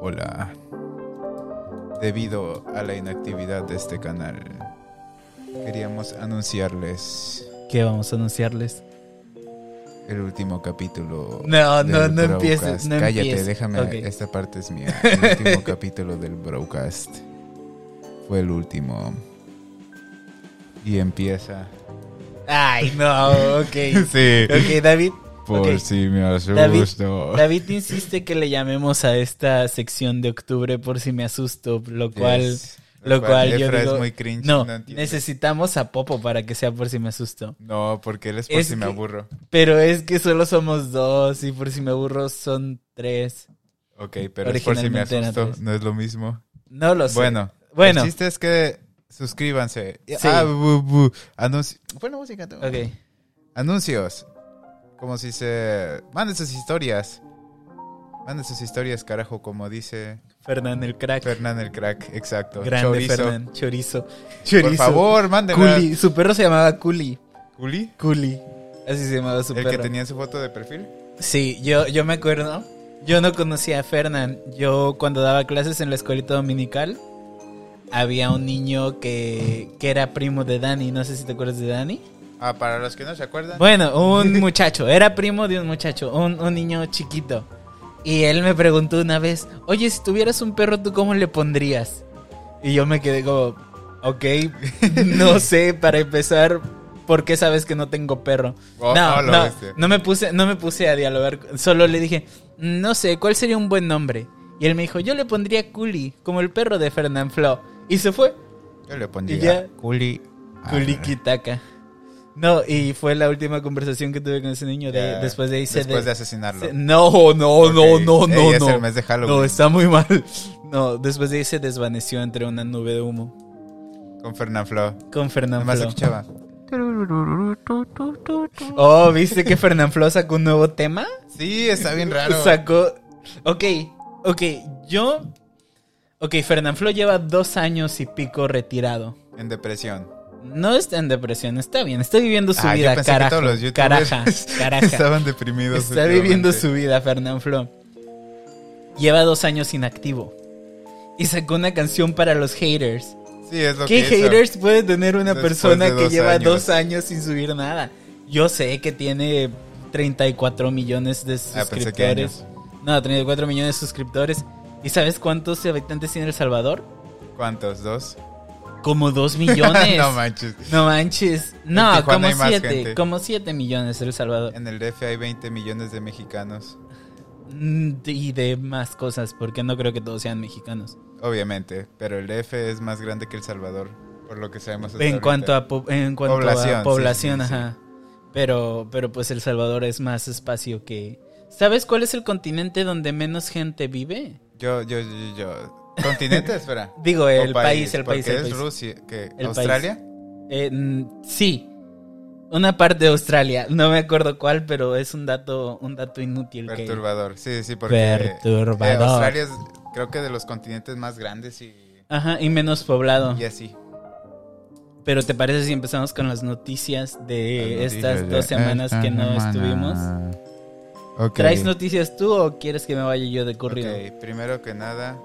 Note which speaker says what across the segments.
Speaker 1: Hola. Debido a la inactividad de este canal, queríamos anunciarles
Speaker 2: ¿Qué vamos a anunciarles?
Speaker 1: el último capítulo.
Speaker 2: No,
Speaker 1: del
Speaker 2: no, no
Speaker 1: Broadcast.
Speaker 2: empieces, no
Speaker 1: Cállate,
Speaker 2: empieces.
Speaker 1: déjame.
Speaker 2: Ok.
Speaker 1: Esta parte es mía. El último capítulo del broadcast fue el último. Y empieza.
Speaker 2: Ay, no, ok.
Speaker 1: Sí.
Speaker 2: Ok, David,
Speaker 1: Por
Speaker 2: ok.
Speaker 1: si me asusto.
Speaker 2: David,
Speaker 1: Oh.
Speaker 2: David insiste que le llamemos a esta sección de octubre por si me asusto, lo cual...
Speaker 1: Yes.
Speaker 2: lo cual yo
Speaker 1: Efra
Speaker 2: digo,
Speaker 1: es muy cringe.
Speaker 2: No,
Speaker 1: entiendo.
Speaker 2: necesitamos a Popo para que sea por si me asusto.
Speaker 1: No, porque él es por
Speaker 2: Es
Speaker 1: si me
Speaker 2: que-
Speaker 1: aburro.
Speaker 2: Pero es que solo somos dos y por si me aburro son tres.
Speaker 1: Ok, pero es por si me
Speaker 2: Mm, Originalmente eran
Speaker 1: asusto.
Speaker 2: tres.
Speaker 1: No es lo mismo.
Speaker 2: No lo sé.
Speaker 1: Bueno,
Speaker 2: Bueno.
Speaker 1: El chiste es que suscríbanse.
Speaker 2: Sí.
Speaker 1: Ah, bu, bu. Anunci- Bueno, música. tú.
Speaker 2: Ok.
Speaker 1: Anuncios. Como si se. Manden sus historias. Manden sus historias, carajo, como dice
Speaker 2: Fernán el crack.
Speaker 1: Fernán el crack. Exacto.
Speaker 2: Grande
Speaker 1: Chorizo.
Speaker 2: Fernán. Chorizo. Chorizo.
Speaker 1: Por favor, mándenla.
Speaker 2: Culi. Su perro se llamaba Culi.
Speaker 1: ¿Culi?
Speaker 2: Culi. Así se llamaba su
Speaker 1: El que
Speaker 2: perro.
Speaker 1: tenía su foto de perfil.
Speaker 2: Sí, yo, yo me acuerdo. Yo no conocía a Fernán. Yo cuando daba clases en la escuelita dominical, había un niño que, que era primo de Dani. No sé si te acuerdas de Dani.
Speaker 1: Ah, para los que no se acuerdan.
Speaker 2: Bueno, un muchacho, era primo de un muchacho, un, un niño chiquito. Y él me preguntó una vez, oye, si tuvieras un perro, ¿tú cómo le pondrías? Y yo me quedé como, ok, no sé, para empezar, ¿por qué sabes que no tengo perro?
Speaker 1: Oh,
Speaker 2: no,
Speaker 1: oh, lo
Speaker 2: no,
Speaker 1: viste.
Speaker 2: no me puse, no me puse a dialogar, solo le dije, no sé, ¿cuál sería un buen nombre? Y él me dijo, yo le pondría Culi, como el perro de Fernand Flo. Y se fue.
Speaker 1: Yo le pondría.
Speaker 2: Y ya-
Speaker 1: Culi. Ah,
Speaker 2: Kulikitaka. No, y fue la última conversación que tuve con ese niño. de-
Speaker 1: ya.
Speaker 2: después de ahí se
Speaker 1: Ah, Después
Speaker 2: de-
Speaker 1: de asesinarlo.
Speaker 2: se- No, no,
Speaker 1: Ok.
Speaker 2: no, no,
Speaker 1: Ey,
Speaker 2: no,
Speaker 1: es
Speaker 2: no.
Speaker 1: el mes de Halloween.
Speaker 2: No, está muy mal. No, después de ahí se desvaneció entre una nube de humo.
Speaker 1: Con Fernán Flo.
Speaker 2: Con Fernán
Speaker 1: Nomás
Speaker 2: Flo.
Speaker 1: escuchaba.
Speaker 2: Oh, ¿viste que Fernán Flo sacó un nuevo tema?
Speaker 1: Sí, está bien raro.
Speaker 2: Sacó. Ok, ok, yo. Ok, Fernán Flo lleva dos años y pico retirado.
Speaker 1: En depresión.
Speaker 2: No está en depresión, está bien, está viviendo su
Speaker 1: Ah, yo
Speaker 2: vida,
Speaker 1: pensé que
Speaker 2: carajo,
Speaker 1: todos los youtubers
Speaker 2: caraja, caraja.
Speaker 1: estaban deprimidos.
Speaker 2: Está viviendo
Speaker 1: últimamente.
Speaker 2: su vida, Fernán Flo. Lleva dos años inactivo. Y sacó una canción para los haters.
Speaker 1: Sí, es lo
Speaker 2: ¿Qué
Speaker 1: que hizo.
Speaker 2: haters puede tener una
Speaker 1: Después
Speaker 2: persona
Speaker 1: de
Speaker 2: que
Speaker 1: dos
Speaker 2: lleva
Speaker 1: años.
Speaker 2: dos años sin subir nada? Yo sé que tiene 34 millones de
Speaker 1: Ah, pensé que
Speaker 2: suscriptores. No, 34 millones de suscriptores. ¿Y sabes cuántos habitantes tiene El Salvador?
Speaker 1: ¿Cuántos? ¿Dos?
Speaker 2: Como 2 millones.
Speaker 1: no
Speaker 2: no,
Speaker 1: manches.
Speaker 2: manches. No,
Speaker 1: Tijuana
Speaker 2: como
Speaker 1: hay más
Speaker 2: 7.
Speaker 1: gente.
Speaker 2: Como 7 millones El Salvador.
Speaker 1: En el DF hay 20 millones de mexicanos.
Speaker 2: Mm, Y de más cosas, porque no creo que todos sean mexicanos.
Speaker 1: Obviamente, pero el DF es más grande que El Salvador, por lo que sabemos. hasta
Speaker 2: En
Speaker 1: ahorita.
Speaker 2: cuanto a, po- en cuanto
Speaker 1: Población, sí,
Speaker 2: población, a población,
Speaker 1: sí, sí.
Speaker 2: ajá. Pero, pero pues El Salvador es más espacio que... ¿Sabes cuál es el continente donde menos gente vive?
Speaker 1: Yo, yo, yo, yo. ¿Continente? Espera.
Speaker 2: Digo, el
Speaker 1: O
Speaker 2: país, el
Speaker 1: porque
Speaker 2: país, el
Speaker 1: es
Speaker 2: país.
Speaker 1: Rusia, que
Speaker 2: país.
Speaker 1: ¿Australia?
Speaker 2: Eh, mm, sí, una parte de Australia, no me acuerdo cuál, pero es un dato, un dato inútil. que-
Speaker 1: Perturbador. Sí, sí, porque...
Speaker 2: Perturbador.
Speaker 1: eh, Australia es, creo que, de los continentes más grandes y,
Speaker 2: Ajá, y menos poblado.
Speaker 1: y así.
Speaker 2: Pero ¿te parece si empezamos con las noticias de
Speaker 1: Las
Speaker 2: estas
Speaker 1: noticias
Speaker 2: dos
Speaker 1: de
Speaker 2: semanas
Speaker 1: esta
Speaker 2: que no
Speaker 1: semana.
Speaker 2: estuvimos?
Speaker 1: Ok.
Speaker 2: ¿Traes noticias tú o quieres que me vaya yo de corrido?
Speaker 1: Ok, primero que nada,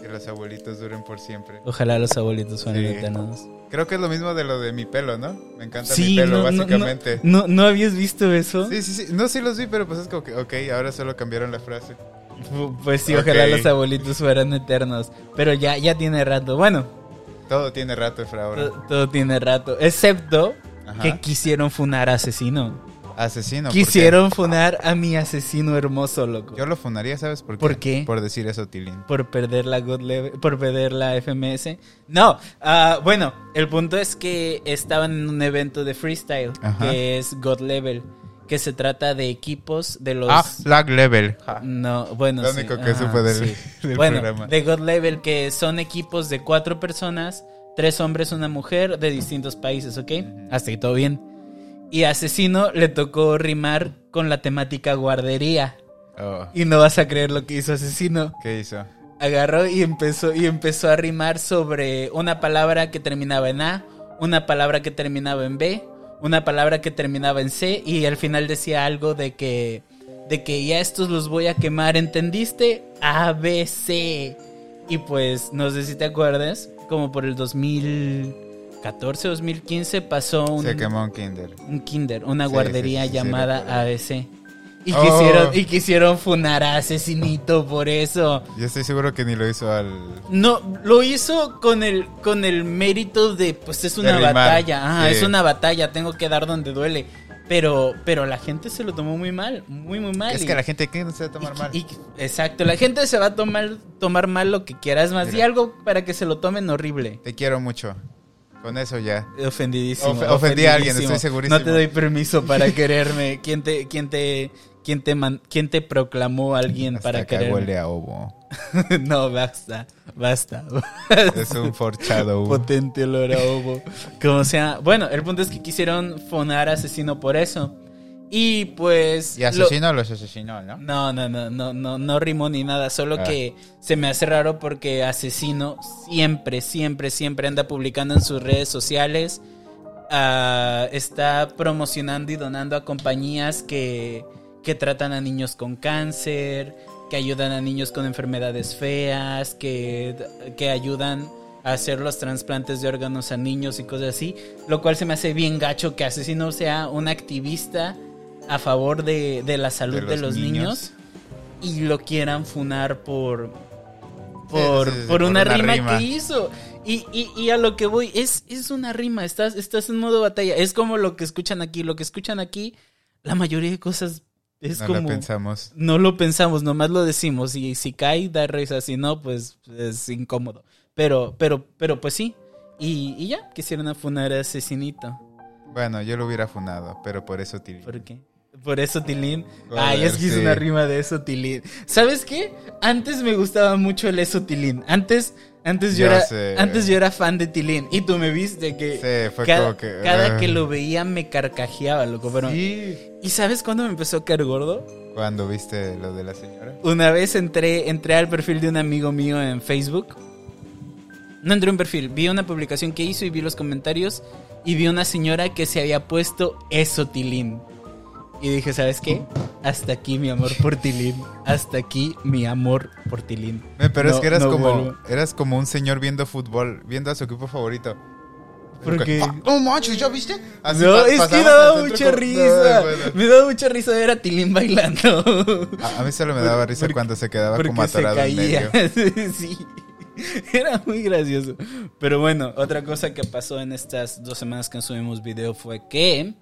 Speaker 1: que los abuelitos duren por siempre.
Speaker 2: Ojalá los abuelitos fueran
Speaker 1: Sí.
Speaker 2: veteranos.
Speaker 1: Creo que es lo mismo de lo de mi pelo, ¿no? Me encanta mi pelo, básicamente.
Speaker 2: No, no, habías visto eso?
Speaker 1: Sí, sí, sí. No, sí los vi, pero pues es como que, ok, ahora solo cambiaron la frase.
Speaker 2: Pu- Pues sí,
Speaker 1: Ok.
Speaker 2: ojalá los abuelitos fueran eternos. Pero ya, ya tiene rato. Bueno,
Speaker 1: Todo tiene rato, Efra,
Speaker 2: to-
Speaker 1: ahora.
Speaker 2: todo, tiene rato. Excepto
Speaker 1: Ajá.
Speaker 2: que quisieron funar a asesino.
Speaker 1: Asesino. ¿por qué?
Speaker 2: quisieron funar a mi asesino hermoso, loco.
Speaker 1: Yo lo fundaría, ¿sabes por qué?
Speaker 2: ¿Por qué?
Speaker 1: Por decir eso, Tilín.
Speaker 2: por perder la God Level- por perder la FMS. No, ah, bueno, el punto es que estaban en un evento de freestyle
Speaker 1: Ajá.
Speaker 2: que es God Level, que se trata de equipos de los
Speaker 1: Ah, flag level.
Speaker 2: no, bueno,
Speaker 1: Ah, Lo
Speaker 2: sí,
Speaker 1: único que
Speaker 2: ajá,
Speaker 1: supe del- del
Speaker 2: bueno,
Speaker 1: programa.
Speaker 2: de God Level que son equipos de cuatro personas, tres hombres, una mujer de distintos países, ¿ok? Hasta ahí todo bien. Y a Asesino le tocó rimar con la temática guardería.
Speaker 1: Oh,
Speaker 2: Y no vas a creer lo que hizo Asesino
Speaker 1: ¿Qué hizo?
Speaker 2: agarró y empezó y empezó a rimar sobre una palabra que terminaba en A, una palabra que terminaba en B, una palabra que terminaba en C y al final decía algo de que de que ya estos los voy a quemar, ¿entendiste? A, B, C. Y pues, no sé si te acuerdas, como por el 2014, 2015 pasó un,
Speaker 1: Se quemó un Kinder.
Speaker 2: un kinder, una
Speaker 1: Sí,
Speaker 2: guardería
Speaker 1: sí, sí, sí,
Speaker 2: llamada
Speaker 1: recuerdo.
Speaker 2: ABC. Y
Speaker 1: Oh.
Speaker 2: quisieron, y quisieron funar a Asesinito por eso.
Speaker 1: Yo estoy seguro que ni lo hizo al.
Speaker 2: No, lo hizo con el, con el mérito de, pues es una
Speaker 1: De rimar,
Speaker 2: batalla, ah,
Speaker 1: sí.
Speaker 2: es una batalla, tengo que dar donde duele. Pero, pero la gente se lo tomó muy mal, muy, muy mal.
Speaker 1: Es
Speaker 2: y-
Speaker 1: que la gente que no se va a tomar
Speaker 2: y-
Speaker 1: mal.
Speaker 2: y- exacto, la gente se va a tomar, tomar mal lo que quieras más. Y
Speaker 1: Mira.
Speaker 2: algo para que se lo tomen horrible.
Speaker 1: Te quiero mucho. Con eso ya.
Speaker 2: Ofendidísimo.
Speaker 1: Ofe- ofendí a alguien,
Speaker 2: ofendidísimo.
Speaker 1: estoy segurísimo.
Speaker 2: No te doy permiso para quererme. ¿Quién te, quién te, quién te, man- quién te proclamó alguien
Speaker 1: Hasta
Speaker 2: para
Speaker 1: acá
Speaker 2: quererme?
Speaker 1: huele a ovo.
Speaker 2: no, basta, basta.
Speaker 1: Es un forchado.
Speaker 2: Potente olor a ovo. Como sea. Bueno, el punto es que quisieron fonar a asesino por eso. Y pues.
Speaker 1: y
Speaker 2: lo-
Speaker 1: asesinó, los asesinó, ¿no?
Speaker 2: no, no, no, no, no, no rimó ni nada. Solo
Speaker 1: Ah.
Speaker 2: que se me hace raro porque Asesino siempre, siempre, siempre anda publicando en sus redes sociales. ah, está promocionando y donando a compañías que, que tratan a niños con cáncer, que ayudan a niños con enfermedades feas, que, que ayudan a hacer los trasplantes de órganos a niños y cosas así. Lo cual se me hace bien gacho que Asesino sea un activista a favor de, de la salud de los, niños. y lo quieran funar por por,
Speaker 1: sí, sí,
Speaker 2: por
Speaker 1: por
Speaker 2: una,
Speaker 1: una
Speaker 2: rima,
Speaker 1: rima.
Speaker 2: que hizo. Y, y- y a lo que voy, es, es una rima, estás, estás en modo batalla. Es como lo que escuchan aquí, lo que escuchan aquí, la mayoría de cosas es
Speaker 1: no
Speaker 2: como...
Speaker 1: lo pensamos.
Speaker 2: No lo pensamos, nomás lo decimos. Y si cae, da risa. Si no, pues es incómodo. Pero, pero, pero pues sí. Y, y ya, quisieron afunar a Asesinito.
Speaker 1: Bueno, yo lo hubiera funado, pero por eso Tilín.
Speaker 2: ¿Por qué? Por eso Tilín.
Speaker 1: Joder,
Speaker 2: Ay, es que hice
Speaker 1: sí.
Speaker 2: una rima de eso Tilín. ¿Sabes qué? Antes me gustaba mucho el eso Tilín. Antes, antes yo
Speaker 1: Ya
Speaker 2: era,
Speaker 1: sé.
Speaker 2: antes yo era fan de Tilín. Y tú me viste que
Speaker 1: Sí, fue
Speaker 2: cada,
Speaker 1: como que.
Speaker 2: cada
Speaker 1: ah.
Speaker 2: que lo veía me carcajeaba, loco. Pero,
Speaker 1: Sí.
Speaker 2: ¿Y sabes cuándo me empezó a caer gordo?
Speaker 1: Cuando viste lo de la señora.
Speaker 2: Una vez entré, entré al perfil de un amigo mío en Facebook. No entré a un perfil, vi una publicación que hizo y vi los comentarios y vi una señora que se había puesto eso Tilín. Y dije, ¿sabes qué? Hasta aquí mi amor por Tilín. Hasta aquí mi amor por Tilín.
Speaker 1: Eh, Pero es
Speaker 2: No,
Speaker 1: que eras
Speaker 2: no
Speaker 1: como
Speaker 2: vuelvo.
Speaker 1: eras como un señor viendo fútbol, viendo a su equipo favorito.
Speaker 2: Porque...
Speaker 1: Ah, ¡Oh, manches! ¿Ya viste? Así
Speaker 2: No,
Speaker 1: pa-
Speaker 2: es que
Speaker 1: pasabas
Speaker 2: daba
Speaker 1: al centro
Speaker 2: mucha
Speaker 1: como-
Speaker 2: risa.
Speaker 1: No, bueno.
Speaker 2: Me daba mucha risa ver a Tilín bailando.
Speaker 1: A, a mí solo me daba risa
Speaker 2: Porque-
Speaker 1: cuando se quedaba
Speaker 2: porque
Speaker 1: como atorado
Speaker 2: se
Speaker 1: en medio.
Speaker 2: caía. sí. Era muy gracioso. Pero bueno, otra cosa que pasó en estas dos semanas que subimos video fue que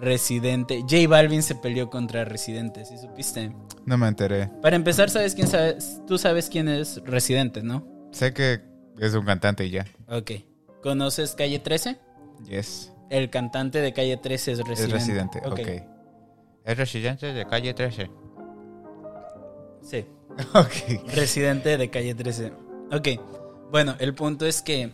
Speaker 2: Residente, J Balvin se peleó contra Residente, ¿sí supiste?
Speaker 1: No me enteré.
Speaker 2: Para empezar, ¿sabes quién sabes? Tú sabes quién es Residente, ¿no?
Speaker 1: Sé que es un cantante y ya.
Speaker 2: Ok. ¿Conoces Calle 13?
Speaker 1: Yes.
Speaker 2: El cantante de Calle 13 es Residente.
Speaker 1: Es residente. Ok. Es residente de calle 13.
Speaker 2: Sí.
Speaker 1: Ok.
Speaker 2: Residente de calle 13. Ok, bueno, el punto es que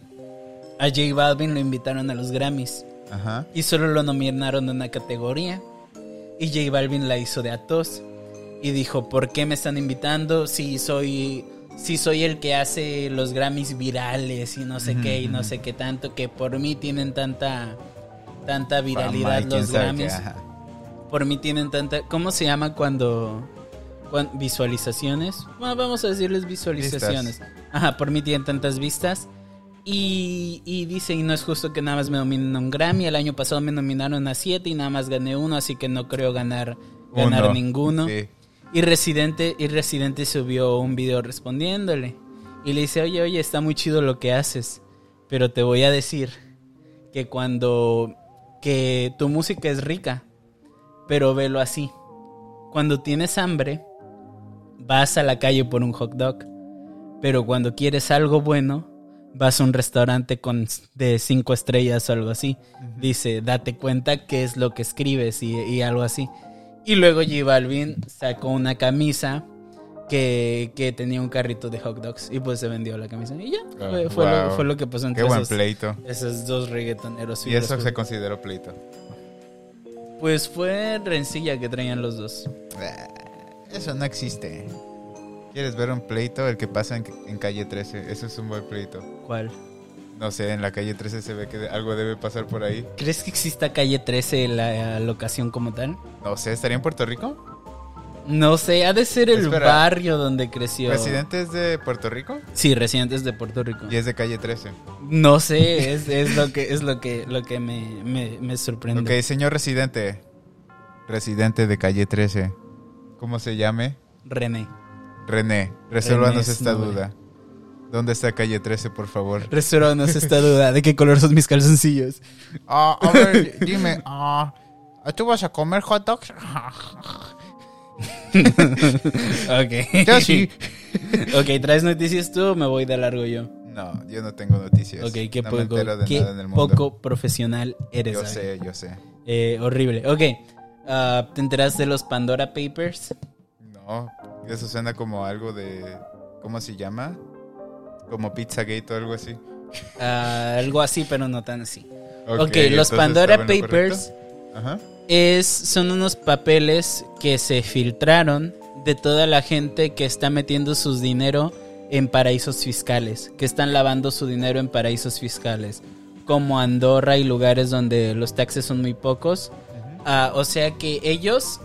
Speaker 2: a J Balvin lo invitaron a los Grammys
Speaker 1: Ajá.
Speaker 2: y solo lo nominaron en una categoría. Y J Balvin la hizo de atos y dijo, ¿por qué me están invitando si soy, si soy el que hace los Grammys virales y no sé
Speaker 1: Ujú,
Speaker 2: qué y no
Speaker 1: ujú.
Speaker 2: sé qué tanto, que por mí tienen tanta, tanta
Speaker 1: Fama
Speaker 2: viralidad
Speaker 1: y quién
Speaker 2: los
Speaker 1: sabe
Speaker 2: Grammys?
Speaker 1: qué, ajá.
Speaker 2: Por mí tienen tanta. ¿Cómo se llama cuando.? cuan- visualizaciones. Bueno, vamos a decirles visualizaciones. Ajá, por mí tienen tantas vistas. Y, y dice, y no es justo que nada más me nominen a un Grammy. El año pasado me nominaron a siete y nada más gané uno, así que no creo ganar, ganar
Speaker 1: Uno.
Speaker 2: ninguno.
Speaker 1: Sí.
Speaker 2: Y Residente, y Residente subió un video respondiéndole. Y le dice, oye, oye, está muy chido lo que haces. Pero te voy a decir que cuando... que tu música es rica. Pero velo así. Cuando tienes hambre, vas a la calle por un hot dog. Pero cuando quieres algo bueno, vas a un restaurante con, de cinco estrellas o algo así. Dice, date cuenta qué es lo que escribes y, y algo así. Y luego J Balvin sacó una camisa que, que tenía un carrito de hot dogs y pues se vendió la camisa. Y ya,
Speaker 1: Ah,
Speaker 2: fue, fue lo,
Speaker 1: wow.
Speaker 2: fue lo que pasó
Speaker 1: Qué
Speaker 2: entre
Speaker 1: buen
Speaker 2: esos,
Speaker 1: pleito.
Speaker 2: esos dos reggaetoneros.
Speaker 1: Y eso se consideró pleito.
Speaker 2: Pues fue rencilla que traían los dos.
Speaker 1: Eh, Eso no existe. ¿Quieres ver un pleito? El que pasa en, en calle 13. Eso es un buen pleito.
Speaker 2: ¿Cuál?
Speaker 1: No sé, en la calle 13 se ve que de- algo debe pasar por ahí.
Speaker 2: ¿Crees que exista calle 13 la eh, locación como tal?
Speaker 1: No sé, ¿estaría en Puerto Rico?
Speaker 2: No sé, ha de ser el
Speaker 1: Espera.
Speaker 2: barrio donde creció.
Speaker 1: ¿Residente es de Puerto Rico?
Speaker 2: Sí, residentes de Puerto Rico.
Speaker 1: Y es de calle 13.
Speaker 2: No sé, es, es lo que es lo que lo que me, me, me sorprende.
Speaker 1: Ok, señor residente. Residente de calle 13. ¿Cómo se llame?
Speaker 2: René.
Speaker 1: René. Resuélvanos
Speaker 2: René
Speaker 1: esta
Speaker 2: Snow.
Speaker 1: duda. ¿Dónde está calle 13, por favor?
Speaker 2: Resuélvanos esta duda de qué color son mis calzoncillos.
Speaker 1: Ah, a ver, dime. ah, ¿Tú vas a comer hot dogs?
Speaker 2: Ok.
Speaker 1: Yo sí.
Speaker 2: ok, traes noticias tú, o me voy de largo yo.
Speaker 1: No, yo no tengo noticias.
Speaker 2: Ok, qué
Speaker 1: no me
Speaker 2: poco,
Speaker 1: entero de
Speaker 2: qué
Speaker 1: nada en el mundo.
Speaker 2: poco profesional eres.
Speaker 1: Yo
Speaker 2: Ale.
Speaker 1: sé, yo sé.
Speaker 2: Eh, horrible. Ok. ah, ¿Te enteraste de los Pandora Papers?
Speaker 1: No, eso suena como algo de... ¿Cómo se llama? Como Pizzagate o algo así.
Speaker 2: Ah, algo así, pero no tan así. Ok, los
Speaker 1: entonces
Speaker 2: Pandora
Speaker 1: estaba en lo
Speaker 2: Papers
Speaker 1: correcto. Ajá.
Speaker 2: es, son unos papeles que se filtraron de toda la gente que está metiendo su dinero en paraísos fiscales, que están lavando su dinero en paraísos fiscales, como Andorra y lugares donde los taxes son muy pocos. Ah, o sea que ellos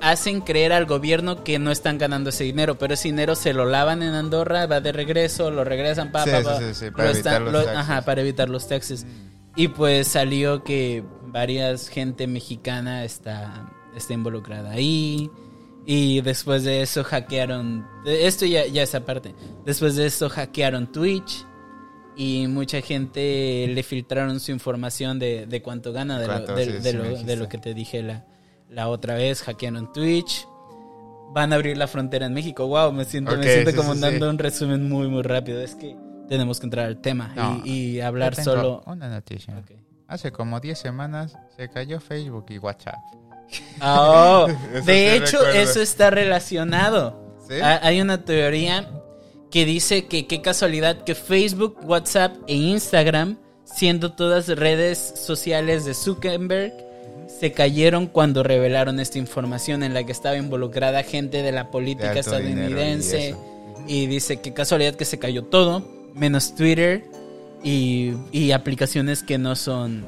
Speaker 2: hacen creer al gobierno que no están ganando ese dinero, pero ese dinero se lo lavan en Andorra, va de regreso, lo regresan pa,
Speaker 1: Sí,
Speaker 2: pa,
Speaker 1: sí,
Speaker 2: pa.
Speaker 1: sí, sí, para
Speaker 2: Lo
Speaker 1: evitar los taxes. Mm.
Speaker 2: ajá, para evitar los taxes. Y pues salió que varias gente mexicana está, está involucrada ahí. Y después de eso hackearon. de- Esto ya, ya es aparte. Después de eso hackearon Twitch. Y mucha gente le filtraron su información de, de cuánto gana, de,
Speaker 1: Cuánto,
Speaker 2: lo, de-
Speaker 1: sí,
Speaker 2: de
Speaker 1: sí
Speaker 2: lo-
Speaker 1: me
Speaker 2: de
Speaker 1: dijiste.
Speaker 2: lo que te dije la, la otra vez. Hackearon Twitch. Van a abrir la frontera en México. Wow, me siento,
Speaker 1: Ok,
Speaker 2: me siento
Speaker 1: sí,
Speaker 2: como
Speaker 1: sí, sí.
Speaker 2: dando un resumen muy, muy rápido. Es que tenemos que entrar al tema
Speaker 1: No,
Speaker 2: y, y
Speaker 1: Yo
Speaker 2: hablar
Speaker 1: tengo
Speaker 2: solo.
Speaker 1: Una noticia.
Speaker 2: Ok.
Speaker 1: Hace como 10 semanas se cayó Facebook y WhatsApp.
Speaker 2: Ah, oh,
Speaker 1: Eso
Speaker 2: de
Speaker 1: sí
Speaker 2: hecho,
Speaker 1: recuerdo.
Speaker 2: eso está relacionado.
Speaker 1: ¿Sí?
Speaker 2: Ha- Ah, Hay una teoría que dice que qué casualidad que Facebook, WhatsApp e Instagram, siendo todas redes sociales de Zuckerberg, se cayeron cuando revelaron esta información en la que estaba involucrada gente de la política
Speaker 1: De alto dinero y
Speaker 2: estadounidense.
Speaker 1: eso.
Speaker 2: Y, dice que casualidad que se cayó todo, menos Twitter y, y aplicaciones que no son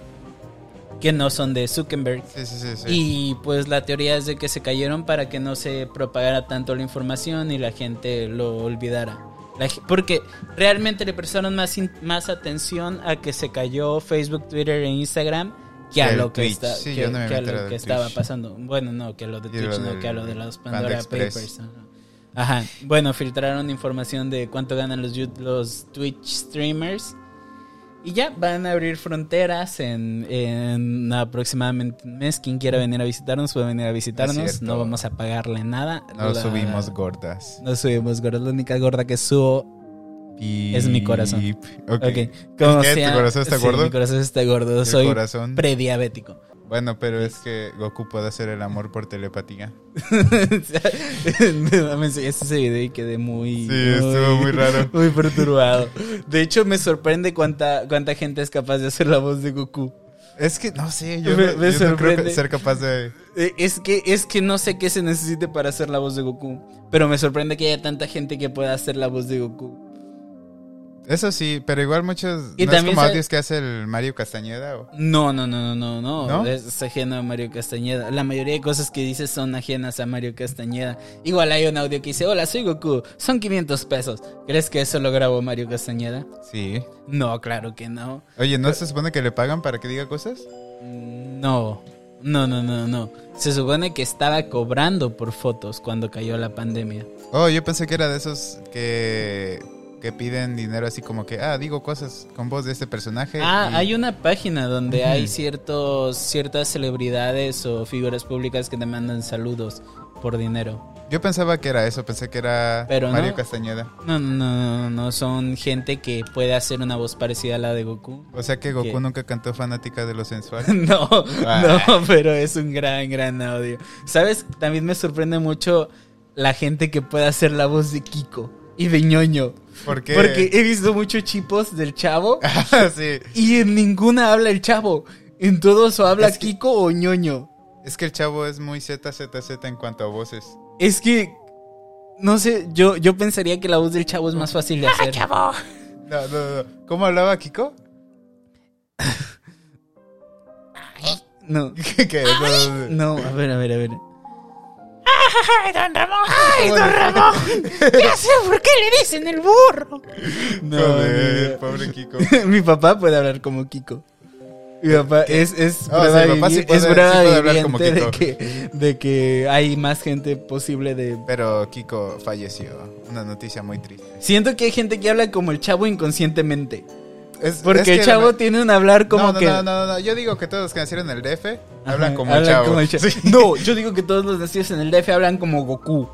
Speaker 2: que no son de Zuckerberg.
Speaker 1: Sí, sí, sí. sí.
Speaker 2: Y pues la teoría es de que se cayeron para que no se propagara tanto la información y la gente lo olvidara. La ge- porque realmente le prestaron más, in- más atención a que se cayó Facebook, Twitter e Instagram que a
Speaker 1: Que el
Speaker 2: lo que,
Speaker 1: Twitch.
Speaker 2: está-
Speaker 1: Sí,
Speaker 2: que-
Speaker 1: yo no me
Speaker 2: que a lo
Speaker 1: meteré del
Speaker 2: que estaba
Speaker 1: Twitch.
Speaker 2: pasando. Bueno, no, que a lo de
Speaker 1: Y
Speaker 2: Twitch,
Speaker 1: lo
Speaker 2: no,
Speaker 1: del
Speaker 2: que a lo de los
Speaker 1: Panda
Speaker 2: Pandora
Speaker 1: Express.
Speaker 2: Papers. Ajá. Ajá. Bueno, filtraron información de cuánto ganan los, yu- los Twitch streamers. Y ya van a abrir fronteras en, en aproximadamente un mes. Quien quiera venir a visitarnos puede venir a visitarnos.
Speaker 1: cierto.
Speaker 2: No vamos a pagarle nada.
Speaker 1: no
Speaker 2: La-
Speaker 1: subimos gordas.
Speaker 2: No subimos gorda. La única gorda que subo. Es mi corazón.
Speaker 1: Pip. Ok.
Speaker 2: Ok. Como
Speaker 1: ¿Es que tu
Speaker 2: sea-
Speaker 1: corazón está
Speaker 2: sí,
Speaker 1: gordo?
Speaker 2: Mi corazón está gordo.
Speaker 1: El
Speaker 2: Soy
Speaker 1: corazón.
Speaker 2: prediabético.
Speaker 1: Bueno, pero es que Goku puede hacer el amor por telepatía.
Speaker 2: me me enseñaste ese este video y quedé muy.
Speaker 1: Sí, estuvo muy raro.
Speaker 2: Muy perturbado. De hecho, me sorprende cuánta, cuánta gente es capaz de hacer la voz de Goku.
Speaker 1: Es que no sé, yo,
Speaker 2: Me-
Speaker 1: no, yo
Speaker 2: me
Speaker 1: no creo
Speaker 2: sorprende.
Speaker 1: que ser capaz de.
Speaker 2: Eh, Es que, es que no sé qué se necesite para hacer la voz de Goku. Pero me sorprende que haya tanta gente que pueda hacer la voz de Goku.
Speaker 1: Eso sí, pero igual muchos.
Speaker 2: Y
Speaker 1: no es
Speaker 2: también
Speaker 1: como
Speaker 2: se-
Speaker 1: audios que hace el Mario Castañeda. o-
Speaker 2: No, no, no, no, no, no.
Speaker 1: ¿No?
Speaker 2: Es ajeno a Mario Castañeda. La mayoría de cosas que dice son ajenas a Mario Castañeda. Igual hay un audio que dice, hola, soy Goku. Son 500 pesos. ¿Crees que eso lo grabó Mario Castañeda?
Speaker 1: Sí.
Speaker 2: No, claro que no.
Speaker 1: Oye, ¿no se supone que le pagan para que diga cosas?
Speaker 2: No, no, no, no, no. Se supone que estaba cobrando por fotos cuando cayó la pandemia.
Speaker 1: Oh, yo pensé que era de esos que, que piden dinero así como que, ah, digo cosas con voz de este personaje.
Speaker 2: Ah,
Speaker 1: y-
Speaker 2: hay una página donde
Speaker 1: Ujú.
Speaker 2: hay ciertos, ciertas celebridades o figuras públicas que te mandan saludos por dinero.
Speaker 1: Yo pensaba que era eso, pensé que era
Speaker 2: Pero
Speaker 1: Mario
Speaker 2: no.
Speaker 1: Castañeda.
Speaker 2: No, no, no, no, no, son gente que puede hacer una voz parecida a la de Goku.
Speaker 1: O sea que Goku
Speaker 2: ¿Qué?
Speaker 1: nunca cantó fanática de lo sensual.
Speaker 2: No,
Speaker 1: Ah.
Speaker 2: no, pero es un gran, gran audio. ¿Sabes? También me sorprende mucho la gente que puede hacer la voz de Kiko y de ñoño.
Speaker 1: ¿Por qué?
Speaker 2: Porque he visto muchos chipos del chavo
Speaker 1: sí.
Speaker 2: y en ninguna habla el chavo. En todos o habla
Speaker 1: Es que-
Speaker 2: Kiko o ñoño.
Speaker 1: Es que el chavo es muy ZZZ en cuanto a voces.
Speaker 2: Es que. No sé, yo, yo pensaría que la voz del chavo es más fácil de hacer.
Speaker 1: No, no, no. ¿Cómo hablaba Kiko?
Speaker 2: No,
Speaker 1: ¿Qué? No, no, no.
Speaker 2: no, a ver, a ver, a ver. ¡Ay, don Ramón! ¡Ay, don Ramón! Ya sé por qué le dicen el burro. No,
Speaker 1: Joder, pobre Kiko.
Speaker 2: mi papá puede hablar como Kiko. Mi papá es, es
Speaker 1: Ah, o
Speaker 2: prueba,
Speaker 1: sea, mi papá sí
Speaker 2: vivi-
Speaker 1: puede-
Speaker 2: es
Speaker 1: sí
Speaker 2: prueba
Speaker 1: puede hablar como
Speaker 2: viviente de
Speaker 1: Kiko.
Speaker 2: que, de que hay más gente posible de...
Speaker 1: Pero Kiko falleció. Una noticia muy triste.
Speaker 2: Siento que hay gente que habla como el chavo inconscientemente.
Speaker 1: Es-
Speaker 2: Porque
Speaker 1: es que
Speaker 2: el chavo
Speaker 1: la-
Speaker 2: tiene un hablar como
Speaker 1: no, no,
Speaker 2: que...
Speaker 1: No, no, no. Yo digo que todos los que nacieron en el DF hablan
Speaker 2: Ajá,
Speaker 1: como el chavo.
Speaker 2: cha-
Speaker 1: Sí.
Speaker 2: No, yo digo que todos los nacidos en el DF hablan como Goku.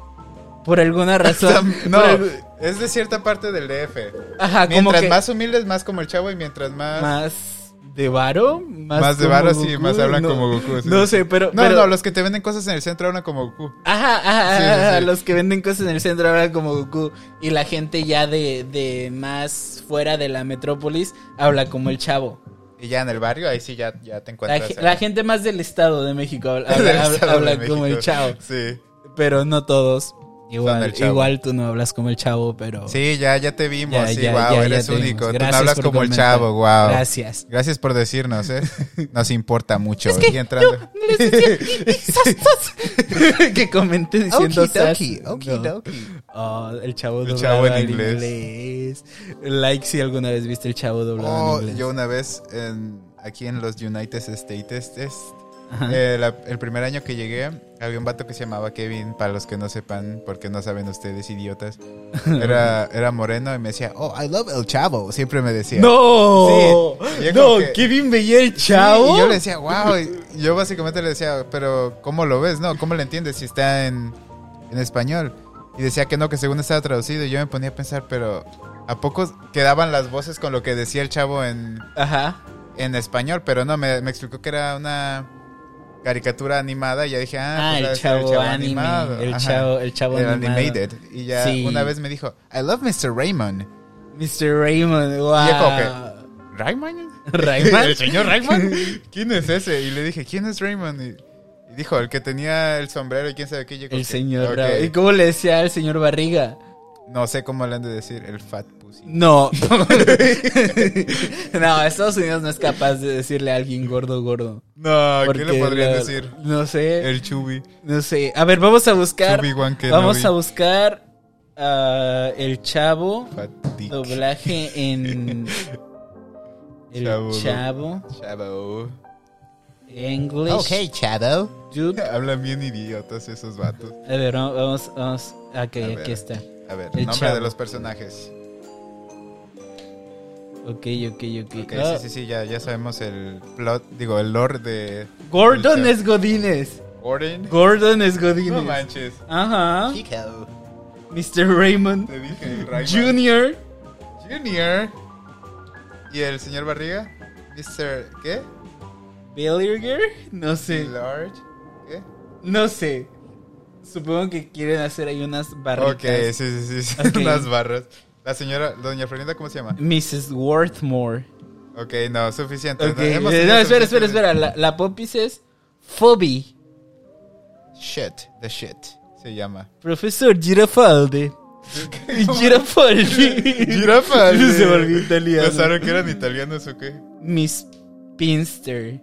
Speaker 2: Por alguna razón.
Speaker 1: No,
Speaker 2: por algu-
Speaker 1: es de cierta parte del DF.
Speaker 2: Ajá, como
Speaker 1: mientras
Speaker 2: que
Speaker 1: más humildes, más como el chavo. Y mientras más.
Speaker 2: más de varo, más,
Speaker 1: Más de
Speaker 2: como
Speaker 1: varo, sí,
Speaker 2: Goku,
Speaker 1: más hablan
Speaker 2: no-
Speaker 1: como Goku, sí.
Speaker 2: No sé, pero,
Speaker 1: no,
Speaker 2: pero-
Speaker 1: no, los que te venden cosas en el centro hablan como Goku.
Speaker 2: Ajá, ajá,
Speaker 1: Sí, sí,
Speaker 2: ajá,
Speaker 1: sí.
Speaker 2: los que venden cosas en el centro hablan como Goku y la gente ya de, de más fuera de la metrópolis habla como el chavo.
Speaker 1: Y ya en el barrio, ahí sí ya, ya te
Speaker 2: La,
Speaker 1: encuentras.
Speaker 2: ge-
Speaker 1: a-
Speaker 2: la gente más del estado de México habla,
Speaker 1: del
Speaker 2: habla-
Speaker 1: Estado
Speaker 2: habla
Speaker 1: de
Speaker 2: como el
Speaker 1: México.
Speaker 2: chavo,
Speaker 1: Sí.
Speaker 2: pero no todos. Igual,
Speaker 1: del chavo.
Speaker 2: igual tú no hablas como el chavo, pero...
Speaker 1: Sí, ya, ya te vimos.
Speaker 2: Ya,
Speaker 1: sí,
Speaker 2: ya,
Speaker 1: wow,
Speaker 2: ya, ya
Speaker 1: eres
Speaker 2: te vimos.
Speaker 1: único. Tú no
Speaker 2: Gracias
Speaker 1: hablas
Speaker 2: por
Speaker 1: como el
Speaker 2: comentar.
Speaker 1: chavo, wow. Gracias.
Speaker 2: Gracias.
Speaker 1: por decirnos, ¿eh? Nos importa mucho.
Speaker 2: Es que
Speaker 1: Y entrando-
Speaker 2: les decía, "Sas, sas". que comenten diciendo sas.
Speaker 1: Okidoki,
Speaker 2: No.
Speaker 1: okidoki.
Speaker 2: Oh, el chavo
Speaker 1: El
Speaker 2: doblado
Speaker 1: chavo en
Speaker 2: al
Speaker 1: inglés.
Speaker 2: inglés. Like si alguna vez viste el chavo doblado
Speaker 1: Oh,
Speaker 2: en inglés.
Speaker 1: yo una vez en- aquí en los United States, es-
Speaker 2: Ajá.
Speaker 1: eh, la- el primer año que llegué, había un vato que se llamaba Kevin, para los que no sepan, porque no saben ustedes, idiotas. Era, era moreno y me decía, oh, I love el chavo. Siempre me decía.
Speaker 2: ¡No!
Speaker 1: Sí, yo
Speaker 2: ¡No!
Speaker 1: como que-
Speaker 2: ¡Kevin veía el
Speaker 1: Sí,
Speaker 2: chavo!
Speaker 1: y yo le decía, wow. y Yo básicamente le decía, pero ¿cómo lo ves? No, ¿cómo lo entiendes si está en, en español? Y decía que no, que según estaba traducido. Y yo me ponía a pensar, pero ¿a poco quedaban las voces con lo que decía el chavo en,
Speaker 2: Ajá.
Speaker 1: en español? Pero no, me, me explicó que era una caricatura animada. Y ya dije, ah,
Speaker 2: Ah,
Speaker 1: pues ha
Speaker 2: el
Speaker 1: de ser
Speaker 2: chavo, anime. El
Speaker 1: Ajá.
Speaker 2: chavo, el chavo
Speaker 1: El
Speaker 2: animado.
Speaker 1: animated. Y ya
Speaker 2: Sí.
Speaker 1: una vez me dijo, I love Mr. Raymond.
Speaker 2: Mr. Raymond, wow.
Speaker 1: yo como que- ¿Raymond?
Speaker 2: ¿Rayman?
Speaker 1: ¿El señor Rayman? ¿Quién es ese? Y le dije, ¿quién es Raymond? Y, y dijo, el que tenía el sombrero y quién sabe qué. Yo como
Speaker 2: El
Speaker 1: que,
Speaker 2: señor
Speaker 1: ok,
Speaker 2: Raymond. ¿Y cómo le decía al señor Barriga?
Speaker 1: No sé cómo le han de decir, el fat pussy.
Speaker 2: No. no, Estados Unidos no es capaz de decirle a alguien gordo, gordo.
Speaker 1: No,
Speaker 2: Porque
Speaker 1: ¿qué le podrían
Speaker 2: la-
Speaker 1: decir?
Speaker 2: No sé.
Speaker 1: El chubi.
Speaker 2: No sé. A ver, vamos a buscar.
Speaker 1: Chubi Wan Kenobi.
Speaker 2: Vamos a buscar ah, el chavo
Speaker 1: Fat dick.
Speaker 2: doblaje en el
Speaker 1: Chavo.
Speaker 2: chavo,
Speaker 1: Chavo.
Speaker 2: English
Speaker 1: chavo.
Speaker 2: dude.
Speaker 1: Hablan bien idiotas esos vatos.
Speaker 2: A ver, no, vamos, vamos. Ok,
Speaker 1: A
Speaker 2: aquí
Speaker 1: ver.
Speaker 2: está.
Speaker 1: A ver,
Speaker 2: El
Speaker 1: nombre
Speaker 2: chavo.
Speaker 1: de los personajes.
Speaker 2: Ok, ok, ok.
Speaker 1: Ok,
Speaker 2: Ah,
Speaker 1: sí, sí, sí, ya, ya sabemos el plot, digo, el lore de
Speaker 2: Gordon
Speaker 1: El chavo.
Speaker 2: es Godínez.
Speaker 1: Oren.
Speaker 2: Gordon es
Speaker 1: No
Speaker 2: Godínez.
Speaker 1: manches.
Speaker 2: Ajá.
Speaker 1: Chico.
Speaker 2: Mr. Raymond.
Speaker 1: Te dije, el Rayman.
Speaker 2: Junior.
Speaker 1: Junior. ¿Y el señor Barriga? Mr. ¿Qué?
Speaker 2: Billiger. No sé.
Speaker 1: Large. ¿Qué?
Speaker 2: No sé. Supongo que quieren hacer ahí unas barritas.
Speaker 1: Ok, sí, sí, sí.
Speaker 2: Ok.
Speaker 1: Unas barras. La señora, doña Florinda, ¿cómo se llama?
Speaker 2: Mrs. Worthmore.
Speaker 1: Ok, no, suficiente.
Speaker 2: Ok, eh,
Speaker 1: hemos
Speaker 2: No,
Speaker 1: tenido
Speaker 2: espera, espera,
Speaker 1: suficiente.
Speaker 2: espera. La, la popis es Phoebe.
Speaker 1: Shit, the shit. Se llama.
Speaker 2: Profesor Girafaldi. Girafaldi.
Speaker 1: Jirafa.
Speaker 2: Se volvió italiano.
Speaker 1: Pensaron que eran italianos o qué.
Speaker 2: Miss Pinster.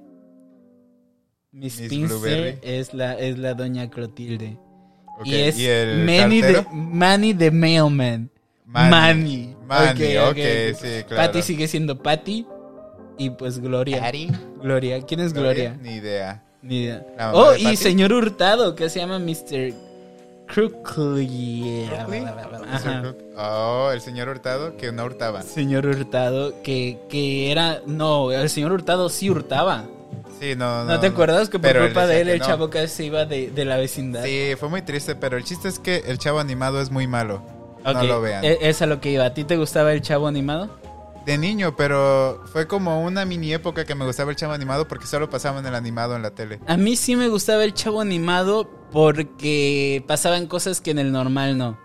Speaker 2: Miss,
Speaker 1: Miss Blueberry.
Speaker 2: Pinster es la, es la doña Clotilde.
Speaker 1: Ok,
Speaker 2: Y es
Speaker 1: el
Speaker 2: Manny, the,
Speaker 1: cartero?
Speaker 2: Manny the Mailman. Manny.
Speaker 1: Manny. Manny, ok,
Speaker 2: Ok, ok, ok.
Speaker 1: sí, claro.
Speaker 2: Patty sigue siendo Patty. Y pues Gloria.
Speaker 1: Patty.
Speaker 2: Gloria. ¿Quién es
Speaker 1: Gloria,
Speaker 2: Gloria?
Speaker 1: Ni idea.
Speaker 2: Ni idea.
Speaker 1: La mamá
Speaker 2: Oh,
Speaker 1: de
Speaker 2: y
Speaker 1: Patty.
Speaker 2: señor Hurtado, que se llama Mr. Crookley.
Speaker 1: Crookley?
Speaker 2: Ajá.
Speaker 1: Oh, el señor Hurtado que no hurtaba.
Speaker 2: Señor Hurtado, que, que era. No, el señor Hurtado sí hurtaba.
Speaker 1: Sí, no,
Speaker 2: ¿No,
Speaker 1: no.
Speaker 2: te acuerdas que por
Speaker 1: Pero él
Speaker 2: culpa de
Speaker 1: decía
Speaker 2: él
Speaker 1: que
Speaker 2: el
Speaker 1: no.
Speaker 2: chavo casi se iba de, de la vecindad?
Speaker 1: Sí, fue muy triste, pero el chiste es que el chavo animado es muy malo. No
Speaker 2: Ok,
Speaker 1: lo vean.
Speaker 2: e- Es a lo que iba. ¿A ti te gustaba el chavo animado?
Speaker 1: De niño, pero fue como una mini época que me gustaba el chavo animado porque solo pasaban el animado en la tele.
Speaker 2: A mí sí me gustaba el chavo animado porque pasaban cosas que en el normal no.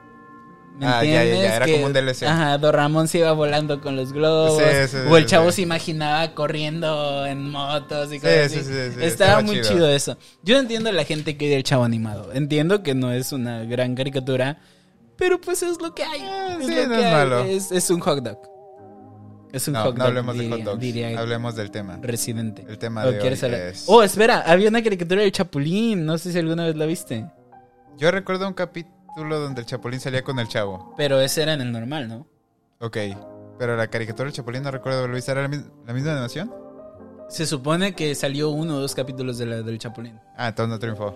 Speaker 2: ¿Me
Speaker 1: Ah, ya, ya, ya,
Speaker 2: entiendes?
Speaker 1: era
Speaker 2: Que-
Speaker 1: como un DLC.
Speaker 2: Ajá, Don Ramón se iba volando con los globos.
Speaker 1: Sí, sí,
Speaker 2: o el
Speaker 1: sí,
Speaker 2: chavo
Speaker 1: sí.
Speaker 2: se imaginaba corriendo en motos y cosas
Speaker 1: sí,
Speaker 2: así.
Speaker 1: sí, sí,
Speaker 2: Estaba,
Speaker 1: estaba
Speaker 2: muy
Speaker 1: chido.
Speaker 2: chido. eso. Yo entiendo a la gente que odia el chavo animado. Entiendo que no es una gran caricatura, pero pues es lo que hay.
Speaker 1: Eh,
Speaker 2: Es,
Speaker 1: sí,
Speaker 2: lo
Speaker 1: no
Speaker 2: que
Speaker 1: es
Speaker 2: hay.
Speaker 1: malo.
Speaker 2: Es, es un hot dog. Es un
Speaker 1: No,
Speaker 2: hot dog.
Speaker 1: no hablemos
Speaker 2: diría,
Speaker 1: de hot dogs.
Speaker 2: diría
Speaker 1: Hablemos del tema.
Speaker 2: Residente.
Speaker 1: El tema
Speaker 2: ¿O
Speaker 1: de hoy
Speaker 2: quieres hablar?
Speaker 1: es-
Speaker 2: Oh, espera, había una caricatura del Chapulín. No sé si alguna vez la viste.
Speaker 1: Yo recuerdo un capítulo donde el Chapulín salía con el chavo.
Speaker 2: Pero ese era en el normal, ¿no?
Speaker 1: Ok. Pero la caricatura del Chapulín no recuerdo, Luis, ¿era la, mis- la misma animación?
Speaker 2: Se supone que salió uno o dos capítulos de la del Chapulín.
Speaker 1: Ah, entonces no triunfó.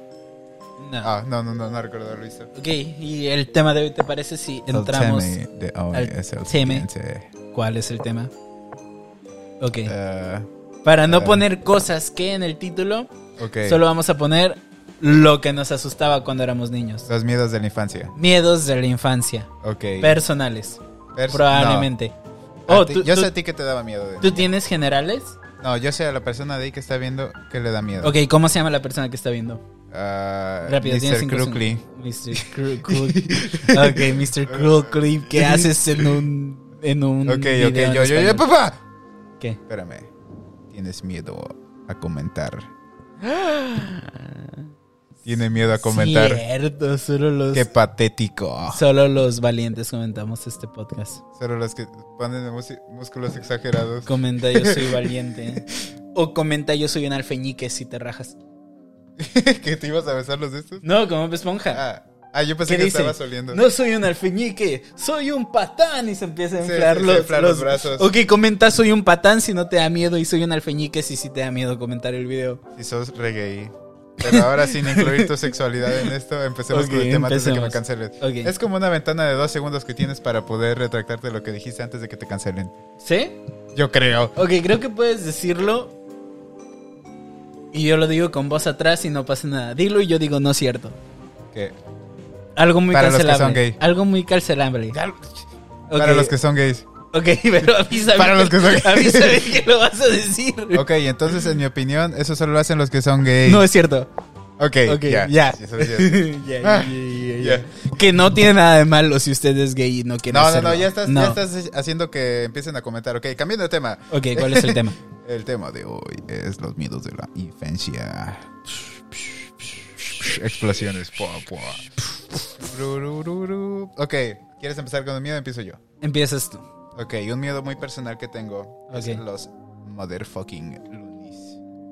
Speaker 2: No.
Speaker 1: Ah, no, no, no, no recuerdo haberlo visto.
Speaker 2: Ok, y el tema de hoy, ¿te parece si entramos?
Speaker 1: de
Speaker 2: al
Speaker 1: es el
Speaker 2: tema.
Speaker 1: siguiente.
Speaker 2: ¿Cuál es el tema? Ok.
Speaker 1: Ah,
Speaker 2: Para no
Speaker 1: eh.
Speaker 2: poner cosas que en el título,
Speaker 1: ok.
Speaker 2: solo vamos a poner lo que nos asustaba cuando éramos niños.
Speaker 1: Los miedos de la infancia.
Speaker 2: Miedos de la infancia.
Speaker 1: Ok.
Speaker 2: Personales.
Speaker 1: Pers-
Speaker 2: Probablemente.
Speaker 1: no. A
Speaker 2: Oh,
Speaker 1: ti-
Speaker 2: ¿tú,
Speaker 1: yo
Speaker 2: tú-
Speaker 1: sé a ti que te daba miedo. de-
Speaker 2: tú tienes generales?
Speaker 1: No, yo sé a la persona de ahí que está viendo que le da miedo.
Speaker 2: Ok, ¿cómo se llama la persona que está viendo?
Speaker 1: Ah,
Speaker 2: Rápido,
Speaker 1: Mr.
Speaker 2: tienes cinco
Speaker 1: Crookley.
Speaker 2: segundos. Mr. Crookly. ok, Mr. Crookly, ¿qué haces en un. en un.
Speaker 1: Ok,
Speaker 2: video
Speaker 1: ok,
Speaker 2: en
Speaker 1: yo, yo, yo,
Speaker 2: español?
Speaker 1: papá.
Speaker 2: ¿Qué?
Speaker 1: Espérame. Tienes miedo a comentar. Tiene miedo a comentar.
Speaker 2: Cierto, solo los.
Speaker 1: Qué patético.
Speaker 2: Solo los valientes comentamos este podcast.
Speaker 1: Solo los que ponen mus- músculos exagerados.
Speaker 2: Comenta yo soy valiente. O comenta yo soy un alfeñique si te rajas.
Speaker 1: que te ibas a besar los de estos.
Speaker 2: No, como Bob esponja.
Speaker 1: Ah, ah, yo pensé
Speaker 2: ¿Qué
Speaker 1: que
Speaker 2: dice?
Speaker 1: estabas oliendo.
Speaker 2: No soy un alfeñique, soy un patán y se empieza a
Speaker 1: Sí,
Speaker 2: inflar,
Speaker 1: sí, se
Speaker 2: los,
Speaker 1: inflan los brazos.
Speaker 2: Ok, comenta soy un patán si no te da miedo y soy un alfeñique si sí te da miedo comentar el video.
Speaker 1: Si sos reggae. Pero ahora sin incluir tu sexualidad en esto, empecemos
Speaker 2: Ok,
Speaker 1: con el tema antes de que me
Speaker 2: empecemos.
Speaker 1: canceles.
Speaker 2: Ok.
Speaker 1: Es como una ventana de dos segundos que tienes para poder retractarte de lo que dijiste antes de que te cancelen.
Speaker 2: ¿Sí?
Speaker 1: Yo creo.
Speaker 2: Ok, creo que puedes decirlo. Y yo lo digo con voz atrás y no pasa nada. Dilo y yo digo no es cierto.
Speaker 1: Que
Speaker 2: Algo muy
Speaker 1: Para los que
Speaker 2: cancelable.
Speaker 1: son gay.
Speaker 2: Algo muy cancelable.
Speaker 1: Para los que son gays.
Speaker 2: Ok, pero avísame.
Speaker 1: Para los que son-
Speaker 2: Avísame que lo vas a decir.
Speaker 1: Ok, entonces en mi opinión, eso solo lo hacen los que son gays.
Speaker 2: No es cierto.
Speaker 1: Ok,
Speaker 2: Ok,
Speaker 1: ya.
Speaker 2: ya.
Speaker 1: Sí, eso ya.
Speaker 2: Ya, ya,
Speaker 1: Ah,
Speaker 2: ya,
Speaker 1: ya.
Speaker 2: ya. Que no tiene nada de malo si usted es gay y no quiere
Speaker 1: No, no,
Speaker 2: hacerlo.
Speaker 1: no, ya estás, ya estás haciendo que empiecen a comentar. Ok, cambiando de tema.
Speaker 2: Ok, ¿cuál es el tema?
Speaker 1: El tema de hoy es los miedos de la infancia. Explosiones. Pua, pua. Rurururu. Ok, ¿quieres empezar con el miedo? Empiezo yo.
Speaker 2: Empiezas tú.
Speaker 1: Ok, un miedo muy personal que tengo es
Speaker 2: Ok.
Speaker 1: los motherfucking loonies.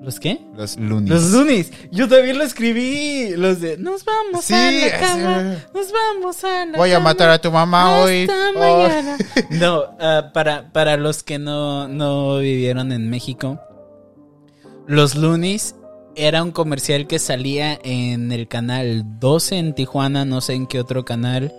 Speaker 2: ¿Los qué?
Speaker 1: Los loonies.
Speaker 2: Los Zunis. Yo también lo escribí. Los de nos vamos
Speaker 1: Sí,
Speaker 2: a la
Speaker 1: así,
Speaker 2: cama.
Speaker 1: güey.
Speaker 2: Nos vamos a la
Speaker 1: Voy a
Speaker 2: cama.
Speaker 1: matar a tu mamá hoy.
Speaker 2: Hasta
Speaker 1: Oh.
Speaker 2: mañana. No, ah, para, para los que no, no vivieron en México, Los Lunis era un comercial que salía en el canal 12 en Tijuana, no sé en qué otro canal.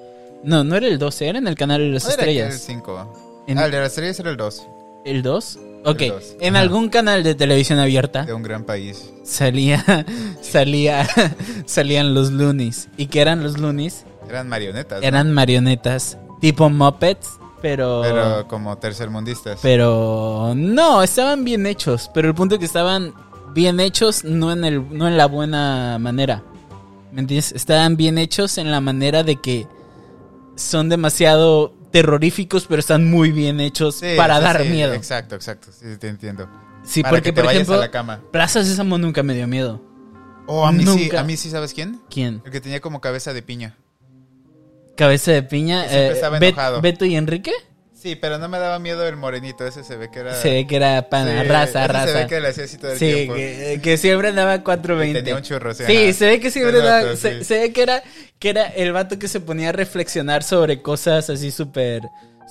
Speaker 2: No, no era el 12, era en el canal de las
Speaker 1: ¿No era que El
Speaker 2: estrellas.
Speaker 1: 5.
Speaker 2: En-
Speaker 1: Ah, el de las estrellas era el 2.
Speaker 2: ¿El 2? Ok,
Speaker 1: El 2,
Speaker 2: en
Speaker 1: ajá.
Speaker 2: algún canal de televisión abierta
Speaker 1: De un gran país.
Speaker 2: salía, salía, salían los Lunis. ¿Y qué eran los Lunis?
Speaker 1: Eran marionetas. ¿no?
Speaker 2: Eran marionetas tipo Muppets,
Speaker 1: Pero como tercermundistas.
Speaker 2: Pero no, estaban bien hechos. Pero el punto es que estaban bien hechos, no en, el, no en la buena manera. ¿Me entiendes? Estaban bien hechos en la manera de que son demasiado terroríficos, pero están muy bien hechos
Speaker 1: Sí,
Speaker 2: para
Speaker 1: sí,
Speaker 2: dar
Speaker 1: sí,
Speaker 2: miedo.
Speaker 1: Exacto, exacto. Sí, te entiendo.
Speaker 2: Sí,
Speaker 1: para
Speaker 2: porque
Speaker 1: que te
Speaker 2: por
Speaker 1: vayas
Speaker 2: ejemplo,
Speaker 1: a la cama.
Speaker 2: Plaza Sésamo nunca me dio miedo.
Speaker 1: Oh, a mí sí,
Speaker 2: Nunca.
Speaker 1: a mí sí, ¿sabes quién?
Speaker 2: ¿Quién?
Speaker 1: El que tenía como cabeza de piña.
Speaker 2: Cabeza de piña.
Speaker 1: Que siempre
Speaker 2: eh,
Speaker 1: estaba
Speaker 2: Bet-
Speaker 1: enojado.
Speaker 2: Beto y Enrique.
Speaker 1: Sí, pero no me daba miedo el morenito, ese se ve que era...
Speaker 2: Se ve que era pana,
Speaker 1: Ah. Sí,
Speaker 2: raza,
Speaker 1: ese
Speaker 2: raza.
Speaker 1: Se ve que le hacía así todo el
Speaker 2: Sí,
Speaker 1: tiempo.
Speaker 2: que, que siempre andaba
Speaker 1: Y
Speaker 2: 420.
Speaker 1: tenía un churro, sí.
Speaker 2: Sí,
Speaker 1: ajá.
Speaker 2: se ve que siempre
Speaker 1: Se nota,
Speaker 2: era- se,
Speaker 1: sí.
Speaker 2: se ve que era, que era el vato que se ponía a reflexionar sobre cosas así súper,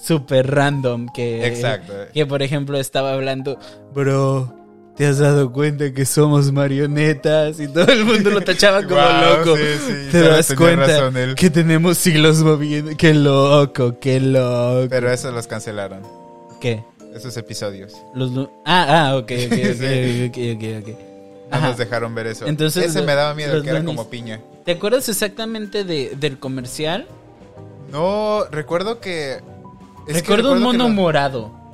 Speaker 2: súper random. Que,
Speaker 1: Exacto.
Speaker 2: Que por ejemplo estaba hablando, bro, ¿te has dado cuenta que somos marionetas? Y todo el mundo lo tachaba como
Speaker 1: Guau,
Speaker 2: loco.
Speaker 1: sí, sí,
Speaker 2: ¿Te
Speaker 1: solo
Speaker 2: das
Speaker 1: tenía
Speaker 2: cuenta
Speaker 1: razón él.
Speaker 2: que tenemos hilos moviendo? ¡Qué loco, qué loco!
Speaker 1: Pero esos los cancelaron,
Speaker 2: ¿Qué?
Speaker 1: esos episodios.
Speaker 2: Los lu- ah, ah, ok, ok, ok,
Speaker 1: Sí.
Speaker 2: ok, ok, ok.
Speaker 1: No
Speaker 2: Ajá.
Speaker 1: nos dejaron ver eso.
Speaker 2: Entonces,
Speaker 1: ese
Speaker 2: lo-
Speaker 1: me daba miedo,
Speaker 2: los
Speaker 1: que era
Speaker 2: Loonies.
Speaker 1: como piña.
Speaker 2: ¿Te acuerdas exactamente de- del comercial?
Speaker 1: No, recuerdo que... es que
Speaker 2: recuerdo, un
Speaker 1: que
Speaker 2: mono
Speaker 1: lo-
Speaker 2: morado.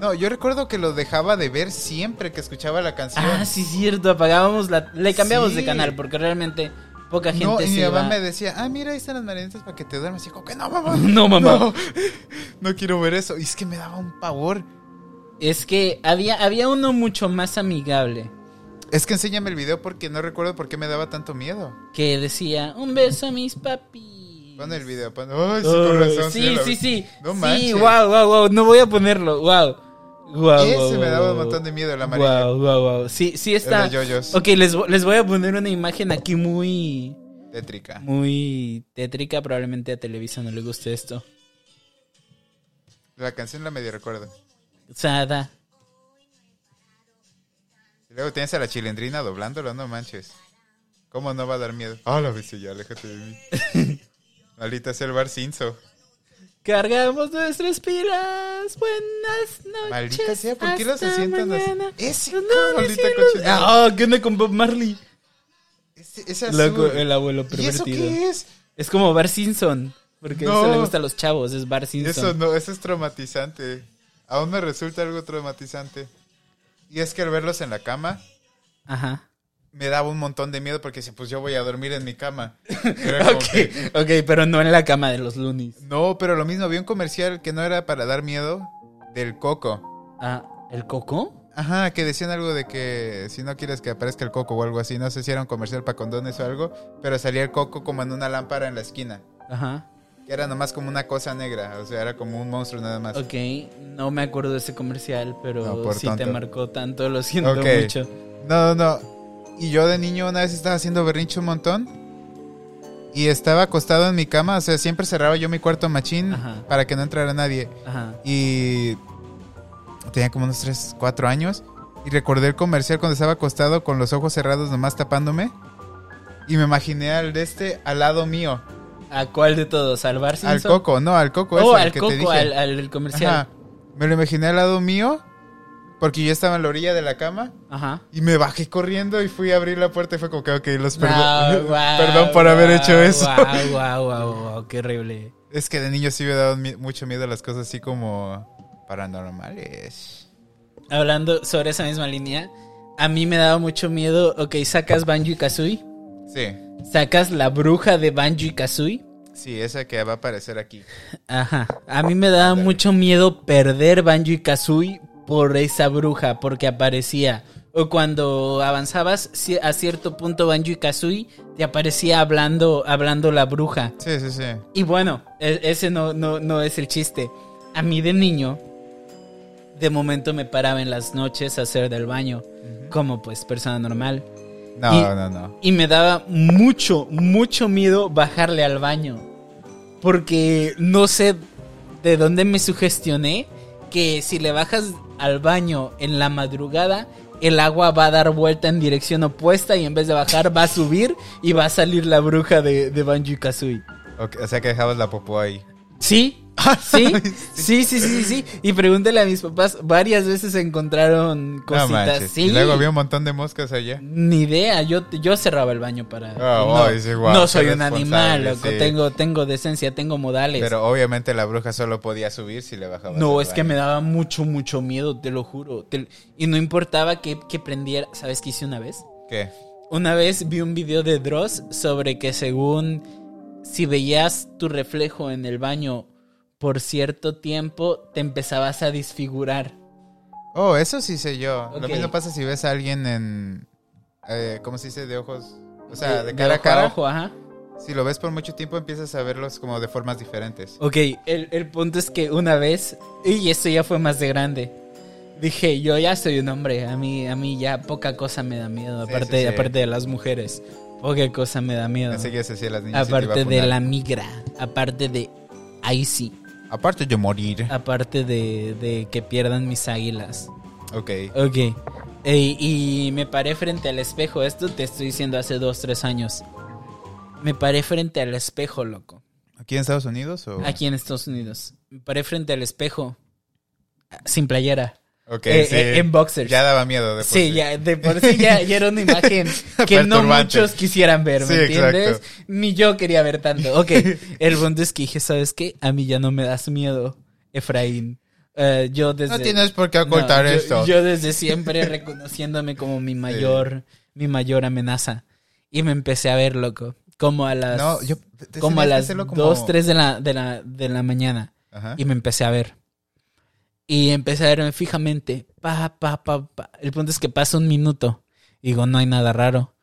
Speaker 1: No, yo recuerdo que lo dejaba de ver siempre que escuchaba la canción.
Speaker 2: Ah, sí, cierto. Apagábamos la. Le cambiamos de
Speaker 1: Sí.
Speaker 2: canal porque realmente poca gente
Speaker 1: No, y
Speaker 2: se
Speaker 1: mi
Speaker 2: iba-
Speaker 1: mamá me decía, ah, mira, ahí están las marionetas para que te duermas. Y yo, como que no, mamá.
Speaker 2: No, mamá.
Speaker 1: No, No quiero ver eso. Y es que me daba un pavor.
Speaker 2: Es que había, había uno mucho más amigable
Speaker 1: Es que enséñame el video porque no recuerdo por qué me daba tanto miedo.
Speaker 2: que decía: Un beso a mis papis.
Speaker 1: Pon el video, pon... Ay, sí,
Speaker 2: Uy,
Speaker 1: con razón.
Speaker 2: sí,
Speaker 1: lo-
Speaker 2: sí, sí.
Speaker 1: No
Speaker 2: sí,
Speaker 1: manches.
Speaker 2: wow, wow, wow. No voy a ponerlo. Wow. Wow.
Speaker 1: Ese
Speaker 2: wow,
Speaker 1: me
Speaker 2: wow,
Speaker 1: daba un
Speaker 2: wow.
Speaker 1: montón de miedo, el amarillo.
Speaker 2: Wow, wow, wow. Sí, sí
Speaker 1: El de
Speaker 2: está.
Speaker 1: yoyos.
Speaker 2: Ok, les, vo- les voy a poner una imagen aquí muy.
Speaker 1: Tétrica.
Speaker 2: muy tétrica. Probablemente a Televisa no le guste esto.
Speaker 1: La canción la medio recuerdo.
Speaker 2: Sada.
Speaker 1: Y luego tienes a la chilendrina doblándolo, no manches. ¿Cómo no va a dar miedo? Ah, la bestia, ya, aléjate de mí. Maldita sea el bar Cinzo.
Speaker 2: Cargamos nuestras pilas. Buenas noches.
Speaker 1: Maldita sea, ¿por qué los
Speaker 2: hasta
Speaker 1: asientan así?
Speaker 2: mañana.
Speaker 1: Ese
Speaker 2: No,
Speaker 1: hijo,
Speaker 2: no,
Speaker 1: maldita
Speaker 2: sí, no.
Speaker 1: cochinada.
Speaker 2: Ah, ¿qué onda con Bob Marley?
Speaker 1: Ese- ese azul.
Speaker 2: Loco, el abuelo
Speaker 1: ¿Y eso
Speaker 2: pervertido.
Speaker 1: qué es?
Speaker 2: Es como Bar Simpson. Porque
Speaker 1: No.
Speaker 2: eso le gusta a los chavos, es Bar Simpson.
Speaker 1: Eso no, eso es traumatizante. Aún me resulta algo traumatizante. Y es que al verlos en la cama,
Speaker 2: Ajá.
Speaker 1: me daba un montón de miedo porque si pues yo voy a dormir en mi cama. Era como
Speaker 2: Ok,
Speaker 1: que-
Speaker 2: ok, pero no en la cama de los loonies.
Speaker 1: no, pero lo mismo, vi un comercial que no era para dar miedo del coco.
Speaker 2: Ah, ¿el coco?
Speaker 1: Ajá, que decían algo de que si no quieres que aparezca el coco o algo así, no sé si era un comercial para condones o algo, pero salía el coco como en una lámpara en la esquina,
Speaker 2: Ajá.
Speaker 1: que era nomás como una cosa negra, o sea, era como un monstruo nada más.
Speaker 2: Ok, no me acuerdo de ese comercial, pero
Speaker 1: No, por
Speaker 2: sí te
Speaker 1: tonto.
Speaker 2: marcó tanto, lo siento
Speaker 1: Ok.
Speaker 2: mucho.
Speaker 1: No, no, no. Y yo de niño una vez estaba haciendo berrinche un montón. Y estaba acostado en mi cama. O sea, siempre cerraba yo mi cuarto machín
Speaker 2: Ajá.
Speaker 1: para que no entrara nadie.
Speaker 2: Ajá.
Speaker 1: Y tenía como unos 3, 4 años. Y recordé el comercial cuando estaba acostado con los ojos cerrados nomás tapándome. Y me imaginé al de este al lado mío.
Speaker 2: ¿A cuál de todos? ¿Al Bar
Speaker 1: Al
Speaker 2: Simpson?
Speaker 1: coco, no, al coco. ese, el
Speaker 2: Oh, al
Speaker 1: que te
Speaker 2: coco,
Speaker 1: dije.
Speaker 2: al, al del comercial.
Speaker 1: Ajá. Me lo imaginé al lado mío. Porque yo estaba en la orilla de la cama.
Speaker 2: Ajá.
Speaker 1: Y me bajé corriendo y fui a abrir la puerta y fue como que, ok, los perdo-
Speaker 2: Wow, wow,
Speaker 1: perdón por haber
Speaker 2: wow,
Speaker 1: hecho eso.
Speaker 2: Wow, wow, wow, wow, qué horrible.
Speaker 1: Es que de niño sí me daban mi- mucho miedo a las cosas así como paranormales.
Speaker 2: Hablando sobre esa misma línea, a mí me daba mucho miedo. Ok, sacas Banjo y Kazooie,
Speaker 1: Sí,
Speaker 2: sacas la bruja de Banjo y Kazooie.
Speaker 1: sí, esa que va a aparecer aquí.
Speaker 2: Ajá. A mí me daba
Speaker 1: Ándale.
Speaker 2: mucho miedo perder Banjo y Kazooie por esa bruja, porque aparecía. O cuando avanzabas ci- a cierto punto Banjo y Kazooie, te aparecía hablando, hablando la bruja.
Speaker 1: Sí, sí, sí.
Speaker 2: Y bueno, e- ese no, no, no es el chiste. A mí de niño, de momento me paraba en las noches a hacer del baño, como pues persona normal.
Speaker 1: No,
Speaker 2: Y-
Speaker 1: no, no.
Speaker 2: Y me daba mucho, mucho miedo bajarle al baño. Porque no sé de dónde me sugestioné que si le bajas al baño en la madrugada, el agua va a dar vuelta en dirección opuesta y en vez de bajar va a subir y va a salir la bruja de, de Banjo y Kazooie.
Speaker 1: Ok, o sea que dejabas la popó ahí.
Speaker 2: ¿Sí?
Speaker 1: Ah,
Speaker 2: ¿Sí? Sí, sí, sí, sí, sí. Y pregúntale a mis papás, varias veces encontraron
Speaker 1: No
Speaker 2: cositas.
Speaker 1: manches.
Speaker 2: sí.
Speaker 1: Y luego había un montón de moscas allá.
Speaker 2: Ni idea, yo, yo cerraba el baño para...
Speaker 1: Ah,
Speaker 2: no,
Speaker 1: ay, sí, guau,
Speaker 2: no
Speaker 1: qué
Speaker 2: soy un
Speaker 1: responsable,
Speaker 2: animal, loco,
Speaker 1: sí.
Speaker 2: tengo, tengo decencia, tengo modales.
Speaker 1: Pero obviamente la bruja solo podía subir si le bajabas.
Speaker 2: Pues. no,
Speaker 1: el
Speaker 2: es que me
Speaker 1: baño.
Speaker 2: daba mucho, mucho miedo, te lo juro. te- y no importaba que, que prendiera, ¿sabes qué hice una vez?
Speaker 1: ¿Qué?
Speaker 2: Una vez vi un video de Dross sobre que según si veías tu reflejo en el baño por cierto tiempo, te empezabas a desfigurar.
Speaker 1: Oh, eso sí sé yo. Lo
Speaker 2: Ok.
Speaker 1: mismo pasa si ves a alguien en... eh, ¿Cómo se dice? De ojos... O sea, de,
Speaker 2: de
Speaker 1: cara
Speaker 2: ojo
Speaker 1: a cara.
Speaker 2: Eh, ojo, ajá.
Speaker 1: Si lo ves por mucho tiempo, empiezas a verlos como de formas diferentes.
Speaker 2: Ok, el, el punto es que una vez, y esto ya fue más de grande, dije, yo ya soy un hombre, a mí, a mí ya poca cosa me da miedo,
Speaker 1: Sí,
Speaker 2: aparte,
Speaker 1: sí, sí.
Speaker 2: aparte de las mujeres, poca cosa me da miedo.
Speaker 1: Así que así a las niñas. y te iba a
Speaker 2: Aparte de
Speaker 1: funar.
Speaker 2: la migra, aparte de ahí sí,
Speaker 1: Aparte de morir.
Speaker 2: Ah. aparte de, de que pierdan mis águilas.
Speaker 1: Ok.
Speaker 2: Ok, Ey, y me paré frente al espejo, esto te estoy diciendo hace dos, tres años. Me paré frente al espejo, loco.
Speaker 1: ¿Aquí en Estados Unidos o...?
Speaker 2: aquí en Estados Unidos. Me paré frente al espejo, sin playera,
Speaker 1: Ok,
Speaker 2: eh,
Speaker 1: sí.
Speaker 2: eh, en boxers.
Speaker 1: Ya daba miedo. De por
Speaker 2: sí, ya, de por sí ya, ya era una imagen que no
Speaker 1: Perturbante.
Speaker 2: muchos quisieran ver, ¿me
Speaker 1: Sí, exacto.
Speaker 2: entiendes? Ni yo quería ver tanto. Ok, el punto es que dije, ¿sabes qué? A mí ya no me das miedo, Efraín. Eh, yo desde...
Speaker 1: No tienes por qué ocultar
Speaker 2: No, yo-
Speaker 1: esto.
Speaker 2: Yo desde siempre reconociéndome como mi mayor, mi mayor amenaza. Y me empecé a ver, loco, como a las...
Speaker 1: no, yo... te- te
Speaker 2: como a
Speaker 1: tenías que
Speaker 2: las
Speaker 1: hacerlo
Speaker 2: 2, 3 de la, de, la, de la mañana.
Speaker 1: Ajá.
Speaker 2: Y me empecé a ver. Y empecé a verme fijamente. Pa, pa, pa, pa. El punto es que pasa un minuto. Y digo, no hay nada raro.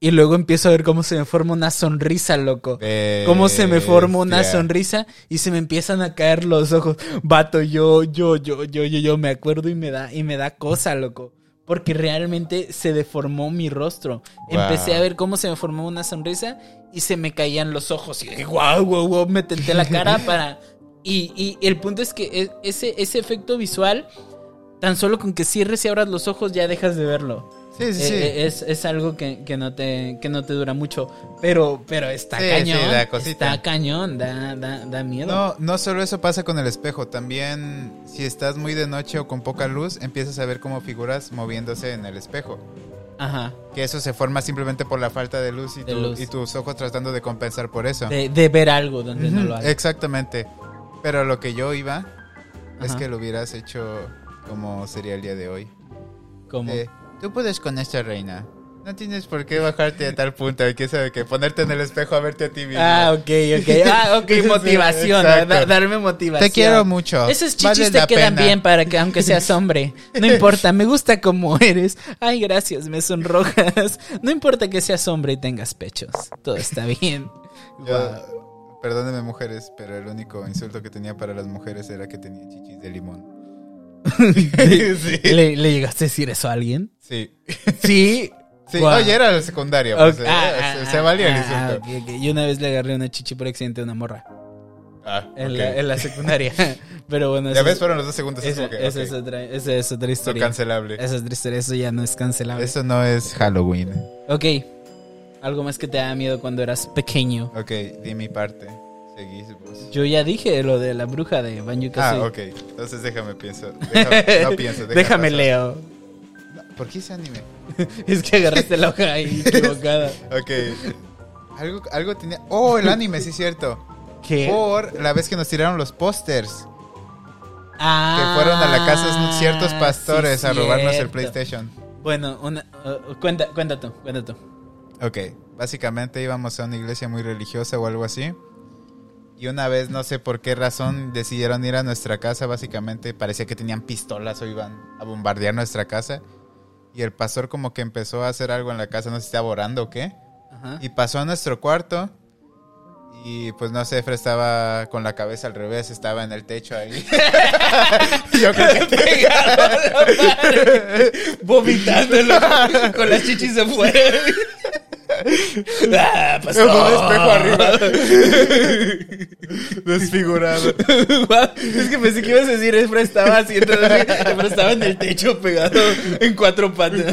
Speaker 2: Y luego empiezo a ver cómo se me forma una sonrisa, loco. Cómo se me forma una
Speaker 1: Bestia.
Speaker 2: sonrisa y se me empiezan a caer los ojos. Vato, yo, yo, yo, yo, yo, yo me acuerdo y me da, y me da cosa, loco. porque realmente se deformó mi rostro.
Speaker 1: Wow.
Speaker 2: Empecé a ver cómo se me formó una sonrisa y se me caían los ojos. Y dije, wow, wow, wow, me tenté la cara para... Y, y el punto es que e- ese, ese efecto visual, tan solo con que cierres y abras los ojos ya dejas de verlo.
Speaker 1: Sí, sí,
Speaker 2: Eh,
Speaker 1: sí.
Speaker 2: eh, es, es algo que, que no te, que no te dura mucho, pero, pero está
Speaker 1: Sí,
Speaker 2: cañón.
Speaker 1: sí, da cosita.
Speaker 2: Está cañón, da, da, da miedo.
Speaker 1: No, no solo eso pasa con el espejo, también si estás muy de noche o con poca luz, empiezas a ver como figuras moviéndose en el espejo.
Speaker 2: Ajá.
Speaker 1: Que eso se forma simplemente por la falta de luz y,
Speaker 2: De
Speaker 1: tu-
Speaker 2: luz.
Speaker 1: y tus ojos tratando de compensar por eso.
Speaker 2: De, de ver algo donde no
Speaker 1: Ujú, Eh,
Speaker 2: lo hay.
Speaker 1: Exactamente. Pero lo que yo iba es
Speaker 2: Ajá.
Speaker 1: que lo hubieras hecho como sería el día de hoy.
Speaker 2: Como,
Speaker 1: Eh, Tú puedes con esta reina. No tienes por qué bajarte a tal punto. ¿Quién sabe que Ponerte en el espejo a verte a ti mismo.
Speaker 2: Ah, ok, ok. Ah, ok,
Speaker 1: Sí,
Speaker 2: motivación.
Speaker 1: exacto.
Speaker 2: da- darme motivación.
Speaker 1: Te quiero mucho.
Speaker 2: Esos
Speaker 1: Vales
Speaker 2: chichis
Speaker 1: la
Speaker 2: te quedan
Speaker 1: pena.
Speaker 2: bien para que, aunque seas hombre. No importa, me gusta como eres. Ay, gracias, me sonrojas. No importa que seas hombre y tengas pechos. Todo está bien. Guau.
Speaker 1: Yo- Perdónenme mujeres, pero el único insulto que tenía para las mujeres era que tenía chichis de limón. sí.
Speaker 2: ¿Le, le llegaste a decir eso a alguien?
Speaker 1: Sí.
Speaker 2: Sí.
Speaker 1: Sí,
Speaker 2: Guau.
Speaker 1: oye, era la secundaria.
Speaker 2: Ok,
Speaker 1: pues, eh,
Speaker 2: ah,
Speaker 1: se,
Speaker 2: ah,
Speaker 1: se valía el
Speaker 2: ah,
Speaker 1: insulto.
Speaker 2: ah, ok, ok. Yo una vez le agarré una chichi por accidente a una morra.
Speaker 1: Ah,
Speaker 2: En,
Speaker 1: ok.
Speaker 2: la, en la secundaria. Pero bueno,
Speaker 1: Ya
Speaker 2: eso
Speaker 1: ves,
Speaker 2: es-
Speaker 1: fueron los dos segundos. es
Speaker 2: esa-
Speaker 1: como que,
Speaker 2: esa
Speaker 1: ok,
Speaker 2: es otra- esa es otra
Speaker 1: esto
Speaker 2: historia.
Speaker 1: cancelable.
Speaker 2: Esa es otra historia, eso ya no es cancelable.
Speaker 1: Eso no es Halloween.
Speaker 2: Ok. Algo más que te da miedo cuando eras pequeño.
Speaker 1: Ok, di mi parte. Seguís vos.
Speaker 2: Yo ya dije lo de la bruja de Banjo
Speaker 1: Ah,
Speaker 2: Kazooie.
Speaker 1: ok. Entonces déjame pienso. Déjame, no pienso. deja
Speaker 2: Déjame
Speaker 1: pasar.
Speaker 2: leo.
Speaker 1: No, ¿Por qué ese anime?
Speaker 2: Es que agarraste la hoja ahí equivocada.
Speaker 1: Ok. Algo, algo tenía. Oh, el anime, sí es cierto.
Speaker 2: ¿Qué?
Speaker 1: Por la vez que nos tiraron los pósters.
Speaker 2: Ah,
Speaker 1: que fueron a la casa de ciertos
Speaker 2: sí,
Speaker 1: pastores a robarnos el
Speaker 2: cierto.
Speaker 1: PlayStation.
Speaker 2: Bueno, una, uh, cuenta, cuenta tú, cuenta tú.
Speaker 1: Ok, básicamente íbamos a una iglesia muy religiosa o algo así. Y una vez, no sé por qué razón, decidieron ir a nuestra casa. Básicamente parecía que tenían pistolas o iban a bombardear nuestra casa. Y el pastor como que empezó a hacer algo en la casa, no sé si estaba orando o qué.
Speaker 2: Ajá.
Speaker 1: Y pasó a nuestro cuarto. Y pues no sé, Efra estaba con la cabeza al revés, estaba en el techo ahí. Yo creo que...
Speaker 2: Pegado a la pared, vomitándolo con las chichis de fuera. ah, pastor.
Speaker 1: Con un espejo arriba. Ah. Desfigurado.
Speaker 2: Guau, es que pensé que ibas a decir, Efra estaba así, entonces Efra estaba en el techo pegado en cuatro patas.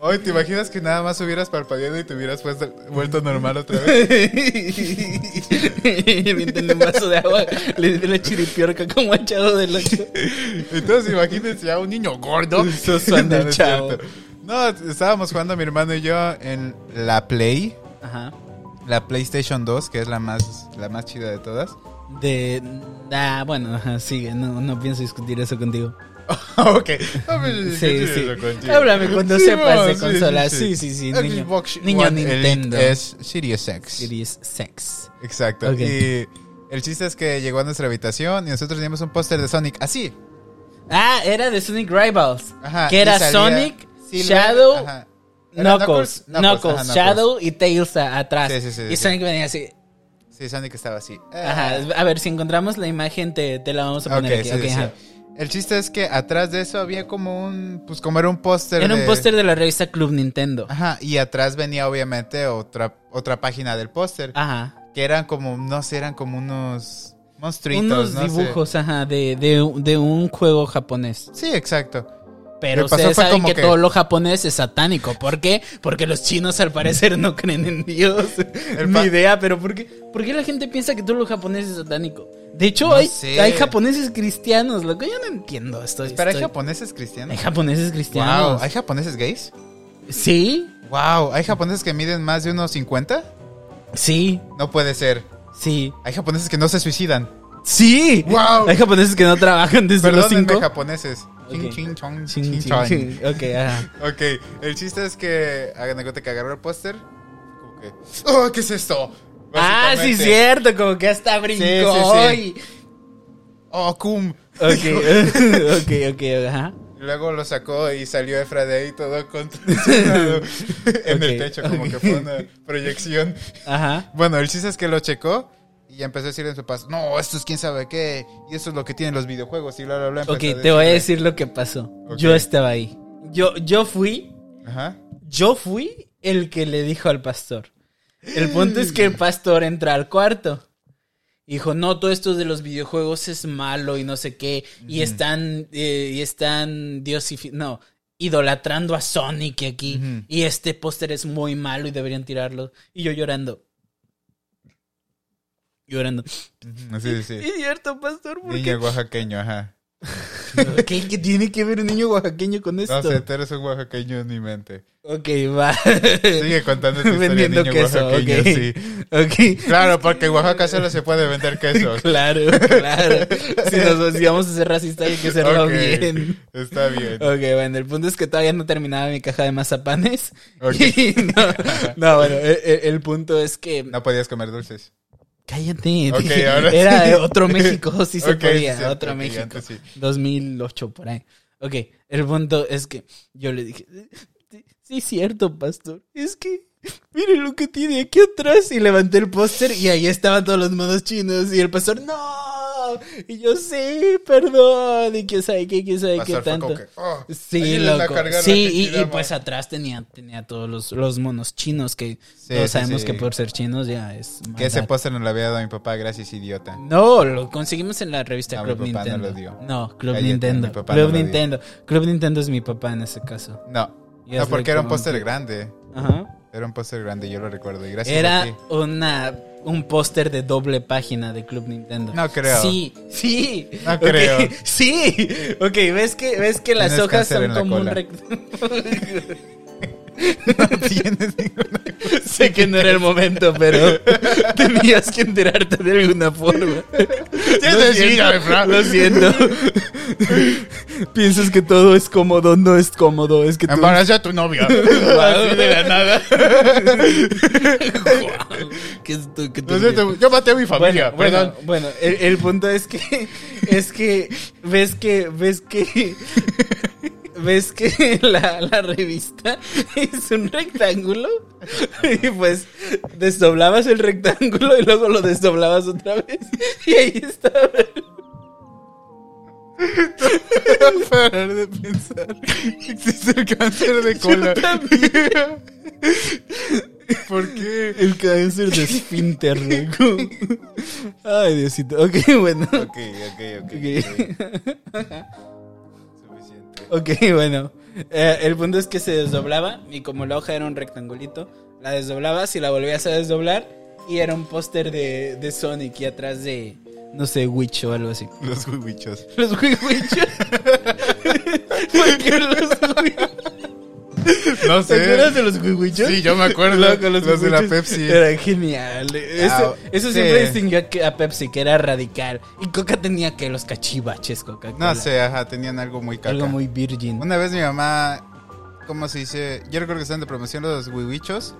Speaker 1: Oye, ¿te imaginas que nada más hubieras parpadeado y te hubieras puesto- vuelto normal otra vez?
Speaker 2: Mientras un vaso de agua le di la chiripiorca como al chavo del ocho.
Speaker 1: Entonces, imagínense ya un niño gordo.
Speaker 2: Sosando el
Speaker 1: es
Speaker 2: chavo.
Speaker 1: cierto. No, estábamos jugando mi hermano y yo en la Play,
Speaker 2: Ajá.
Speaker 1: la PlayStation 2, que es la más, la más chida de todas.
Speaker 2: De. Ah, bueno, ajá, sigue, no, no pienso discutir eso contigo.
Speaker 1: ok. pues,
Speaker 2: Sí, sí. Háblame cuando sepas de consola.
Speaker 1: consolas
Speaker 2: Sí, sí, sí. Niño,
Speaker 1: Xbox
Speaker 2: niño
Speaker 1: One Elite
Speaker 2: Nintendo.
Speaker 1: Es Series X.
Speaker 2: Series Sex.
Speaker 1: Exacto.
Speaker 2: Ok.
Speaker 1: Y el chiste es que llegó a nuestra habitación y nosotros teníamos un póster de Sonic así.
Speaker 2: Ah, era de Sonic Rivals.
Speaker 1: Ajá,
Speaker 2: que
Speaker 1: y
Speaker 2: era
Speaker 1: salía
Speaker 2: Sonic,
Speaker 1: Silver,
Speaker 2: Shadow,
Speaker 1: ajá. Era
Speaker 2: Knuckles, Knuckles,
Speaker 1: ajá,
Speaker 2: Shadow y Tails a- atrás.
Speaker 1: Sí, sí, sí, sí.
Speaker 2: y Sonic venía así.
Speaker 1: Sí, Sonic estaba así. Ah,
Speaker 2: Ajá, a ver, si encontramos la imagen te, te la vamos a poner
Speaker 1: Ok,
Speaker 2: aquí.
Speaker 1: sí,
Speaker 2: ok,
Speaker 1: sí,
Speaker 2: ajá.
Speaker 1: sí. El chiste es que atrás de eso había como un, pues como era un póster.
Speaker 2: Era un
Speaker 1: de-
Speaker 2: póster de la revista Club Nintendo.
Speaker 1: Ajá, y atrás venía obviamente otra, otra página del póster,
Speaker 2: Ah. Ajá.
Speaker 1: que eran como, no sé, eran como unos monstruitos.
Speaker 2: Unos
Speaker 1: no sé.
Speaker 2: dibujos, ajá, de, de, de un juego japonés.
Speaker 1: Sí, exacto.
Speaker 2: Pero
Speaker 1: Me pasó
Speaker 2: ustedes
Speaker 1: fue
Speaker 2: saben
Speaker 1: como
Speaker 2: que,
Speaker 1: que-
Speaker 2: todo lo japonés es satánico. ¿Por qué? Porque los chinos al parecer no creen en Dios.
Speaker 1: El
Speaker 2: Ni
Speaker 1: pa-
Speaker 2: idea, pero ¿por qué? ¿por qué la gente piensa que todo lo japonés es satánico? De hecho,
Speaker 1: No
Speaker 2: hay,
Speaker 1: sé.
Speaker 2: hay japoneses cristianos, lo que yo no entiendo. Estoy,
Speaker 1: Espera, ¿hay
Speaker 2: estoy-
Speaker 1: japoneses
Speaker 2: hay
Speaker 1: cristianos?
Speaker 2: japoneses
Speaker 1: Wow,
Speaker 2: cristianos.
Speaker 1: ¿hay japoneses gays?
Speaker 2: Sí,
Speaker 1: Wow, ¿hay japoneses que miden más de unos 50?
Speaker 2: sí,
Speaker 1: No puede ser.
Speaker 2: sí,
Speaker 1: Hay japoneses que no se suicidan.
Speaker 2: sí.
Speaker 1: Wow.
Speaker 2: Hay japoneses que no trabajan desde los
Speaker 1: Perdónenme,
Speaker 2: cinco.
Speaker 1: japoneses. Chin,
Speaker 2: Ok.
Speaker 1: chin, chong,
Speaker 2: Chin,
Speaker 1: chin,
Speaker 2: chin,
Speaker 1: chong.
Speaker 2: chin. Ok, ajá.
Speaker 1: Ok, el chiste es que hagan de cuenta que agarró el póster. Como que, ¡Oh, qué es esto!
Speaker 2: Ah, sí,
Speaker 1: Básicamente,
Speaker 2: cierto, como que hasta brincó.
Speaker 1: sí, sí.
Speaker 2: y-
Speaker 1: ¡Oh, cum!
Speaker 2: Ok, ok, ok, ajá.
Speaker 1: Y Luego lo sacó y salió Efra de ahí todo contorsionado en
Speaker 2: Ok,
Speaker 1: el techo, como
Speaker 2: ok.
Speaker 1: que fue una proyección.
Speaker 2: Ajá.
Speaker 1: Bueno, el chiste es que lo checó y ya empezó a decirle en su paz, no, esto es quién sabe qué, y esto es lo que tienen los videojuegos, y bla, bla, bla.
Speaker 2: Ok,
Speaker 1: empezó a
Speaker 2: te voy a
Speaker 1: decirle.
Speaker 2: decir lo que pasó.
Speaker 1: Ok.
Speaker 2: Yo estaba ahí. Yo, yo fui,
Speaker 1: Ajá.
Speaker 2: yo fui el que le dijo al pastor. El punto es que el pastor entra al cuarto. Dijo, no, todo esto de los videojuegos es malo y no sé qué. Y están, eh, y están diosifi- no, idolatrando a Sonic aquí.
Speaker 1: Ujú.
Speaker 2: Y este póster es muy malo y deberían tirarlo. Y yo llorando. Llorando.
Speaker 1: Ujú, Sí, sí, sí.
Speaker 2: Es cierto, pastor, ¿por qué?
Speaker 1: Niño oaxaqueño, ajá.
Speaker 2: ¿Qué, qué tiene que ver un niño oaxaqueño con esto?
Speaker 1: No sé, tú eres un oaxaqueño en mi mente.
Speaker 2: Ok, va.
Speaker 1: Sigue contando tu historia,
Speaker 2: Vendiendo
Speaker 1: niño
Speaker 2: queso,
Speaker 1: oaxaqueño,
Speaker 2: ok.
Speaker 1: sí.
Speaker 2: Ok.
Speaker 1: Claro, porque en Oaxaca solo se puede vender quesos.
Speaker 2: Claro, claro. Si nos si vamos a ser racistas hay que hacerlo
Speaker 1: Ok,
Speaker 2: bien.
Speaker 1: Está bien.
Speaker 2: Ok, bueno, el punto es que todavía no terminaba mi caja de mazapanes.
Speaker 1: Ok.
Speaker 2: Y no, no, bueno, e- e- el, punto es que...
Speaker 1: No podías comer dulces.
Speaker 2: Cállate.
Speaker 1: Ok,
Speaker 2: dije,
Speaker 1: ahora sí.
Speaker 2: Era eh, otro México, sí se
Speaker 1: Ok, sí,
Speaker 2: podía.
Speaker 1: sí,
Speaker 2: otro
Speaker 1: ok,
Speaker 2: México.
Speaker 1: antes sí.
Speaker 2: 2008, por ahí. Ok, el punto es que yo le dije, "Sí, sí, es cierto, pastor, es que miren lo que tiene aquí atrás. Y levanté el póster y ahí estaban todos los monos chinos y el pastor, no. Y yo, sí, perdón. Y quién sabe qué, quién sabe qué
Speaker 1: Pastor, fue
Speaker 2: tanto.
Speaker 1: como que, oh,
Speaker 2: Sí,
Speaker 1: ayúdenla a
Speaker 2: loco.
Speaker 1: cargar la
Speaker 2: Sí, y- y,
Speaker 1: Kichidama.
Speaker 2: pues atrás tenía, tenía todos los, los monos chinos que
Speaker 1: Sí,
Speaker 2: todos
Speaker 1: sí,
Speaker 2: sabemos
Speaker 1: sí.
Speaker 2: que por ser chinos ya es...
Speaker 1: Que ese
Speaker 2: maldad.
Speaker 1: póster no lo había dado a mi papá, gracias, idiota.
Speaker 2: No, lo conseguimos en la revista
Speaker 1: No, Ah, mi
Speaker 2: Club
Speaker 1: papá no
Speaker 2: Nintendo.
Speaker 1: lo dio.
Speaker 2: No, Club
Speaker 1: Cállate,
Speaker 2: Nintendo.
Speaker 1: mi papá
Speaker 2: Club
Speaker 1: no lo dio.
Speaker 2: Nintendo. Club Nintendo es mi papá en ese caso.
Speaker 1: No,
Speaker 2: Y
Speaker 1: no
Speaker 2: es
Speaker 1: porque era un
Speaker 2: como
Speaker 1: póster
Speaker 2: que-
Speaker 1: grande.
Speaker 2: Ajá.
Speaker 1: Era un póster grande, yo lo recuerdo. Y gracias a
Speaker 2: Era
Speaker 1: ti.
Speaker 2: una un póster de doble página de Club Nintendo.
Speaker 1: No creo.
Speaker 2: Sí, sí.
Speaker 1: No
Speaker 2: Ok,
Speaker 1: creo.
Speaker 2: Sí. Ok, ves que ves que las
Speaker 1: Tienes
Speaker 2: hojas
Speaker 1: cáncer
Speaker 2: son
Speaker 1: en la
Speaker 2: como un
Speaker 1: cola.
Speaker 2: rectángulo.
Speaker 1: No tienes ninguna.
Speaker 2: sé que no era el momento, pero tenías que enterarte de alguna forma.
Speaker 1: Tienes vida, Fran.
Speaker 2: Lo siento. Piensas que todo es cómodo, no es cómodo, es que tú...
Speaker 1: Embarazé a tu novia.
Speaker 2: Así de la
Speaker 1: nada.
Speaker 2: Guau, qué estu- qué
Speaker 1: Lo
Speaker 2: turbio.
Speaker 1: siento, yo maté a mi familia,
Speaker 2: bueno,
Speaker 1: perdón.
Speaker 2: bueno, bueno, el, el punto es que es que ves que ves que ves que la, la revista es un rectángulo y pues desdoblabas el rectángulo y luego lo desdoblabas otra vez y ahí estaba
Speaker 1: Para parar de pensar. Existe el cáncer de cola. ¿Por qué?
Speaker 2: el cáncer de esfínter. loco. Ay, Diosito. Ok, bueno.
Speaker 1: Ok, ok, ok. okay. Suficiente.
Speaker 2: Ok, bueno. Eh, el punto es que se desdoblaba y como la hoja era un rectangulito, la desdoblabas y la volvías a desdoblar y era un póster de, de Sonic y atrás de, no sé, Witch o algo así.
Speaker 1: Los huichos.
Speaker 2: Los Witch. ¿Por qué los Witch?
Speaker 1: No
Speaker 2: ¿Te acuerdas
Speaker 1: sé.
Speaker 2: de los Witch?
Speaker 1: Sí, yo me acuerdo.
Speaker 2: Loco,
Speaker 1: los
Speaker 2: los
Speaker 1: de la
Speaker 2: Witch
Speaker 1: Pepsi.
Speaker 2: Era genial.
Speaker 1: Ah,
Speaker 2: Eso, eso
Speaker 1: sí.
Speaker 2: siempre distinguió a que- a Pepsi, que era radical. Y Coca tenía que los cachivaches, Coca.
Speaker 1: No sé, ajá, tenían algo muy caca.
Speaker 2: Algo muy virgin.
Speaker 1: Una vez mi mamá, ¿cómo se dice? Yo recuerdo que estaban de promoción los huichos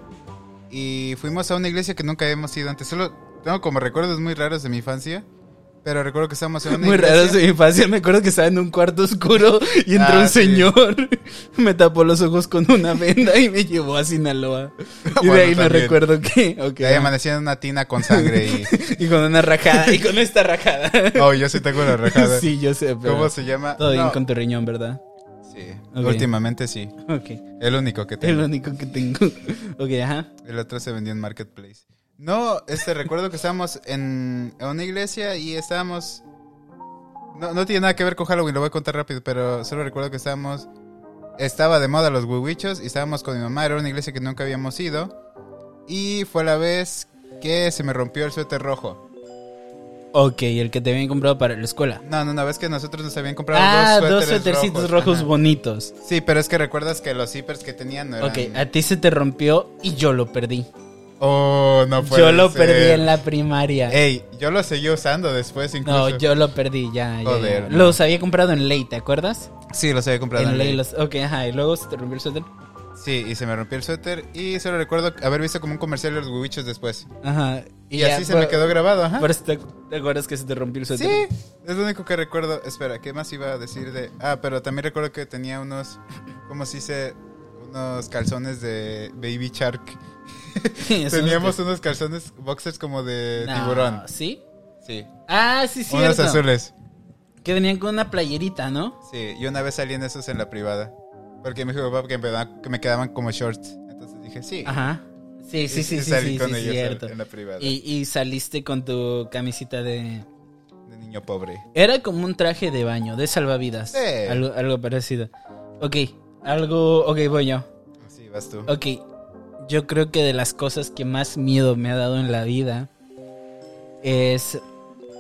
Speaker 1: y fuimos a una iglesia que nunca habíamos ido antes. Solo tengo como recuerdos muy raros de mi infancia, pero recuerdo que estábamos en una
Speaker 2: Muy
Speaker 1: iglesia.
Speaker 2: raro de mi infancia. Me acuerdo que estaba en un cuarto oscuro y entró
Speaker 1: Ah,
Speaker 2: un
Speaker 1: sí.
Speaker 2: señor. Me tapó los ojos con una venda y me llevó a Sinaloa. Y
Speaker 1: Ah, Bueno,
Speaker 2: de ahí me
Speaker 1: también.
Speaker 2: recuerdo que. ok,
Speaker 1: Que ahí amanecía en una tina con sangre y...
Speaker 2: y con una rajada. Y con esta rajada.
Speaker 1: Oh, yo sí tengo la rajada.
Speaker 2: sí, yo sé. Pero
Speaker 1: ¿Cómo se llama?
Speaker 2: Todo bien
Speaker 1: No,
Speaker 2: con tu riñón, ¿verdad?
Speaker 1: Sí,
Speaker 2: Ok.
Speaker 1: últimamente sí.
Speaker 2: Ok.
Speaker 1: El único que
Speaker 2: Es
Speaker 1: tengo.
Speaker 2: lo único que tengo. Ok, ajá.
Speaker 1: El otro se vendió en Marketplace. No, este, recuerdo que estábamos en en una iglesia y estábamos... No, no tiene nada que ver con Halloween, lo voy a contar rápido, pero solo recuerdo que estábamos... Estaba de moda los huichos y estábamos con mi mamá, era una iglesia que nunca habíamos ido. Y fue la vez que se me rompió el suéter rojo.
Speaker 2: Ok, el que te habían comprado para la escuela.
Speaker 1: No, no, no, ves que nosotros nos habían comprado
Speaker 2: Ah,
Speaker 1: dos
Speaker 2: dos
Speaker 1: suéteres
Speaker 2: suétercitos
Speaker 1: rojos.
Speaker 2: rojos
Speaker 1: Ajá.
Speaker 2: bonitos.
Speaker 1: Sí, pero es que recuerdas que los zippers que tenían no eran...
Speaker 2: Ok, ah, a ti se te rompió y yo lo perdí.
Speaker 1: Oh, no puede
Speaker 2: Yo lo
Speaker 1: ser.
Speaker 2: perdí en la primaria.
Speaker 1: Ey, yo lo seguí usando después incluso.
Speaker 2: No, yo lo perdí, ya, ya,
Speaker 1: Joder,
Speaker 2: ya.
Speaker 1: no.
Speaker 2: Los había comprado en Ley, ¿te acuerdas?
Speaker 1: Sí, los había comprado.
Speaker 2: en
Speaker 1: en
Speaker 2: Ley
Speaker 1: Ley.
Speaker 2: los... Ok, ajá, y luego se te rompió el suéter.
Speaker 1: Sí, y se me rompió el suéter y solo recuerdo haber visto como un comercial de los huichos después.
Speaker 2: Ajá.
Speaker 1: Y,
Speaker 2: ya,
Speaker 1: así se
Speaker 2: por-
Speaker 1: me quedó grabado, ajá.
Speaker 2: Por eso te, te acuerdas que se te rompió el suéter.
Speaker 1: Sí, es lo único que recuerdo. Espera, ¿qué más iba a decir de...? Ah, pero también recuerdo que tenía unos, ¿cómo se dice? Unos calzones de Baby Shark.
Speaker 2: Sí.
Speaker 1: Teníamos unos calzones boxers como de tiburón.
Speaker 2: ¿Sí?
Speaker 1: Sí.
Speaker 2: Ah, sí, sí.
Speaker 1: Unos azules.
Speaker 2: Que venían con una playerita, ¿no?
Speaker 1: Sí, y una vez salí en esos en la privada. Porque me dijo papá que me, da- que me quedaban como shorts. Entonces dije, sí.
Speaker 2: Ajá. Sí, sí,
Speaker 1: Y-
Speaker 2: sí,
Speaker 1: y
Speaker 2: sí,
Speaker 1: salí
Speaker 2: sí,
Speaker 1: con
Speaker 2: sí,
Speaker 1: ellos
Speaker 2: cierto.
Speaker 1: en la privada.
Speaker 2: Y, y saliste con tu camisita de...
Speaker 1: De niño pobre.
Speaker 2: Era como un traje de baño, de salvavidas.
Speaker 1: Sí.
Speaker 2: Algo, algo parecido. Ok, algo... Ok, voy yo.
Speaker 1: Sí, vas tú.
Speaker 2: Ok, yo creo que de las cosas que más miedo me ha dado en la vida es...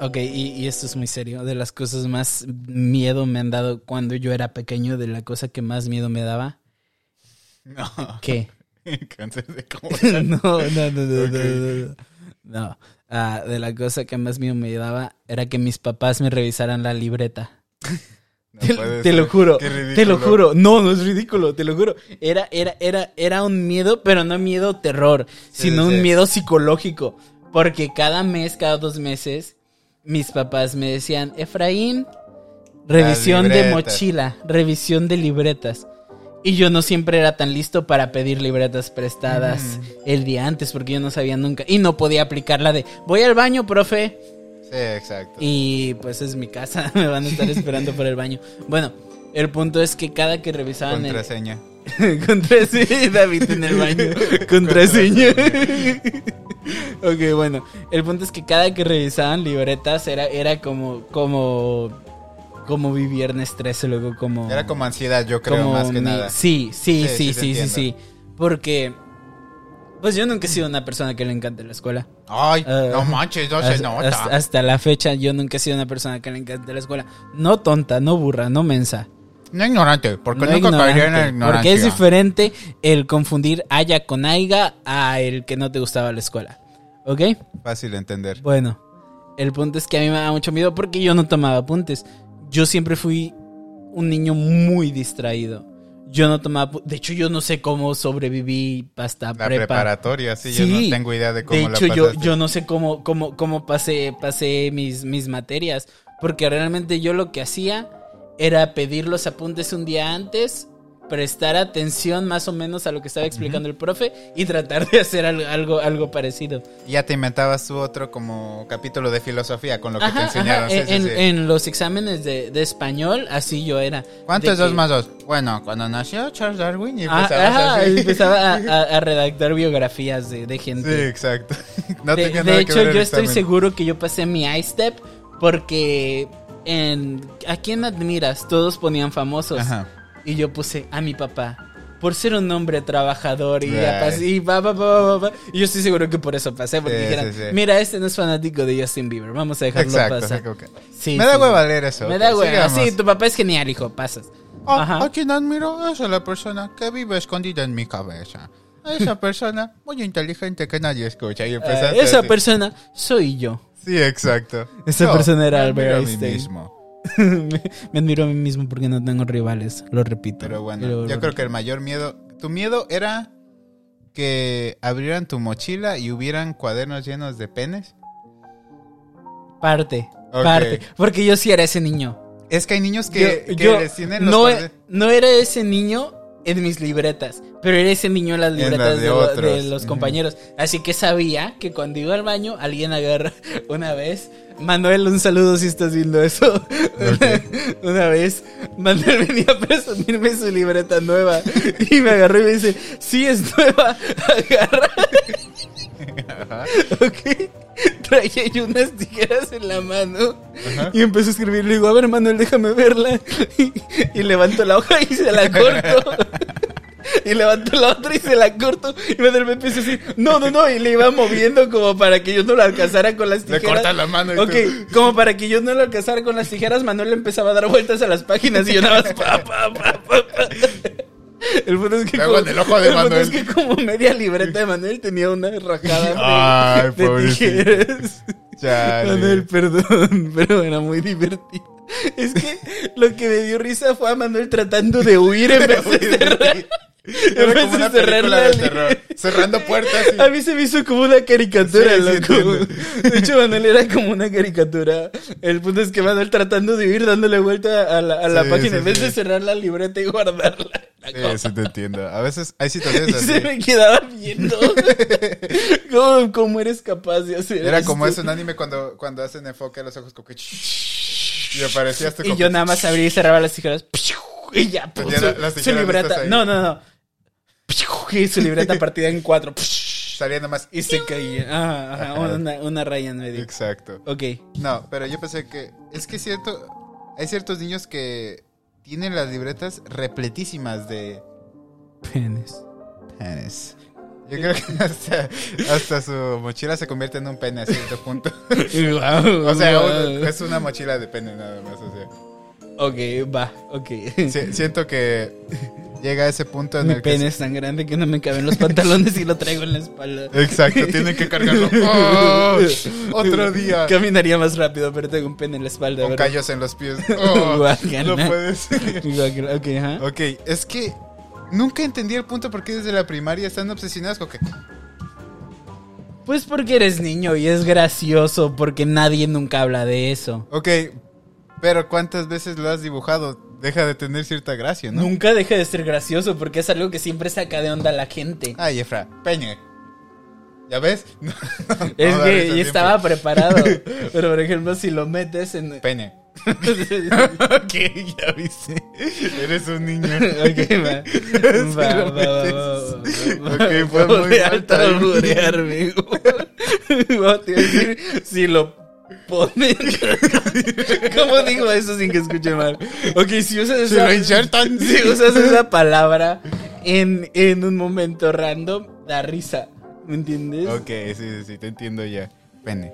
Speaker 2: Ok, y, y esto es muy serio. De las cosas más miedo me han dado cuando yo era pequeño, de la cosa que más miedo me daba.
Speaker 1: No.
Speaker 2: ¿Qué?
Speaker 1: Cáncer de cómo.
Speaker 2: no, no, no, no, no,
Speaker 1: Ok.
Speaker 2: no, no. No. Ah, de la cosa que más miedo me daba era que mis papás me revisaran la libreta.
Speaker 1: No
Speaker 2: Te,
Speaker 1: puede
Speaker 2: te lo
Speaker 1: ser.
Speaker 2: juro,
Speaker 1: Qué
Speaker 2: te lo
Speaker 1: ridículo.
Speaker 2: juro. No, no es ridículo, te lo juro. Era, era, era, era un miedo, pero no miedo terror,
Speaker 1: Sí,
Speaker 2: sino
Speaker 1: sí,
Speaker 2: un
Speaker 1: sí.
Speaker 2: miedo psicológico. Porque cada mes, cada dos meses, mis papás me decían, Efraín, revisión de
Speaker 1: libreta.
Speaker 2: mochila, revisión de libretas. Y yo no siempre era tan listo para pedir libretas prestadas el día antes, porque yo no sabía nunca. Y no podía aplicar la de, voy al baño, profe.
Speaker 1: Sí, exacto.
Speaker 2: Y pues es mi casa, me van a estar esperando por el baño. Bueno, el punto es que cada que revisaban el...
Speaker 1: Contraseña.
Speaker 2: Contra sí, David en el baño. Contraseña. ok, bueno. El punto es que cada que revisaban libretas era, era como, como, como vi viernes 13, luego como...
Speaker 1: Era como ansiedad, yo creo, más que
Speaker 2: mi-
Speaker 1: nada.
Speaker 2: Sí, sí,
Speaker 1: Sí, sí,
Speaker 2: sí, sí, sí,
Speaker 1: te
Speaker 2: sí, Porque, pues yo nunca he sido una persona que le encante la escuela.
Speaker 1: Ay,
Speaker 2: Eh,
Speaker 1: no manches, no se
Speaker 2: Hasta,
Speaker 1: nota.
Speaker 2: hasta- hasta la fecha yo nunca he sido una persona que le encante la escuela. No tonta, no burra, no mensa.
Speaker 1: No ignorante, porque
Speaker 2: no
Speaker 1: nunca caería en la
Speaker 2: ignorante,
Speaker 1: ignorancia.
Speaker 2: porque es diferente el confundir haya con aiga a el que no te gustaba la escuela. ¿Ok?
Speaker 1: Fácil de entender.
Speaker 2: Bueno, el punto es que a mí me da mucho miedo porque yo no tomaba apuntes. Yo siempre fui un niño muy distraído. Yo no tomaba... apu- De hecho, yo no sé cómo sobreviví hasta
Speaker 1: La
Speaker 2: prepa.
Speaker 1: preparatoria, sí, yo
Speaker 2: Sí.
Speaker 1: no tengo idea de cómo
Speaker 2: De
Speaker 1: la
Speaker 2: hecho, yo,
Speaker 1: pasaste.
Speaker 2: yo no sé cómo, cómo, cómo pasé, pasé mis, mis materias. Porque realmente yo lo que hacía era pedir los apuntes un día antes, prestar atención más o menos a lo que estaba explicando el profe y tratar de hacer al- algo, algo, parecido.
Speaker 1: Ya te inventabas tú otro como capítulo de filosofía con lo que
Speaker 2: Ajá,
Speaker 1: te
Speaker 2: ajá,
Speaker 1: enseñaron. sí, sí,
Speaker 2: en,
Speaker 1: sí.
Speaker 2: en los exámenes de, de español, así yo era.
Speaker 1: ¿Cuánto
Speaker 2: De
Speaker 1: es dos
Speaker 2: que-
Speaker 1: más dos? Bueno, cuando nació Charles Darwin y
Speaker 2: Ah,
Speaker 1: empezabas
Speaker 2: ajá,
Speaker 1: así.
Speaker 2: empezaba a, a- a redactar biografías de, de gente.
Speaker 1: Sí, exacto. No
Speaker 2: de
Speaker 1: tenía
Speaker 2: de
Speaker 1: nada que
Speaker 2: hecho,
Speaker 1: ver el
Speaker 2: yo estoy
Speaker 1: examen.
Speaker 2: seguro que yo pasé mi iStep porque en ¿A quién admiras? Todos ponían famosos.
Speaker 1: Ajá.
Speaker 2: Y yo puse a mi papá. Por ser un hombre trabajador y ya
Speaker 1: Ay.
Speaker 2: pasé, y va, va, va, va, va. Y yo estoy seguro que por eso pasé, porque
Speaker 1: Sí,
Speaker 2: dijeron,
Speaker 1: sí, sí.
Speaker 2: mira, este no es fanático de Justin Bieber, vamos a dejarlo
Speaker 1: Exacto. ok,
Speaker 2: pasar.
Speaker 1: ok.
Speaker 2: Sí,
Speaker 1: Me da
Speaker 2: sí,
Speaker 1: hueva
Speaker 2: sí.
Speaker 1: leer eso.
Speaker 2: Me
Speaker 1: ok,
Speaker 2: da hueva.
Speaker 1: sigamos.
Speaker 2: Sí, tu papá es genial, hijo, pasas.
Speaker 1: Oh,
Speaker 2: Ajá.
Speaker 1: a quien admiro es a la persona que vive escondida en mi cabeza. A esa persona muy inteligente que nadie escucha. Y empezaste
Speaker 2: Eh, esa
Speaker 1: así.
Speaker 2: persona soy yo.
Speaker 1: Sí, exacto.
Speaker 2: Esa persona era
Speaker 1: me admiro
Speaker 2: Albert
Speaker 1: a mí
Speaker 2: Einstein.
Speaker 1: mismo.
Speaker 2: me, me admiro a mí mismo porque no tengo rivales, lo repito.
Speaker 1: Pero
Speaker 2: Y
Speaker 1: bueno,
Speaker 2: lo-
Speaker 1: yo creo que el mayor miedo. Tu miedo era que abrieran tu mochila y hubieran cuadernos llenos de penes.
Speaker 2: Parte,
Speaker 1: Ok.
Speaker 2: parte. Porque yo sí era ese niño.
Speaker 1: Es que hay niños que,
Speaker 2: Yo-
Speaker 1: que
Speaker 2: yo
Speaker 1: les tienen los
Speaker 2: no,
Speaker 1: cuadernos-
Speaker 2: no era ese niño en mis libretas, pero era ese niño en las
Speaker 1: En las
Speaker 2: libretas
Speaker 1: de
Speaker 2: de, lo- de
Speaker 1: otros.
Speaker 2: los
Speaker 1: Ujú.
Speaker 2: compañeros. Así que sabía que cuando iba al baño, alguien agarra una vez. Manuel, un saludo si estás viendo eso. Una, una vez, Manuel venía a presumirme su libreta nueva y me agarró y me dice, sí es nueva, agarra.
Speaker 1: Ajá,
Speaker 2: Ok. Traía yo unas tijeras en la mano
Speaker 1: Ajá.
Speaker 2: y empezó a escribir. Le digo, a ver, Manuel, déjame verla. Y, y levanto la hoja y se la corto. Y levanto la otra y se la corto. Y Manuel me empezó a decir, no, no, no. Y le iba moviendo como para que yo no lo alcanzara con las
Speaker 1: Le
Speaker 2: tijeras.
Speaker 1: corta la mano. y
Speaker 2: Ok,
Speaker 1: tú-
Speaker 2: como para que yo no lo alcanzara con las tijeras, Manuel le empezaba a dar vueltas a las páginas y yo nada más. pa, pa, pa, pa, pa. El punto es que.
Speaker 1: Luego en el ojo de
Speaker 2: el punto
Speaker 1: Manuel.
Speaker 2: es que como media libreta de Manuel tenía una rajada
Speaker 1: Ay,
Speaker 2: de, de
Speaker 1: pobrecito.
Speaker 2: tijeras.
Speaker 1: Chale.
Speaker 2: Manuel, perdón, pero era muy divertido. Es que lo que me dio risa fue a Manuel tratando de huir en vez de cerrar.
Speaker 1: Era
Speaker 2: en vez
Speaker 1: como
Speaker 2: de
Speaker 1: una
Speaker 2: cerrar
Speaker 1: película
Speaker 2: la
Speaker 1: de
Speaker 2: li-
Speaker 1: terror. Cerrando puertas. y-
Speaker 2: a mí se me hizo como una caricatura,
Speaker 1: Sí, sí,
Speaker 2: loco.
Speaker 1: entiendo.
Speaker 2: de hecho, Manuel era como una caricatura. El punto es que Manuel tratando de huir, dándole vuelta a la, a la
Speaker 1: Sí,
Speaker 2: página
Speaker 1: sí,
Speaker 2: en vez
Speaker 1: sí.
Speaker 2: de cerrar la libreta y guardarla. La cosa.
Speaker 1: Sí, sí te entiendo. A veces hay
Speaker 2: y
Speaker 1: situaciones
Speaker 2: se
Speaker 1: así.
Speaker 2: me quedaba viendo. ¿Cómo, cómo eres capaz de hacer
Speaker 1: Era como es
Speaker 2: esto?
Speaker 1: un anime cuando, cuando hacen enfoque a los ojos como que... Y aparecías tú
Speaker 2: Y
Speaker 1: como
Speaker 2: yo
Speaker 1: que-
Speaker 2: nada más abría y cerraba las tijeras. Y ya,
Speaker 1: Pues
Speaker 2: pum,
Speaker 1: ya
Speaker 2: su,
Speaker 1: la- las
Speaker 2: su
Speaker 1: tijeras listas
Speaker 2: libreta.
Speaker 1: ahí.
Speaker 2: No, no, no. Y su libreta partida en cuatro.
Speaker 1: Salía nomás.
Speaker 2: Y se caía. Ah, ajá,
Speaker 1: Ajá.
Speaker 2: una, una raya en medio.
Speaker 1: Exacto.
Speaker 2: Ok.
Speaker 1: No, pero yo pensé que. Es que es cierto. Hay ciertos niños que tienen las libretas repletísimas de
Speaker 2: Penes.
Speaker 1: penes. Yo creo que hasta, hasta su mochila se convierte en un pene a cierto punto.
Speaker 2: Guau,
Speaker 1: O sea,
Speaker 2: guau.
Speaker 1: un- es una mochila de pene nada más. O sea,
Speaker 2: Ok, va, ok.
Speaker 1: Si- siento que llega a ese punto en
Speaker 2: Mi
Speaker 1: el que.
Speaker 2: pene es tan grande que no me caben los pantalones y lo traigo en la espalda.
Speaker 1: Exacto, tienen que cargarlo. ¡Oh! Otro día.
Speaker 2: Caminaría más rápido, pero tengo un pene en la espalda.
Speaker 1: Con
Speaker 2: ¿verdad?
Speaker 1: callos en los pies. ¡Oh!
Speaker 2: Guácala.
Speaker 1: no puede ser.
Speaker 2: Guácala, Ok, ajá.
Speaker 1: Ok, es que nunca entendí el punto por qué desde la primaria están obsesionados con que.
Speaker 2: Pues porque eres niño y es gracioso porque nadie nunca habla de eso.
Speaker 1: Ok, pero ¿cuántas veces lo has dibujado? Deja de tener cierta gracia, ¿no?
Speaker 2: Nunca deja de ser gracioso porque es algo que siempre saca de onda a la gente.
Speaker 1: Ay, Efra, peñe. ¿Ya ves? No,
Speaker 2: es
Speaker 1: no, da risa
Speaker 2: que yo
Speaker 1: siempre.
Speaker 2: estaba preparado. Pero por ejemplo, si lo metes en...
Speaker 1: Peñe.
Speaker 2: ok, ya viste.
Speaker 1: Eres un niño.
Speaker 2: Ok, va.
Speaker 1: Si
Speaker 2: Va,
Speaker 1: lo
Speaker 2: va, va,
Speaker 1: metes.
Speaker 2: va, va, va.
Speaker 1: Ok, fue muy
Speaker 2: Borrear,
Speaker 1: mal
Speaker 2: tras
Speaker 1: timing.
Speaker 2: borrear, amigo. No, te iba a decir, si lo ponen. ¿Cómo digo eso sin que escuche mal? Ok, si usas
Speaker 1: Si lo
Speaker 2: esa,
Speaker 1: insertan.
Speaker 2: si usas esa palabra en, en un momento random, da risa. ¿Me entiendes?
Speaker 1: Ok, sí, sí, sí, te entiendo ya. Pene.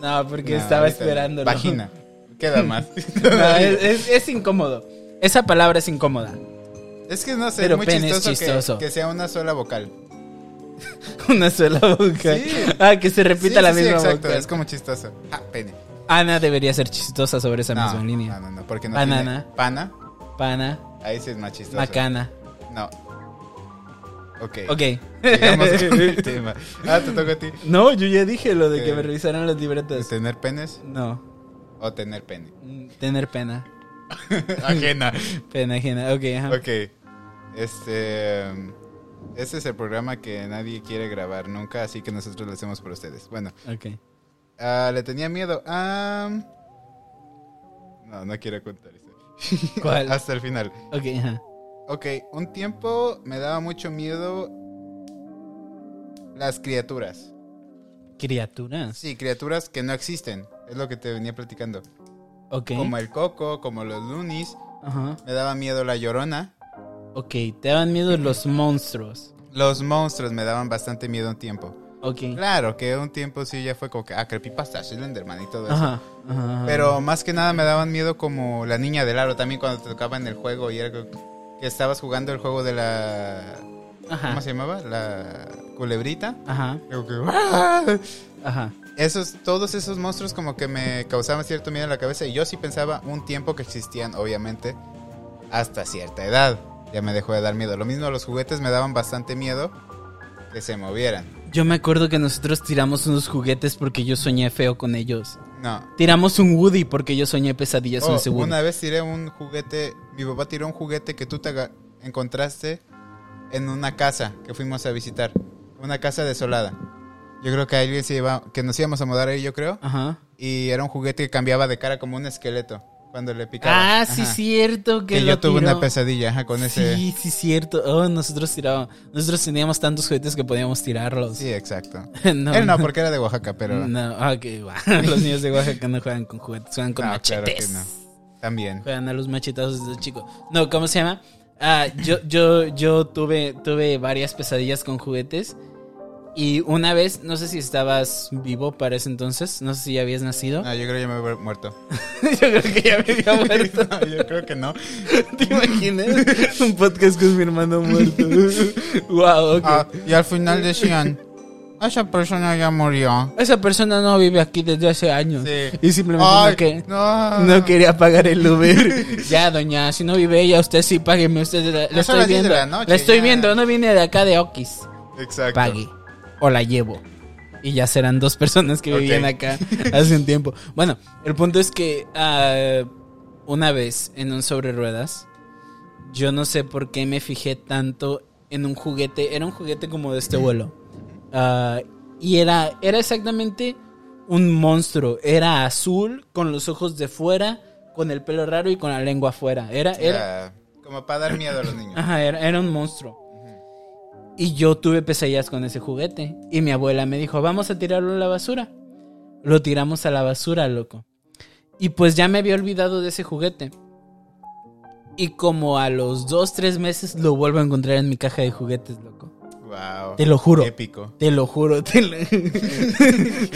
Speaker 2: No, porque
Speaker 1: No,
Speaker 2: estaba
Speaker 1: ahorita no.
Speaker 2: esperando.
Speaker 1: Vagina. Queda más.
Speaker 2: es, es- es incómodo. Esa palabra es incómoda.
Speaker 1: Es que no sé,
Speaker 2: Pero
Speaker 1: es muy
Speaker 2: pene es
Speaker 1: chistoso, que-
Speaker 2: chistoso.
Speaker 1: Que, sea una sola vocal.
Speaker 2: Una sola boca.
Speaker 1: Sí.
Speaker 2: Ah, que se repita
Speaker 1: Sí,
Speaker 2: la
Speaker 1: sí, sí,
Speaker 2: misma
Speaker 1: exacto,
Speaker 2: boca.
Speaker 1: es como chistoso. Ah, pene.
Speaker 2: Ana debería ser chistosa sobre esa
Speaker 1: no,
Speaker 2: misma línea.
Speaker 1: No, no, no, porque no
Speaker 2: Banana.
Speaker 1: tiene pana.
Speaker 2: Pana,
Speaker 1: Ahí sí es más chistoso.
Speaker 2: macana.
Speaker 1: No. Ok.
Speaker 2: Ok.
Speaker 1: Sigamos con el tema. Ah, te toca a ti.
Speaker 2: No, yo ya dije lo de que
Speaker 1: Eh,
Speaker 2: me revisaron las libretas.
Speaker 1: ¿Tener penes
Speaker 2: No,
Speaker 1: o tener pene?
Speaker 2: mm, tener pena.
Speaker 1: Ajena.
Speaker 2: Pena ajena. Ok, ajá.
Speaker 1: ok. Este. um, Este es el programa que nadie quiere grabar nunca, así que nosotros lo hacemos por ustedes. Bueno,
Speaker 2: Ok.
Speaker 1: ah, le tenía miedo. Ah, no, no quiero contar eso.
Speaker 2: ¿Cuál?
Speaker 1: Hasta el final.
Speaker 2: Ok, ajá.
Speaker 1: Ok, un tiempo me daba mucho miedo las criaturas.
Speaker 2: Criaturas.
Speaker 1: Sí, criaturas que no existen. Es lo que te venía platicando.
Speaker 2: Ok.
Speaker 1: Como el coco, como los lunis.
Speaker 2: Ajá.
Speaker 1: Me daba miedo la llorona.
Speaker 2: Ok, te daban miedo los monstruos.
Speaker 1: Los monstruos me daban bastante miedo un tiempo.
Speaker 2: Ok.
Speaker 1: Claro que un tiempo sí ya fue como que, ah, creepypasta, Slenderman y todo eso.
Speaker 2: Ajá. ajá, ajá.
Speaker 1: pues. Pero más que nada me daban miedo como la niña del aro también cuando te tocaba en el juego y era que que estabas jugando el juego de la...
Speaker 2: Ajá.
Speaker 1: ¿Cómo se llamaba? La culebrita.
Speaker 2: Ajá.
Speaker 1: Como que, "Ah".
Speaker 2: Ajá.
Speaker 1: esos, todos esos monstruos como que me causaban cierto miedo en la cabeza y yo sí pensaba un tiempo que existían, obviamente, hasta cierta edad. Ya me dejó de dar miedo. Lo mismo los juguetes me daban bastante miedo que se movieran.
Speaker 2: Yo me acuerdo que nosotros tiramos unos juguetes porque yo soñé feo con ellos.
Speaker 1: No.
Speaker 2: Tiramos un Woody porque yo soñé pesadillas con
Speaker 1: Oh,
Speaker 2: ese Woody.
Speaker 1: una vez tiré un juguete, mi papá tiró un juguete que tú te aga- encontraste en una casa que fuimos a visitar, una casa desolada. Yo creo que alguien se iba, que nos íbamos a mudar ahí, yo creo,
Speaker 2: Ajá.
Speaker 1: y era un juguete que cambiaba de cara como un esqueleto cuando le picaba.
Speaker 2: Ah, sí,
Speaker 1: Ajá.
Speaker 2: cierto que,
Speaker 1: Que
Speaker 2: lo
Speaker 1: yo tuve una
Speaker 2: tiró.
Speaker 1: pesadilla ajá, con ese.
Speaker 2: Sí, sí, cierto. Oh, nosotros tirábamos. Nosotros teníamos tantos juguetes que podíamos tirarlos.
Speaker 1: Sí, exacto.
Speaker 2: no,
Speaker 1: Él no, porque era de Oaxaca, pero. No,
Speaker 2: No, ah, que va. Los niños de Oaxaca no juegan con juguetes, juegan con
Speaker 1: claro
Speaker 2: machetes.
Speaker 1: que no. También.
Speaker 2: Juegan a los machetazos de chico. No, ¿cómo se llama? Ah, yo, yo, yo tuve, tuve varias pesadillas con juguetes. Y una vez, no sé si estabas vivo para ese entonces, no sé si ya habías nacido.
Speaker 1: No, yo creo que ya me hubiera muerto.
Speaker 2: yo creo que ya me había muerto.
Speaker 1: No, yo creo que no.
Speaker 2: ¿Te imaginas? Un podcast con mi hermano muerto. wow, ok.
Speaker 1: Ah, y al final decían: Esa persona ya murió.
Speaker 2: Esa persona no vive aquí desde hace años.
Speaker 1: Sí.
Speaker 2: Y simplemente
Speaker 1: Ay,
Speaker 2: no, que-
Speaker 1: no.
Speaker 2: no quería pagar el Uber. ya, doña, si no vive ella, usted sí, págueme. Usted la, la
Speaker 1: Son
Speaker 2: estoy
Speaker 1: las diez de
Speaker 2: viendo.
Speaker 1: la noche,
Speaker 2: estoy
Speaker 1: ya.
Speaker 2: viendo, no viene de acá de Oquis.
Speaker 1: Exacto.
Speaker 2: Pague. O la llevo. Y ya serán dos personas que
Speaker 1: Ok.
Speaker 2: vivían acá hace un tiempo. Bueno, el punto es que ah, una vez en un sobre ruedas, yo no sé por qué me fijé tanto en un juguete. Era un juguete como de este vuelo. Ah, y era, era exactamente un monstruo. Era azul, con los ojos de fuera, con el pelo raro y con la lengua afuera. Era, era,
Speaker 1: Ya, Como para dar miedo a los niños.
Speaker 2: ajá, era, era un monstruo. Y yo tuve pesadillas con ese juguete. Y mi abuela me dijo, vamos a tirarlo a la basura. Lo tiramos a la basura, loco. Y pues ya me había olvidado de ese juguete. Y como a los dos, tres meses lo vuelvo a encontrar en mi caja de juguetes, loco.
Speaker 1: Wow.
Speaker 2: Te lo juro.
Speaker 1: Épico.
Speaker 2: Te lo juro, te lo,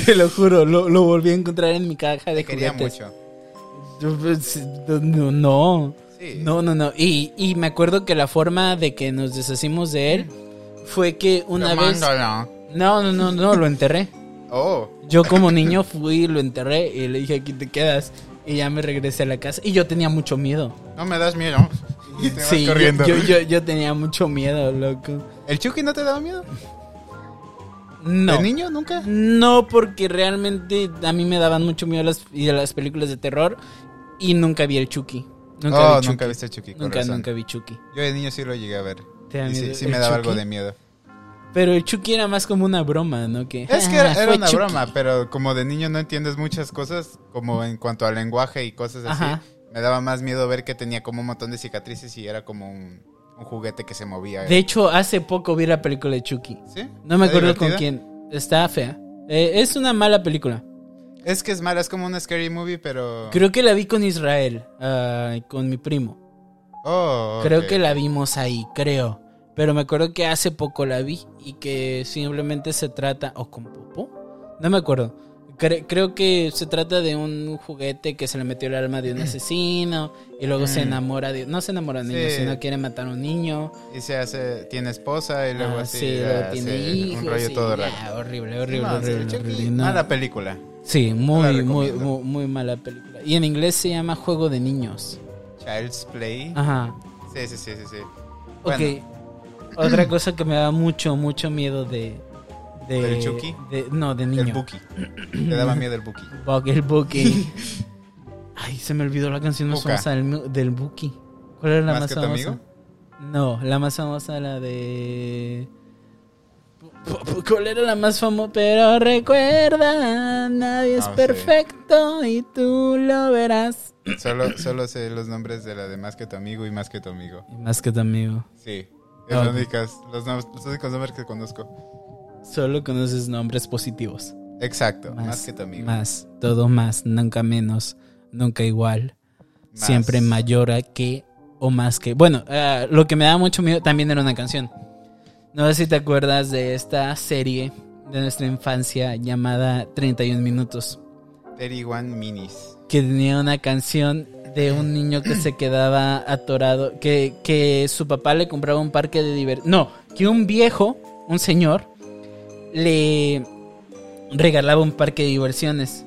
Speaker 2: te lo juro, lo, lo volví a encontrar en mi caja de
Speaker 1: Te quería
Speaker 2: juguetes.
Speaker 1: mucho.
Speaker 2: Yo, pues, No, no,
Speaker 1: Sí.
Speaker 2: no, no. no. Y, y me acuerdo que la forma de que nos deshacimos de él fue que una vez...
Speaker 1: Tomándolo.
Speaker 2: No, no, no, no, lo enterré.
Speaker 1: Oh.
Speaker 2: Yo como niño fui, lo enterré y le dije, aquí te quedas. Y ya me regresé a la casa. Y yo tenía mucho miedo.
Speaker 1: No me das miedo. Y te vas
Speaker 2: Sí, yo-
Speaker 1: corriendo.
Speaker 2: yo, yo, yo tenía mucho miedo, loco.
Speaker 1: ¿El Chucky no te daba miedo?
Speaker 2: No.
Speaker 1: ¿De niño nunca?
Speaker 2: No, porque realmente a mí me daban mucho miedo las, y las películas de terror y nunca vi el Chucky. Nunca
Speaker 1: oh,
Speaker 2: vi Chucky.
Speaker 1: nunca viste a Chucky. con
Speaker 2: nunca,
Speaker 1: razón.
Speaker 2: nunca vi Chucky.
Speaker 1: Yo de niño sí lo llegué a ver.
Speaker 2: ¿Te da
Speaker 1: Y sí,
Speaker 2: miedo
Speaker 1: sí
Speaker 2: el
Speaker 1: me daba algo
Speaker 2: Chucky?
Speaker 1: de miedo.
Speaker 2: Pero el Chucky era más como una broma, ¿no? Que,
Speaker 1: Es que
Speaker 2: "Ah,
Speaker 1: era, era
Speaker 2: fue
Speaker 1: una
Speaker 2: Chucky".
Speaker 1: broma, pero como de niño no entiendes muchas cosas, como en cuanto al lenguaje y cosas así,
Speaker 2: Ajá.
Speaker 1: me daba más miedo ver que tenía como un montón de cicatrices y era como un, un juguete que se movía.
Speaker 2: De hecho, hace poco vi la película de Chucky.
Speaker 1: ¿Sí?
Speaker 2: No me
Speaker 1: ¿Está
Speaker 2: acuerdo con
Speaker 1: divertida? Ah.
Speaker 2: quién. Está fea. Eh, es una mala película.
Speaker 1: Es que es mala, es como una scary movie, pero...
Speaker 2: Creo que la vi con Israel, ah, con mi primo.
Speaker 1: Oh,
Speaker 2: Creo
Speaker 1: ok.
Speaker 2: que la vimos ahí, creo. Pero me acuerdo que hace poco la vi y que simplemente se trata. ¿O con Popó? No me acuerdo. Cre- creo que se trata de un juguete que se le metió el alma de un asesino y luego se
Speaker 1: Mm.
Speaker 2: enamora de. No se enamora de un niño,
Speaker 1: Sí.
Speaker 2: sino quiere matar a un niño.
Speaker 1: Y se hace... Tiene esposa y luego
Speaker 2: Ah,
Speaker 1: así...
Speaker 2: sí, luego
Speaker 1: hace
Speaker 2: tiene hijos.
Speaker 1: Un rollo
Speaker 2: y-
Speaker 1: todo raro.
Speaker 2: ah, horrible, horrible,
Speaker 1: No, sí,
Speaker 2: horrible.
Speaker 1: Chucky,
Speaker 2: horrible, no.
Speaker 1: Mala película.
Speaker 2: Sí,
Speaker 1: la
Speaker 2: muy, muy,
Speaker 1: recomiendo.
Speaker 2: muy, muy mala película. Y en inglés se llama Juego de Niños.
Speaker 1: Child's Play.
Speaker 2: Ajá.
Speaker 1: Sí, sí, sí, sí, sí.
Speaker 2: Ok.
Speaker 1: Bueno.
Speaker 2: Otra cosa que me da mucho, mucho miedo de. de
Speaker 1: ¿Del Chucky?
Speaker 2: de- no, de niño.
Speaker 1: El Buki. Te daba miedo el Buki.
Speaker 2: Bug, el Buki. Ay, se me olvidó la canción más
Speaker 1: Buca.
Speaker 2: famosa del, mu- del Buki. ¿Cuál era la
Speaker 1: ¿Más
Speaker 2: más,
Speaker 1: que tu
Speaker 2: famosa?
Speaker 1: amigo?
Speaker 2: No, la más famosa la de. Pu- pu- ¿Cuál era la más famosa? Pero recuerda, nadie es
Speaker 1: Ah, sí.
Speaker 2: perfecto y tú lo verás.
Speaker 1: Solo, solo sé los nombres de la de Más que tu amigo y Más que tu amigo.
Speaker 2: Y más que tu amigo.
Speaker 1: Sí. Es
Speaker 2: Ah,
Speaker 1: lo
Speaker 2: ok.
Speaker 1: únicas- los, nom- los únicos nombres que conozco.
Speaker 2: Solo conoces nombres positivos.
Speaker 1: Exacto. Más, que tu amigo.
Speaker 2: Más, todo más, nunca menos, nunca igual,
Speaker 1: Más.
Speaker 2: siempre mayor a que o más que. Bueno, eh, lo que me daba mucho miedo también era una canción. No sé si te acuerdas de esta serie de nuestra infancia llamada 31 Minutos,
Speaker 1: 31 minis.
Speaker 2: que tenía una canción de un niño que se quedaba atorado, que, que su papá le compraba un parque de diversión. No, que un viejo, un señor, le regalaba un parque de diversiones.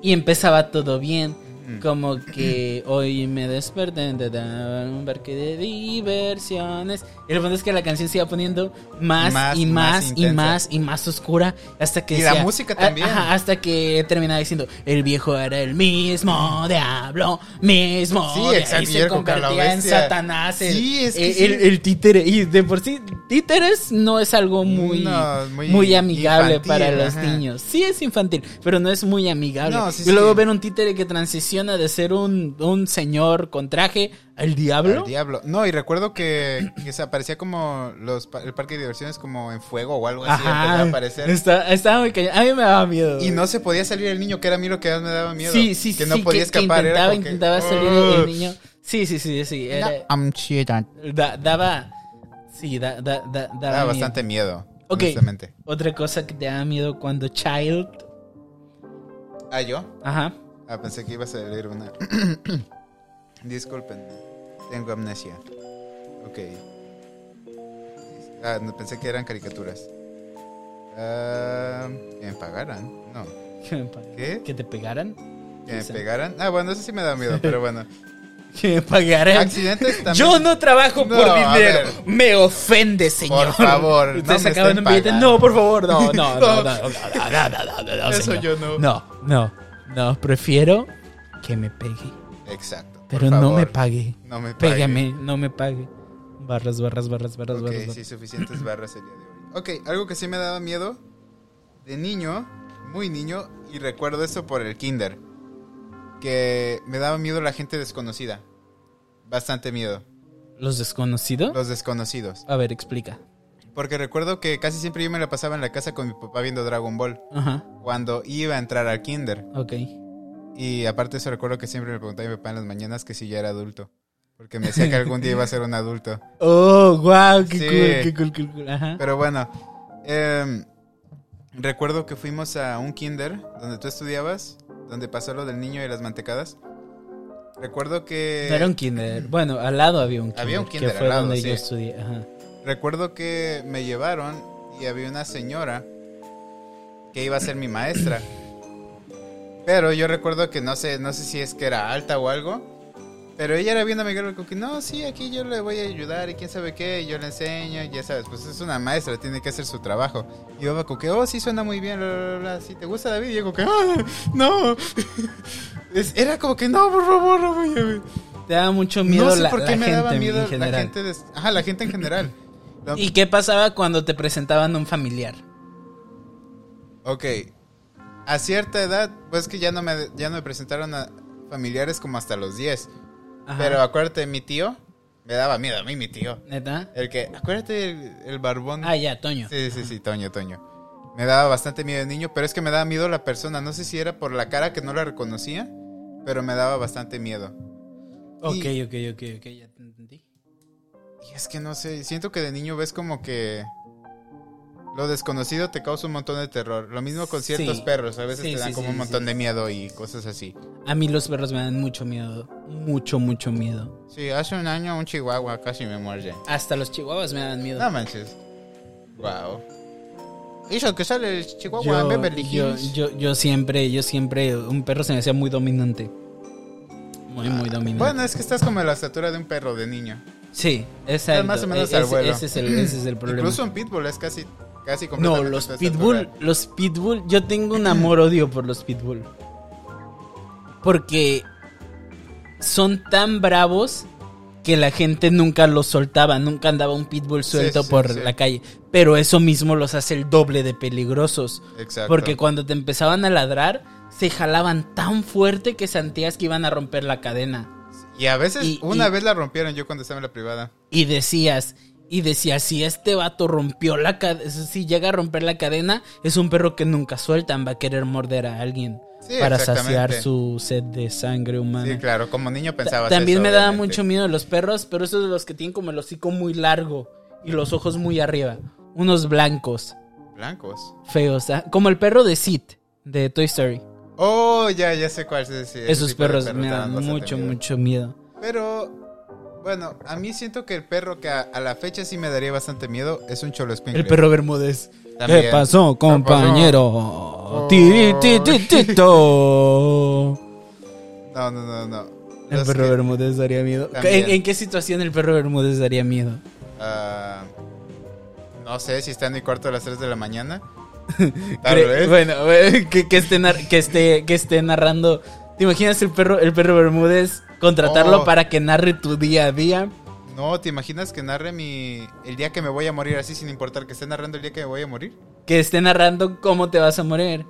Speaker 2: Y empezaba todo bien.
Speaker 1: Mm.
Speaker 2: Como que hoy me desperté te daban un parque de diversiones. Y lo bueno es que la canción se iba poniendo más,
Speaker 1: Más,
Speaker 2: y
Speaker 1: más
Speaker 2: más, y
Speaker 1: intensa.
Speaker 2: más y más oscura. Hasta que
Speaker 1: Y la
Speaker 2: decía-
Speaker 1: música
Speaker 2: a-
Speaker 1: también.
Speaker 2: ajá, hasta que terminaba diciendo, el viejo era el mismo diablo, mismo.
Speaker 1: Sí,
Speaker 2: de ahí
Speaker 1: exacto, y
Speaker 2: se
Speaker 1: era como que la
Speaker 2: convertía en
Speaker 1: bestia.
Speaker 2: Satanás. El,
Speaker 1: Sí, es que
Speaker 2: el-
Speaker 1: sí.
Speaker 2: el- el títere. Y de por sí, títeres no es algo muy
Speaker 1: No,
Speaker 2: muy,
Speaker 1: muy
Speaker 2: amigable
Speaker 1: infantil,
Speaker 2: para los
Speaker 1: ajá.
Speaker 2: niños. Sí es infantil, pero no es muy amigable.
Speaker 1: No, sí,
Speaker 2: y luego
Speaker 1: sí.
Speaker 2: ver un títere que transiciona de ser un, un señor con traje al diablo.
Speaker 1: Al diablo. No, y recuerdo que, que se aparecía como los, pa- el parque de diversiones como en fuego o algo así. empezaba a
Speaker 2: Ajá.
Speaker 1: aparecer.
Speaker 2: Está- estaba muy cañón. A mí me daba miedo.
Speaker 1: Y no se podía salir el niño, que era a mí lo que más me daba miedo.
Speaker 2: Sí, sí,
Speaker 1: Que
Speaker 2: sí,
Speaker 1: no podía escapar.
Speaker 2: Que
Speaker 1: era
Speaker 2: intentaba,
Speaker 1: como que, "Oh".
Speaker 2: intentaba salir
Speaker 1: "Ugh".
Speaker 2: el, el niño. Sí, sí, sí, sí. era- da- daba. Sí, da- da- da- daba
Speaker 1: Daba
Speaker 2: miedo.
Speaker 1: bastante miedo.
Speaker 2: Ok.
Speaker 1: honestamente.
Speaker 2: Otra cosa que te da miedo cuando child.
Speaker 1: Ah, yo.
Speaker 2: Ajá.
Speaker 1: Ah, pensé que iba a salir una. Disculpen, tengo amnesia. Ok. Ah, no, pensé que eran caricaturas. Ah, que me pagaran. No. ¿Qué?
Speaker 2: Que te pegaran.
Speaker 1: Que me
Speaker 2: Sí.
Speaker 1: pegaran. Ah, bueno, eso sí me da miedo, pero bueno.
Speaker 2: Que me pagaran.
Speaker 1: Accidentes Ah, también.
Speaker 2: Yo no trabajo
Speaker 1: No,
Speaker 2: por
Speaker 1: a
Speaker 2: dinero.
Speaker 1: ver.
Speaker 2: Me ofende, señor.
Speaker 1: Por favor, no
Speaker 2: Ustedes
Speaker 1: me
Speaker 2: acaban
Speaker 1: estén
Speaker 2: un billete.
Speaker 1: pagando.
Speaker 2: No, por favor, no, no, no, no, no, no, no, no, no, no,
Speaker 1: Eso
Speaker 2: señor.
Speaker 1: yo no.
Speaker 2: No, no, no, prefiero que me pegue.
Speaker 1: Exacto. por
Speaker 2: Pero no me
Speaker 1: favor.
Speaker 2: pague.
Speaker 1: No me pague.
Speaker 2: Pégame, no me pague. Barras, barras, barras, barras,
Speaker 1: Ok,
Speaker 2: barras.
Speaker 1: sí, suficientes barras el día de hoy. Ok, algo que sí me daba miedo de niño, muy niño, y recuerdo esto por el kinder. que me daba miedo la gente desconocida. Bastante miedo.
Speaker 2: ¿Los desconocidos?
Speaker 1: Los desconocidos.
Speaker 2: A ver, explica.
Speaker 1: Porque recuerdo que casi siempre yo me la pasaba en la casa con mi papá viendo Dragon Ball.
Speaker 2: Ajá,
Speaker 1: Cuando iba a entrar al kinder.
Speaker 2: ok.
Speaker 1: Y aparte eso recuerdo que siempre me preguntaba mi papá en las mañanas que si ya era adulto. Porque me decía que algún día iba a ser un adulto.
Speaker 2: Oh, wow, qué
Speaker 1: Sí.
Speaker 2: cool, qué cool, qué cool. Ajá.
Speaker 1: Pero bueno, em, recuerdo que fuimos a un kinder donde tú estudiabas, donde pasó lo del niño y las mantecadas. Recuerdo que...
Speaker 2: No era un kinder. Bueno, al lado había un kinder.
Speaker 1: eh, Había un kinder
Speaker 2: que
Speaker 1: al
Speaker 2: fue
Speaker 1: lado,
Speaker 2: donde
Speaker 1: sí.
Speaker 2: yo estudié. Ajá.
Speaker 1: Recuerdo que me llevaron y había una señora que iba a ser mi maestra. Pero yo recuerdo que no sé, no sé si es que era alta o algo. Pero ella era bien amigable, como que no, sí, aquí yo le voy a ayudar y quién sabe qué, y yo le enseño, y ya sabes, pues es una maestra, tiene que hacer su trabajo. Y yo como que, oh, sí, suena muy bien, bla, bla, bla, si te gusta David, y yo como que, ah, no. Es- era como que, no, por favor, no, voy a ver".
Speaker 2: Te daba mucho miedo
Speaker 1: no sé
Speaker 2: la,
Speaker 1: por qué
Speaker 2: la
Speaker 1: me
Speaker 2: gente
Speaker 1: daba miedo
Speaker 2: en general.
Speaker 1: la gente, des- ajá, la gente en general. La-
Speaker 2: ¿Y qué pasaba cuando te presentaban un familiar?
Speaker 1: Ok. A cierta edad, pues que ya no me, ya no me presentaron a familiares como hasta los 10.
Speaker 2: Ajá.
Speaker 1: Pero acuérdate, mi tío me daba miedo a mí, mi tío.
Speaker 2: ¿Neta?
Speaker 1: El que, acuérdate, el, el barbón.
Speaker 2: Ah, ya, Toño.
Speaker 1: sí, sí, sí, Toño, Toño. Me daba bastante miedo el niño, pero es que me daba miedo la persona. No sé si era por la cara que no la reconocía, pero me daba bastante miedo.
Speaker 2: Ok,
Speaker 1: Y-
Speaker 2: ok, ok, ok, ya te entendí.
Speaker 1: Y es que no sé, siento que de niño ves como que lo desconocido te causa un montón de terror. Lo mismo con
Speaker 2: Sí.
Speaker 1: ciertos perros, a veces
Speaker 2: Sí,
Speaker 1: te dan
Speaker 2: sí,
Speaker 1: como
Speaker 2: sí,
Speaker 1: un
Speaker 2: sí,
Speaker 1: montón
Speaker 2: sí.
Speaker 1: de miedo y cosas así.
Speaker 2: A mí los perros me dan mucho miedo. Mucho, mucho miedo.
Speaker 1: Sí, hace un año un chihuahua casi me muerde.
Speaker 2: Hasta los chihuahuas me dan miedo.
Speaker 1: No manches. Wow. Eso que sale el chihuahua en
Speaker 2: yo,
Speaker 1: Beverly
Speaker 2: yo,
Speaker 1: Hills.
Speaker 2: yo, yo siempre, yo siempre, un perro se me hacía muy dominante. Muy, muy dominante.
Speaker 1: Bueno, es que estás como a la estatura de un perro de niño.
Speaker 2: sí, esa
Speaker 1: más o menos
Speaker 2: ese,
Speaker 1: al vuelo.
Speaker 2: ese es el, ese es el problema.
Speaker 1: Incluso un pitbull es casi, casi
Speaker 2: no,
Speaker 1: completamente
Speaker 2: los
Speaker 1: tu
Speaker 2: pitbull,
Speaker 1: estatura.
Speaker 2: los pitbull, yo tengo un amor odio por los pitbull. Porque son tan bravos que la gente nunca los soltaba, nunca andaba un pitbull suelto
Speaker 1: sí,
Speaker 2: por
Speaker 1: sí.
Speaker 2: la calle. Pero eso mismo los hace el doble de peligrosos.
Speaker 1: Exacto.
Speaker 2: Porque cuando te empezaban a ladrar, se jalaban tan fuerte que sentías que iban a romper la cadena.
Speaker 1: y a veces,
Speaker 2: y-
Speaker 1: una
Speaker 2: y-
Speaker 1: vez la rompieron yo cuando estaba en la privada.
Speaker 2: Y decías, y decías, si este vato rompió la cadena, si llega a romper la cadena, es un perro que nunca sueltan, va a querer morder a alguien
Speaker 1: Sí,
Speaker 2: para
Speaker 1: exactamente.
Speaker 2: saciar su sed de sangre humana.
Speaker 1: Sí, claro, como niño
Speaker 2: Ta-
Speaker 1: pensabas
Speaker 2: También
Speaker 1: eso,
Speaker 2: me daba
Speaker 1: obviamente.
Speaker 2: mucho miedo los perros, pero esos de los que tienen como el hocico muy largo y los ojos muy arriba, unos blancos,
Speaker 1: Blancos.
Speaker 2: feos, ¿ah? como el perro de Sid de Toy Story.
Speaker 1: Oh, ya, ya sé cuál. Eh, sí, sí, ese
Speaker 2: Esos
Speaker 1: tipo de
Speaker 2: perros me
Speaker 1: te
Speaker 2: dan
Speaker 1: bastante
Speaker 2: mucho,
Speaker 1: miedo.
Speaker 2: mucho miedo.
Speaker 1: Pero, bueno, a mí siento que el perro que a, a la fecha sí me daría bastante miedo es un cholo escuincle.
Speaker 2: El perro Bermúdez.
Speaker 1: También. Oh.
Speaker 2: ¿Qué pasó, compañero? Tiri, ti, ti, ti, to.
Speaker 1: No, no, no, no.
Speaker 2: El
Speaker 1: Los
Speaker 2: perro
Speaker 1: que-
Speaker 2: Bermúdez daría miedo.
Speaker 1: También.
Speaker 2: ¿En, en qué situación el perro Bermúdez daría miedo?
Speaker 1: ah, no sé si está en mi cuarto a las 3 de la mañana. Tal
Speaker 2: Cre-
Speaker 1: vez.
Speaker 2: Bueno, que, que esté nar- que, esté, que esté narrando. ¿Te imaginas el perro, el perro Bermúdez contratarlo
Speaker 1: Oh.
Speaker 2: para que narre tu día a día?
Speaker 1: No, ¿te imaginas que narre mi. el día que me voy a morir así sin importar que esté narrando el día que me voy a morir?
Speaker 2: Que esté narrando cómo te vas a morir.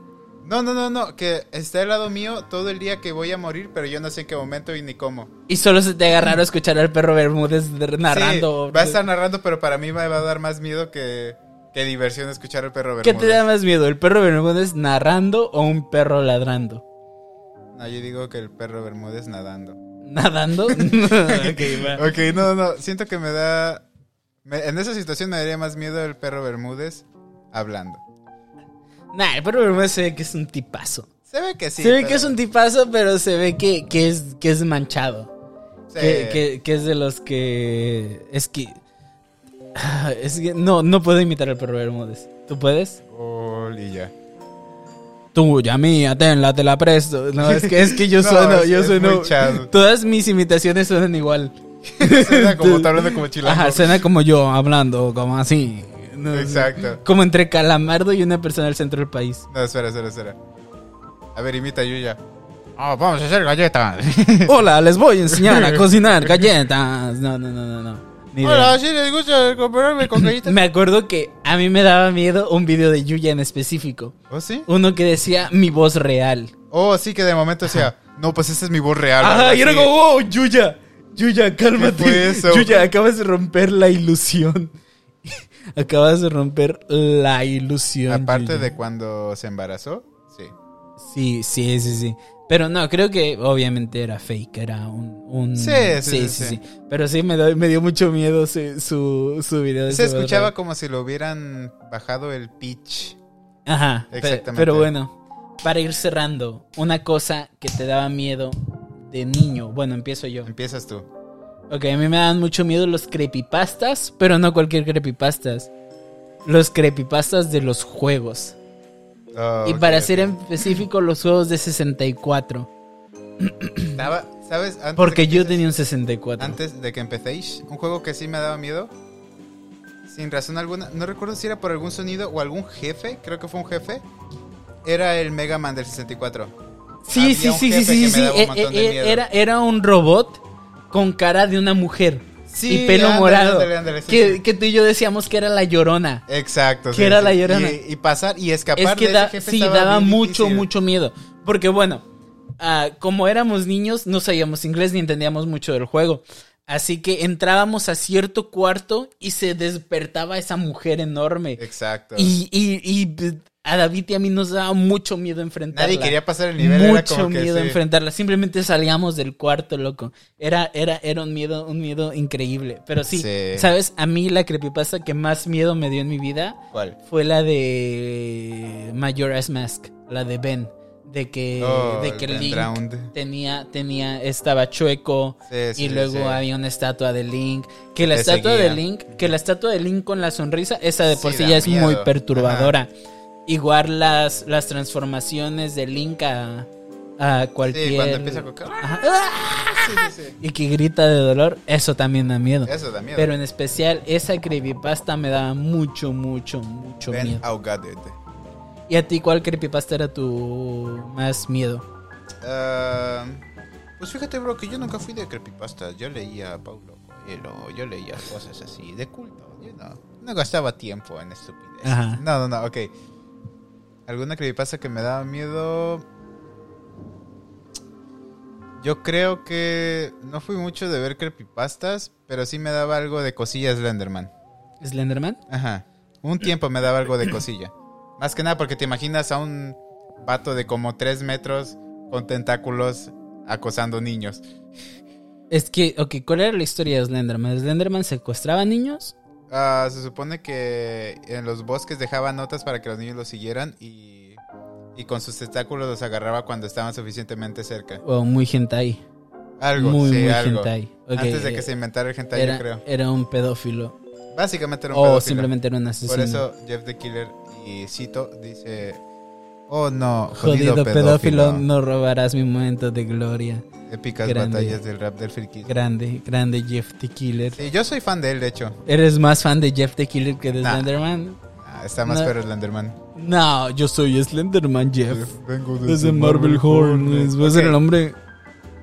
Speaker 1: No, no, no, no, que esté al lado mío todo el día que voy a morir, pero yo no sé en qué momento y ni cómo.
Speaker 2: Y solo se te haga raro escuchar al perro Bermúdez de- narrando.
Speaker 1: Sí, va a estar narrando, pero para mí me va a dar más miedo que, que diversión escuchar al perro
Speaker 2: ¿Qué
Speaker 1: Bermúdez.
Speaker 2: te da más miedo, el perro Bermúdez narrando o un perro ladrando?
Speaker 1: No, yo digo que el perro Bermúdez nadando.
Speaker 2: ¿Nadando? Ok, va.
Speaker 1: Ok, no, no, siento que me da... me- en esa situación me daría más miedo el perro Bermúdez hablando.
Speaker 2: Nah, el perro Bermúdez se ve que es un tipazo.
Speaker 1: Se ve que sí.
Speaker 2: se ve
Speaker 1: pero-
Speaker 2: que es un tipazo, pero se ve que, que es, que es manchado.
Speaker 1: sí.
Speaker 2: Que, que- que es de los que. Es que. Ah, Es que no, no puedo imitar al perro Bermúdez. ¿Tú puedes?
Speaker 1: Ol y ya.
Speaker 2: Tú, ya mía, tenla, te la presto. No, es que, es que yo
Speaker 1: No,
Speaker 2: sueno,
Speaker 1: es-
Speaker 2: yo
Speaker 1: es
Speaker 2: sueno.
Speaker 1: muy chavo.
Speaker 2: Todas mis imitaciones suenan igual.
Speaker 1: Suena como está hablando como chilango.
Speaker 2: Ajá, suena como yo hablando, como así. No,
Speaker 1: Exacto.
Speaker 2: Como entre calamardo y una persona del centro del país.
Speaker 1: No, espera, espera, espera. A ver, imita a Yuya. Ah, vamos a hacer galletas.
Speaker 2: Hola, les voy a enseñar a cocinar galletas. No, no, no, no, no. Ni idea.
Speaker 1: Hola, ¿sí les gusta comprarme con galletas?
Speaker 2: Me acuerdo que a mí me daba miedo un video de Yuya en específico.
Speaker 1: ¿Oh, sí?
Speaker 2: Uno que decía mi voz real.
Speaker 1: Oh, sí, que de momento decía... No, pues esa es mi voz real.
Speaker 2: Ajá,
Speaker 1: algo
Speaker 2: y era
Speaker 1: así.
Speaker 2: como, wow, Yuya, Yuya, cálmate.
Speaker 1: fue eso?
Speaker 2: Yuya, acabas de romper la ilusión. acabas de romper la ilusión.
Speaker 1: Aparte
Speaker 2: Yuya.
Speaker 1: de cuando se embarazó, sí.
Speaker 2: Sí, sí, sí, sí. Pero no, creo que obviamente era fake, era un... un-
Speaker 1: Sí, sí, sí, sí.
Speaker 2: Pero sí, me, doy- me dio mucho miedo su, su, su video. de
Speaker 1: Se
Speaker 2: su
Speaker 1: escuchaba como si lo hubieran bajado el pitch.
Speaker 2: Ajá, pe-
Speaker 1: Exactamente.
Speaker 2: pero bueno, para ir cerrando, una cosa que te daba miedo de niño. Bueno, empiezo yo.
Speaker 1: Empiezas tú.
Speaker 2: Ok, a mí me dan mucho miedo los creepypastas, pero no cualquier creepypastas. Los creepypastas de los juegos.
Speaker 1: Oh,
Speaker 2: y para
Speaker 1: ok,
Speaker 2: ser
Speaker 1: ok.
Speaker 2: en específico, los juegos de 64.
Speaker 1: Estaba- ¿sabes? Antes de
Speaker 2: Porque
Speaker 1: que
Speaker 2: yo
Speaker 1: empieces-
Speaker 2: tenía un 64.
Speaker 1: Antes de que empecéis, un juego que sí me daba miedo. Sin razón alguna. No recuerdo si era por algún sonido o algún jefe. Creo que fue un jefe. Era el Mega Man del 64.
Speaker 2: sí,
Speaker 1: había
Speaker 2: sí,
Speaker 1: un
Speaker 2: sí, sí,
Speaker 1: jefe
Speaker 2: sí,
Speaker 1: que
Speaker 2: sí.
Speaker 1: me daba un
Speaker 2: eh,
Speaker 1: montón
Speaker 2: eh,
Speaker 1: de
Speaker 2: eh,
Speaker 1: miedo.
Speaker 2: era, era un robot con cara de una mujer
Speaker 1: Sí,
Speaker 2: y pelo
Speaker 1: ándale,
Speaker 2: morado.
Speaker 1: ándale, ándale, sí,
Speaker 2: que,
Speaker 1: sí.
Speaker 2: que tú y yo decíamos que era la llorona.
Speaker 1: Exacto.
Speaker 2: Que era la llorona.
Speaker 1: Y, y pasar y escapar
Speaker 2: Es que
Speaker 1: de ese
Speaker 2: da-
Speaker 1: jefe
Speaker 2: sí,
Speaker 1: estaba
Speaker 2: daba
Speaker 1: bien
Speaker 2: mucho,
Speaker 1: difícil.
Speaker 2: mucho miedo. Porque bueno, ah, como éramos niños, no sabíamos inglés ni entendíamos mucho del juego. Así que entrábamos a cierto cuarto y se despertaba esa mujer enorme.
Speaker 1: Exacto.
Speaker 2: Y, y- y a David y a mí nos daba mucho miedo enfrentarla.
Speaker 1: Nadie quería pasar el nivel. era
Speaker 2: mucho
Speaker 1: como que
Speaker 2: miedo
Speaker 1: sí.
Speaker 2: enfrentarla. Simplemente salíamos del cuarto, loco. Era, era, era un miedo, un miedo increíble. Pero sí,
Speaker 1: Sí.
Speaker 2: ¿sabes? A mí la creepypasta que más miedo me dio en mi vida
Speaker 1: ¿Cuál?
Speaker 2: fue la de Majora's Mask, la de Ben, de que,
Speaker 1: Oh,
Speaker 2: Eh, de que
Speaker 1: el
Speaker 2: Link
Speaker 1: Drowned.
Speaker 2: tenía, tenía, estaba chueco
Speaker 1: Sí, sí,
Speaker 2: y luego
Speaker 1: sí.
Speaker 2: había una estatua de Link, que la
Speaker 1: Te
Speaker 2: estatua
Speaker 1: seguía.
Speaker 2: de Link, que la estatua de Link con la sonrisa, esa de
Speaker 1: Sí,
Speaker 2: por sí,
Speaker 1: da
Speaker 2: ya es
Speaker 1: miedo.
Speaker 2: muy perturbadora. Igual las, las transformaciones de Link a, a cualquier
Speaker 1: Sí, cuando empieza a
Speaker 2: Ajá. ¡Ah!
Speaker 1: sí, sí.
Speaker 2: y que grita de dolor, eso también da miedo.
Speaker 1: Eso da miedo.
Speaker 2: Pero en especial esa creepypasta me daba mucho, mucho, mucho
Speaker 1: Ben
Speaker 2: miedo.
Speaker 1: Augaded.
Speaker 2: ¿Y a ti cuál creepypasta era tu más miedo?
Speaker 1: Ah, pues fíjate, bro, que yo nunca fui de creepypastas. Yo leía a Paulo Coelho, yo leía cosas así de culto. Yo no, no gastaba tiempo en estupidez.
Speaker 2: Ajá.
Speaker 1: No, no, no, ok. ¿Alguna creepypasta que me daba miedo? Yo creo que no fui mucho de ver creepypastas, pero sí me daba algo de cosilla Slenderman.
Speaker 2: ¿Slenderman?
Speaker 1: Ajá. Un tiempo me daba algo de cosilla. Más que nada porque te imaginas a un vato de como 3 metros con tentáculos acosando niños.
Speaker 2: Es que, ok, ¿cuál era la historia de Slenderman? ¿Slenderman secuestraba niños?
Speaker 1: Ah, se supone que en los bosques dejaba notas para que los niños los siguieran y, y con sus tentáculos los agarraba cuando estaban suficientemente cerca.
Speaker 2: ¿O muy hentai?
Speaker 1: Algo,
Speaker 2: muy,
Speaker 1: sí,
Speaker 2: muy
Speaker 1: algo.
Speaker 2: hentai. Ok,
Speaker 1: Antes de
Speaker 2: eh,
Speaker 1: que se inventara el hentai,
Speaker 2: era,
Speaker 1: yo creo.
Speaker 2: era un pedófilo.
Speaker 1: Básicamente era un
Speaker 2: o
Speaker 1: pedófilo.
Speaker 2: simplemente era un asesino.
Speaker 1: Por eso Jeff the Killer y Cito dice... Oh no,
Speaker 2: Jodido,
Speaker 1: jodido,
Speaker 2: pedófilo,
Speaker 1: pedófilo.
Speaker 2: no robarás mi momento de gloria.
Speaker 1: Épicas
Speaker 2: Grande.
Speaker 1: batallas del rap del friquismo.
Speaker 2: Grande, grande Jeff the Killer.
Speaker 1: Sí, yo soy fan de él, de hecho.
Speaker 2: ¿Eres más fan de Jeff the Killer que de
Speaker 1: Nah.
Speaker 2: Slenderman?
Speaker 1: Ah, está más
Speaker 2: No.
Speaker 1: perro Slenderman.
Speaker 2: No, yo soy Slenderman Jeff.
Speaker 1: Vengo
Speaker 2: Desde Marvel Horn. Va a ser el hombre.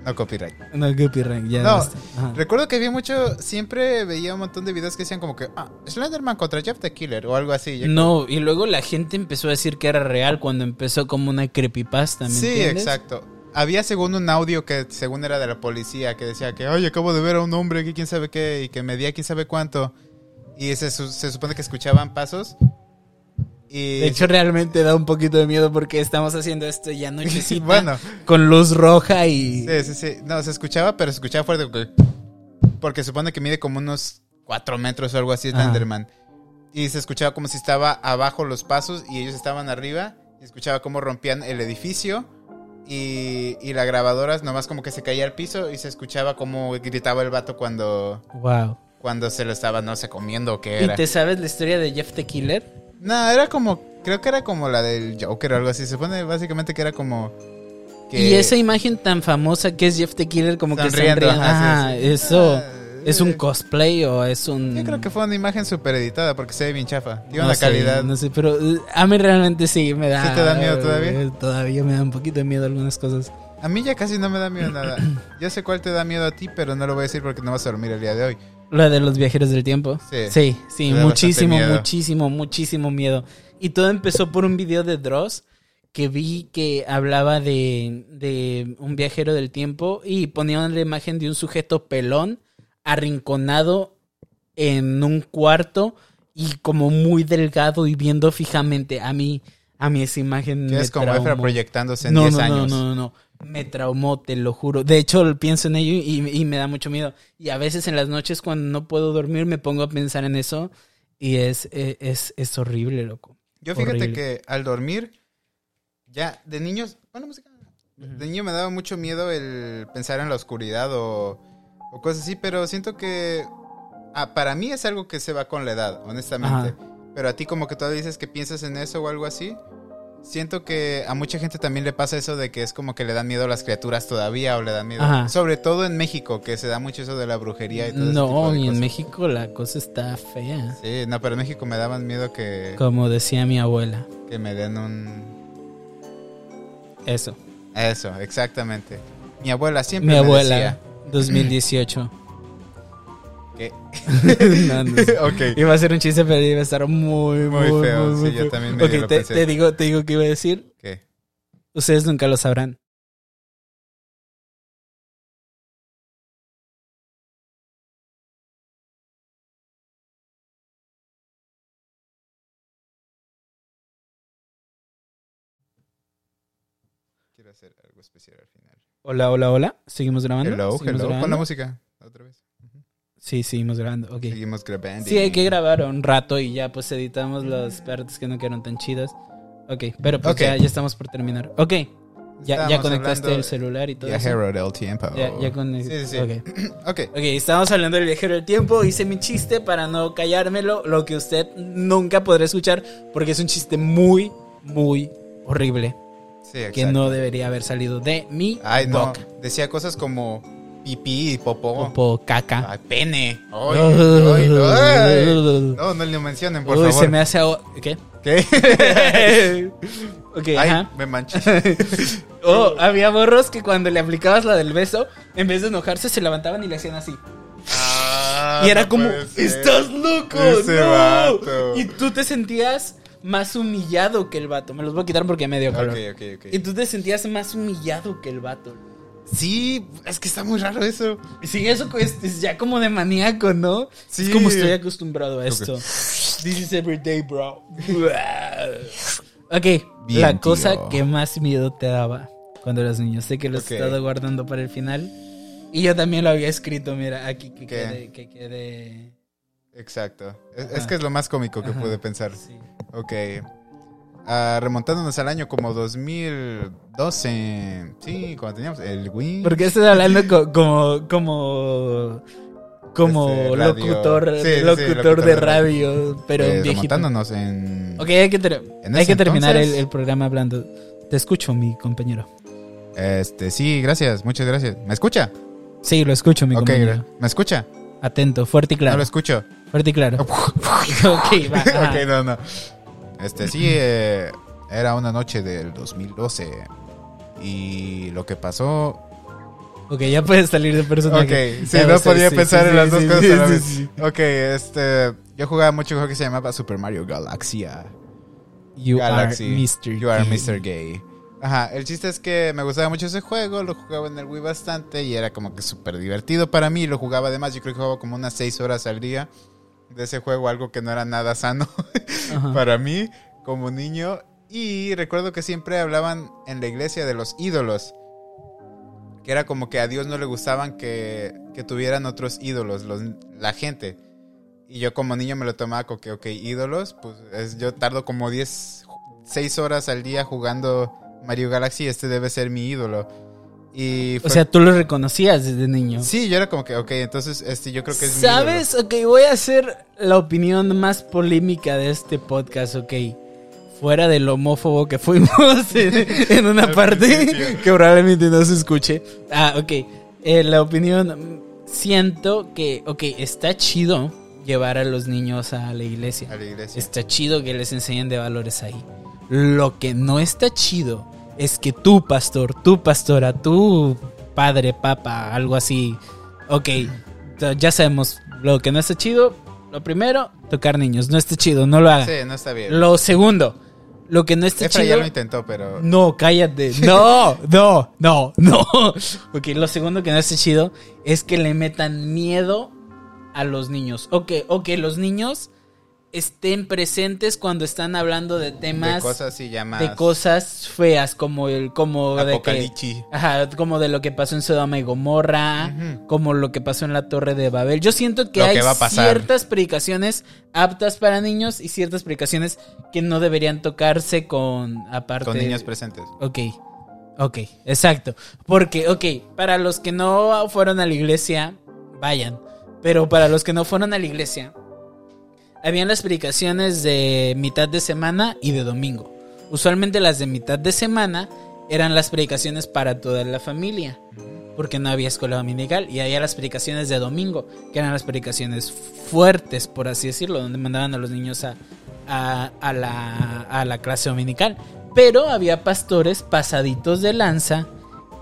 Speaker 1: No copyright.
Speaker 2: No, copyright, ya.
Speaker 1: No,
Speaker 2: basta. Ajá.
Speaker 1: Recuerdo que vi mucho, siempre veía un montón de videos que decían como que ah, Slenderman contra Jeff the Killer o algo así. Yo-
Speaker 2: No, y luego la gente empezó a decir que era real cuando empezó como una creepypasta, ¿me
Speaker 1: sí,
Speaker 2: entiendes?
Speaker 1: exacto. Había según un audio que según era de la policía que decía que, oye, acabo de ver a un hombre que quién sabe qué y que medía quién sabe cuánto. Y se, su- se supone que escuchaban pasos. Y
Speaker 2: De hecho, realmente da un poquito de miedo porque estamos haciendo esto ya nochecita.
Speaker 1: bueno,
Speaker 2: Con luz roja y...
Speaker 1: Sí, sí, sí. No, se escuchaba, pero se escuchaba fuerte. Porque, porque supone que mide como unos 4 metros o algo así,
Speaker 2: Ajá.
Speaker 1: Slenderman. Y se escuchaba como si estaba abajo los pasos y ellos estaban arriba. Y escuchaba cómo rompían el edificio. Y, y la grabadora nomás como que se caía al piso y se escuchaba como gritaba el vato cuando,
Speaker 2: Wow.
Speaker 1: cuando se lo estaba, no sé, comiendo o qué
Speaker 2: ¿Y
Speaker 1: era.
Speaker 2: te sabes la historia de Jeff the Killer?
Speaker 1: No, era como, creo que era como la del Joker o algo así. Se supone básicamente que era como... que-
Speaker 2: Y esa imagen tan famosa que es Jeff the Killer como que
Speaker 1: Sonriendo,
Speaker 2: sonriendo.
Speaker 1: ajá,
Speaker 2: Ajá,
Speaker 1: sí, sí.
Speaker 2: eso...
Speaker 1: Ah,
Speaker 2: ¿Es un
Speaker 1: eh.
Speaker 2: cosplay o es un...?
Speaker 1: Yo creo que fue una imagen super editada porque se ve bien chafa. Tiene
Speaker 2: No
Speaker 1: una
Speaker 2: sé,
Speaker 1: calidad.
Speaker 2: no sé, pero eh, a mí realmente sí me da...
Speaker 1: ¿Sí te da miedo todavía?
Speaker 2: Todavía me da un poquito de miedo algunas cosas.
Speaker 1: A mí ya casi no me da miedo nada. Yo sé cuál te da miedo a ti, pero no lo voy a decir porque no vas a dormir el día de hoy.
Speaker 2: La de los viajeros del tiempo.
Speaker 1: Sí.
Speaker 2: Sí, sí,
Speaker 1: Me da bastante
Speaker 2: muchísimo,
Speaker 1: miedo.
Speaker 2: muchísimo, muchísimo miedo. Y todo empezó por un video de Dross que vi que hablaba de, de un viajero del tiempo y ponían la imagen de un sujeto pelón, arrinconado en un cuarto y como muy delgado y viendo fijamente a mí. A mí esa imagen me
Speaker 1: Tienes como
Speaker 2: traumó.
Speaker 1: Efra proyectándose en
Speaker 2: no,
Speaker 1: 10
Speaker 2: no,
Speaker 1: años.
Speaker 2: No, no, no, no. Me traumó, te lo juro. De hecho, pienso en ello y, y me da mucho miedo. Y a veces en las noches cuando no puedo dormir me pongo a pensar en eso y es, eh, es, es horrible, loco.
Speaker 1: Yo fíjate
Speaker 2: Horrible.
Speaker 1: que al dormir, ya de niños, bueno, música. De niño me daba mucho miedo el pensar en la oscuridad o, o cosas así, pero siento que ah, para mí es algo que se va con la edad, honestamente. Pero a ti como que todavía dices que piensas en eso o algo así. Siento que a mucha gente también le pasa eso de que es como que le dan miedo a las criaturas todavía o le dan miedo.
Speaker 2: Ajá.
Speaker 1: Sobre todo en México, que se da mucho eso de la brujería y todo ese tipo
Speaker 2: No,
Speaker 1: de
Speaker 2: y en
Speaker 1: cosas.
Speaker 2: México la cosa está fea.
Speaker 1: Sí, no, pero en México me daban miedo que,
Speaker 2: Como decía mi abuela.
Speaker 1: que me den un,
Speaker 2: Eso.
Speaker 1: Eso, exactamente. Mi abuela siempre
Speaker 2: Mi
Speaker 1: me
Speaker 2: abuela,
Speaker 1: decía
Speaker 2: 2018.
Speaker 1: que...
Speaker 2: No, no sé.
Speaker 1: ok.
Speaker 2: Iba a ser un chiste, pero iba a estar muy, muy,
Speaker 1: Muy feo,
Speaker 2: muy, muy
Speaker 1: sí, yo
Speaker 2: feo.
Speaker 1: también medio
Speaker 2: Ok,
Speaker 1: lo
Speaker 2: te,
Speaker 1: pensé.
Speaker 2: te digo, te digo que iba a decir.
Speaker 1: ¿Qué?
Speaker 2: Ustedes nunca lo sabrán.
Speaker 1: Quiero hacer algo especial al final.
Speaker 2: Hola, hola, hola. ¿Seguimos grabando?
Speaker 1: Hello,
Speaker 2: ¿Seguimos
Speaker 1: hello. Pon la
Speaker 2: grabando?
Speaker 1: música. Otra vez.
Speaker 2: Sí, seguimos grabando. Ok.
Speaker 1: Seguimos grabando.
Speaker 2: Sí, hay que grabar un rato y ya pues editamos las partes que no quedaron tan chidas. Ok, pero pues
Speaker 1: Ok.
Speaker 2: ya, ya estamos por terminar. Ok, ya, ya
Speaker 1: Estábamos
Speaker 2: conectaste
Speaker 1: hablando
Speaker 2: el celular y todo eso.
Speaker 1: Viajero del tiempo.
Speaker 2: Ya, ya
Speaker 1: Sí,
Speaker 2: conectaste.
Speaker 1: sí, sí.
Speaker 2: Ok.
Speaker 1: Ok.
Speaker 2: ok, estábamos hablando del viajero del tiempo. Hice mi chiste para no callármelo, lo que usted nunca podrá escuchar porque es un chiste muy, muy horrible
Speaker 1: Sí,
Speaker 2: que
Speaker 1: exacto.
Speaker 2: no debería haber salido de mi
Speaker 1: Ay, no.
Speaker 2: boca.
Speaker 1: Decía cosas como pipí y popó.
Speaker 2: Popo, caca.
Speaker 1: Ay, pene. Ay, ay, ay. No, no lo mencionen, por
Speaker 2: Uy,
Speaker 1: favor.
Speaker 2: se me hace agua. ¿Qué?
Speaker 1: ¿Qué?
Speaker 2: ok,
Speaker 1: Ay,
Speaker 2: ajá.
Speaker 1: me manché.
Speaker 2: Oh, había borros que cuando le aplicabas la del beso, en vez de enojarse, se levantaban y le hacían así.
Speaker 1: Ah,
Speaker 2: y era
Speaker 1: no
Speaker 2: como,
Speaker 1: puede ser.
Speaker 2: ¡estás loco!
Speaker 1: Ese
Speaker 2: ¡No!
Speaker 1: vato.
Speaker 2: Y tú te sentías más humillado que el vato. Me los voy a quitar porque me dio calor.
Speaker 1: Ok, ok, ok.
Speaker 2: Y tú te sentías más humillado que el vato.
Speaker 1: Sí, es que está muy raro eso.
Speaker 2: Sí, eso es, es ya como de maníaco, ¿no?
Speaker 1: Sí.
Speaker 2: Es como estoy acostumbrado a esto. This is everyday, bro. ok,
Speaker 1: Bien,
Speaker 2: la
Speaker 1: tío.
Speaker 2: cosa que más miedo te daba cuando eras niño. Sé que lo
Speaker 1: Ok.
Speaker 2: has estado guardando para el final. Y yo también lo había escrito, mira, aquí
Speaker 1: ¿Qué?
Speaker 2: que quede. Que quede...
Speaker 1: Exacto. Es,
Speaker 2: Ajá.
Speaker 1: es que es lo más cómico que
Speaker 2: Ajá.
Speaker 1: pude pensar.
Speaker 2: Sí.
Speaker 1: Ok. Ah, remontándonos al año como 2012. Sí, cuando teníamos el Wii.
Speaker 2: Porque estás hablando co- como. como. como
Speaker 1: Este, radio.
Speaker 2: locutor,
Speaker 1: Sí, sí,
Speaker 2: locutor,
Speaker 1: locutor
Speaker 2: de
Speaker 1: de
Speaker 2: radio, pero
Speaker 1: eh,
Speaker 2: viejito.
Speaker 1: remontándonos en.
Speaker 2: Ok, hay que, ter-
Speaker 1: En
Speaker 2: hay
Speaker 1: ese
Speaker 2: que terminar el,
Speaker 1: entonces-
Speaker 2: el programa hablando. Te escucho, mi compañero.
Speaker 1: Este, sí, gracias, muchas gracias. ¿Me escucha?
Speaker 2: Sí, lo escucho, mi
Speaker 1: ok,
Speaker 2: compañero.
Speaker 1: gra- ¿me escucha?
Speaker 2: Atento, fuerte y
Speaker 1: No lo
Speaker 2: claro.
Speaker 1: escucho.
Speaker 2: Fuerte y claro. ok, va. ajá.
Speaker 1: ok, no, no. Este, sí, eh, era una noche del 2012. Y lo que pasó
Speaker 2: Ok, ya puedes salir de personaje.
Speaker 1: Ok, sí,
Speaker 2: Ya,
Speaker 1: no
Speaker 2: o sea,
Speaker 1: podía
Speaker 2: sí,
Speaker 1: pensar
Speaker 2: sí,
Speaker 1: en las
Speaker 2: sí,
Speaker 1: dos
Speaker 2: sí,
Speaker 1: cosas
Speaker 2: sí,
Speaker 1: a la
Speaker 2: sí,
Speaker 1: vez.
Speaker 2: sí.
Speaker 1: Ok, este. Yo jugaba mucho un juego que se llamaba Super Mario Galaxia.
Speaker 2: You
Speaker 1: Galaxy.
Speaker 2: are Mr.
Speaker 1: You are
Speaker 2: Gay.
Speaker 1: Mr. Gay. Ajá, el chiste es que me gustaba mucho ese juego, lo jugaba en el Wii bastante y era como que súper divertido para mí. Lo jugaba además, yo creo que jugaba como unas 6 horas al día de ese juego, algo que no era nada sano
Speaker 2: Ajá.
Speaker 1: para mí como niño. Y recuerdo que siempre hablaban en la iglesia de los ídolos. Que era como que a Dios no le gustaban que, que tuvieran otros ídolos, los- la gente. Y yo como niño me lo tomaba como que, ok, ídolos, pues es- yo tardo como 10, 6 horas al día jugando Mario Galaxy, este debe ser mi ídolo. Y
Speaker 2: O
Speaker 1: fue-
Speaker 2: sea, tú lo reconocías desde niño.
Speaker 1: sí, yo era como que, ok, entonces este, yo creo que es mi ídolo.
Speaker 2: ¿Sabes? Ok, voy a hacer la opinión más polémica de este podcast, ok. Fuera del homófobo que fuimos en, en una
Speaker 1: Al
Speaker 2: parte
Speaker 1: principio.
Speaker 2: que probablemente no se escuche. Ah, ok. Eh, la opinión, mm, siento que, ok, está chido llevar a los niños a la iglesia.
Speaker 1: A la iglesia.
Speaker 2: Está chido que les enseñen de valores ahí. Lo que no está chido es que tú, pastor, tú, pastora, tú, padre, papa, algo así. Ok, t- ya sabemos lo que no está chido. Lo primero, tocar niños. No está chido, no lo hagan.
Speaker 1: Sí, no está bien.
Speaker 2: Lo segundo, Lo que no está
Speaker 1: Efra
Speaker 2: chido.
Speaker 1: ya lo intentó, pero.
Speaker 2: No, cállate. No, no, no, no. Ok, lo segundo que no está chido es que le metan miedo a los niños. Ok, ok, los niños estén presentes cuando están hablando de temas
Speaker 1: de cosas así ya más.
Speaker 2: de cosas feas como el como de que
Speaker 1: Apocalipsis.
Speaker 2: ajá, como de lo que pasó en Sodoma y Gomorra,
Speaker 1: Ujú.
Speaker 2: como lo que pasó en la Torre de Babel. Yo siento que
Speaker 1: Lo
Speaker 2: hay
Speaker 1: que va a pasar.
Speaker 2: ciertas predicaciones aptas para niños y ciertas predicaciones que no deberían tocarse con aparte
Speaker 1: Con niños presentes.
Speaker 2: Ok, ok, exacto. Porque, ok, para los que no fueron a la iglesia, vayan. Pero para los que no fueron a la iglesia, habían las predicaciones de mitad de semana y de domingo. Usualmente las de mitad de semana eran las predicaciones para toda la familia, porque no había escuela dominical. Y había las predicaciones de domingo, que eran las predicaciones fuertes, por así decirlo, donde mandaban a los niños a, a- a la, a la clase dominical. Pero había pastores pasaditos de lanza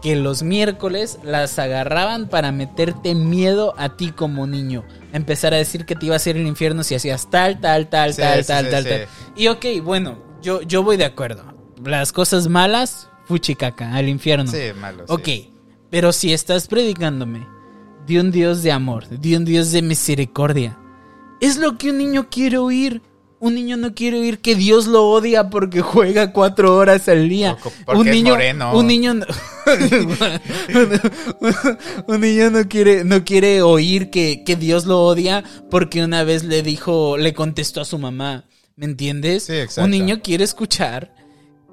Speaker 2: que los miércoles las agarraban para meterte miedo a ti como niño. Empezar a decir que te iba a hacer el infierno si hacías tal, tal, tal,
Speaker 1: Sí,
Speaker 2: tal,
Speaker 1: sí,
Speaker 2: tal,
Speaker 1: sí,
Speaker 2: tal,
Speaker 1: sí.
Speaker 2: tal. Y ok, bueno, yo, yo voy de acuerdo. Las cosas malas, fuchicaca, al infierno.
Speaker 1: Sí, malo. sí.
Speaker 2: Ok, pero si estás predicándome de un Dios de amor, de un Dios de misericordia, es lo que un niño quiere oír. Un niño no quiere oír que Dios lo odia porque juega cuatro horas al día.
Speaker 1: O co- porque
Speaker 2: un
Speaker 1: es
Speaker 2: niño,
Speaker 1: moreno.
Speaker 2: un niño, no- un, un niño no quiere, no quiere oír que, que Dios lo odia porque una vez le dijo, le contestó a su mamá. ¿Me entiendes?
Speaker 1: Sí, exacto.
Speaker 2: Un niño quiere escuchar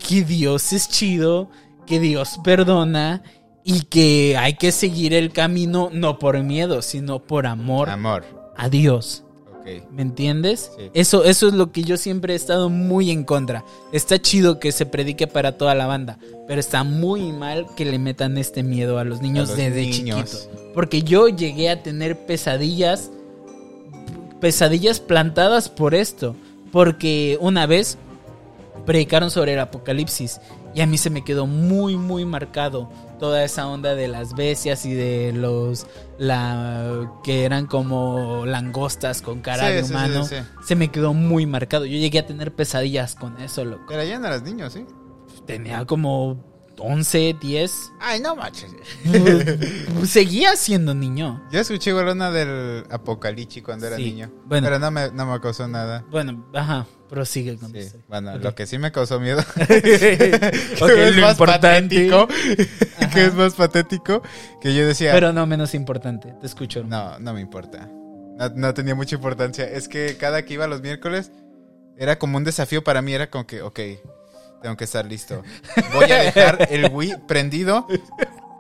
Speaker 2: que Dios es chido, que Dios perdona y que hay que seguir el camino no por miedo, sino por amor
Speaker 1: Amor.
Speaker 2: a Dios.
Speaker 1: Ok.
Speaker 2: ¿Me entiendes?
Speaker 1: Sí.
Speaker 2: Eso, eso es lo que yo siempre he estado muy en contra. Está chido que se predique para toda la banda, pero está muy mal que le metan este miedo a los niños
Speaker 1: los
Speaker 2: desde
Speaker 1: niños.
Speaker 2: chiquito. Porque yo llegué a tener pesadillas, pesadillas plantadas por esto. Porque una vez predicaron sobre el apocalipsis y a mí se me quedó muy muy marcado toda esa onda de las bestias y de los la que eran como langostas con cara
Speaker 1: Sí,
Speaker 2: de
Speaker 1: sí, sí,
Speaker 2: humano
Speaker 1: sí, sí.
Speaker 2: se me quedó muy marcado yo llegué a tener pesadillas con eso loco
Speaker 1: Pero ya no eras niño, ¿sí?
Speaker 2: tenía como 11 10
Speaker 1: Ay, no manches.
Speaker 2: seguía siendo niño
Speaker 1: Yo escuché igual una del Apocalipsis cuando era
Speaker 2: Sí,
Speaker 1: niño.
Speaker 2: bueno.
Speaker 1: Pero no me, no me causó nada.
Speaker 2: bueno ajá prosigue con
Speaker 1: Sí.
Speaker 2: eso.
Speaker 1: Bueno,
Speaker 2: Ok.
Speaker 1: lo que sí me causó miedo.
Speaker 2: Ok,
Speaker 1: que es
Speaker 2: lo
Speaker 1: más
Speaker 2: importante.
Speaker 1: patético.
Speaker 2: Ajá.
Speaker 1: que es más patético. Que yo decía.
Speaker 2: pero no menos importante te escucho hermano.
Speaker 1: No, no me importa. No, no tenía mucha importancia. Es que cada que iba los miércoles era como un desafío para mí. Era como que, ok, tengo que estar listo. Voy a dejar el Wii prendido.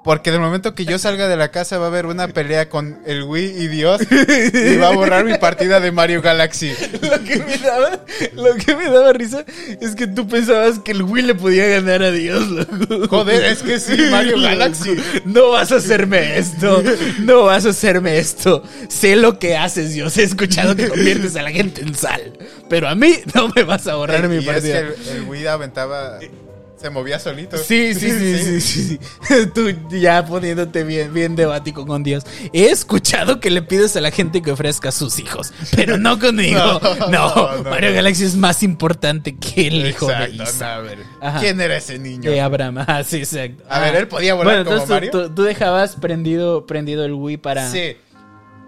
Speaker 1: Porque del momento que yo salga de la casa va a haber una pelea con el Wii y Dios. Y va a borrar mi partida de Mario Galaxy.
Speaker 2: Lo que me daba, lo que me daba risa es que tú pensabas que el Wii le podía ganar a Dios, loco.
Speaker 1: Joder, es que sí, Mario Galaxy.
Speaker 2: No vas a hacerme esto. No vas a hacerme esto. Sé lo que haces, Dios. He escuchado que conviertes a la gente en sal. Pero a mí no me vas a borrar
Speaker 1: Eh,
Speaker 2: mi
Speaker 1: Y es que
Speaker 2: partida.
Speaker 1: el, el Wii aventaba... Se movía solito.
Speaker 2: Sí, sí, sí, sí, sí, sí. Tú ya poniéndote bien, bien debático con Dios. He escuchado que le pides a la gente que ofrezca a sus hijos, pero no conmigo.
Speaker 1: No,
Speaker 2: No,
Speaker 1: no, no.
Speaker 2: Mario Galaxy es más importante que el hijo de
Speaker 1: Exacto, no,
Speaker 2: Isa.
Speaker 1: a ver.
Speaker 2: Ajá.
Speaker 1: ¿Quién era ese niño?
Speaker 2: De Abraham, ah, sí, exacto.
Speaker 1: A ver,
Speaker 2: Ah.
Speaker 1: él podía volar como
Speaker 2: entonces tú-
Speaker 1: Mario.
Speaker 2: Tú, tú dejabas prendido, prendido el Wii para.
Speaker 1: Sí.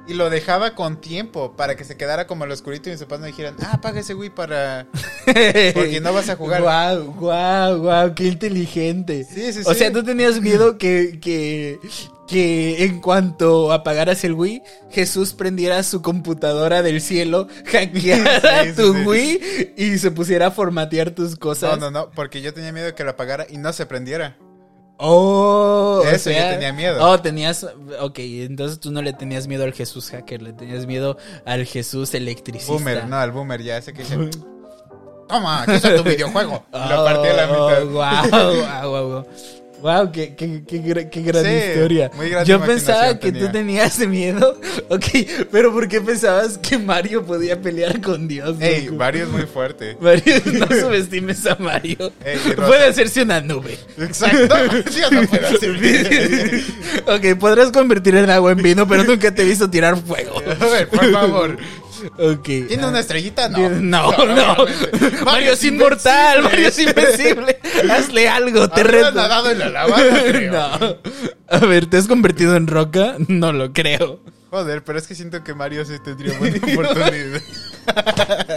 Speaker 1: Y lo dejaba con tiempo para que se quedara como el oscurito y mis papás no dijeran, ah, apaga ese Wii para. Porque no vas a jugar.
Speaker 2: Guau, guau, guau, qué inteligente.
Speaker 1: Sí, sí,
Speaker 2: O
Speaker 1: sí.
Speaker 2: sea, tú tenías miedo que, que, que en cuanto apagaras el Wii, Jesús prendiera su computadora del cielo, hackeara
Speaker 1: Sí, sí,
Speaker 2: tu
Speaker 1: sí.
Speaker 2: Wii y se pusiera a formatear tus
Speaker 1: No,
Speaker 2: cosas.
Speaker 1: no, no, porque yo tenía miedo que lo apagara y no se prendiera.
Speaker 2: Oh, o
Speaker 1: Eso, yo
Speaker 2: sea-
Speaker 1: tenía miedo.
Speaker 2: Oh, tenías. Ok, entonces tú no le tenías miedo al Jesús hacker, le tenías miedo al Jesús electricista.
Speaker 1: Boomer, no, al boomer ya sé que dice, Toma, aquí está tu videojuego. Y lo
Speaker 2: Ah,
Speaker 1: partí a la mitad.
Speaker 2: Oh, Wow, wow, wow, wow. Wow, qué, qué- qué gra- qué gran
Speaker 1: Sí,
Speaker 2: historia.
Speaker 1: muy gran
Speaker 2: Yo
Speaker 1: imaginación
Speaker 2: pensaba que tú
Speaker 1: tenía.
Speaker 2: tenías miedo. Ok, pero ¿por qué pensabas que Mario podía pelear con Dios?
Speaker 1: Ey,
Speaker 2: loco?
Speaker 1: Mario es muy fuerte.
Speaker 2: Mario, no subestimes a Mario.
Speaker 1: Ey, y Rosa.
Speaker 2: Puede hacerse una nube.
Speaker 1: Exacto. Sí, o no puedo decir.
Speaker 2: ok, podrás convertir el agua en vino, pero nunca te he visto tirar fuego.
Speaker 1: A ver, por favor.
Speaker 2: Ok.
Speaker 1: ¿Tiene una estrellita? No.
Speaker 2: Ah. No, no. Mario es inmortal, Mario es invencible. Hazle algo, te
Speaker 1: Habrá
Speaker 2: reto.
Speaker 1: nadado en la lava? No creo.
Speaker 2: No. A ver, ¿te has convertido en roca? No lo creo.
Speaker 1: Joder, pero es que siento que Mario sí tendría buena oportunidad.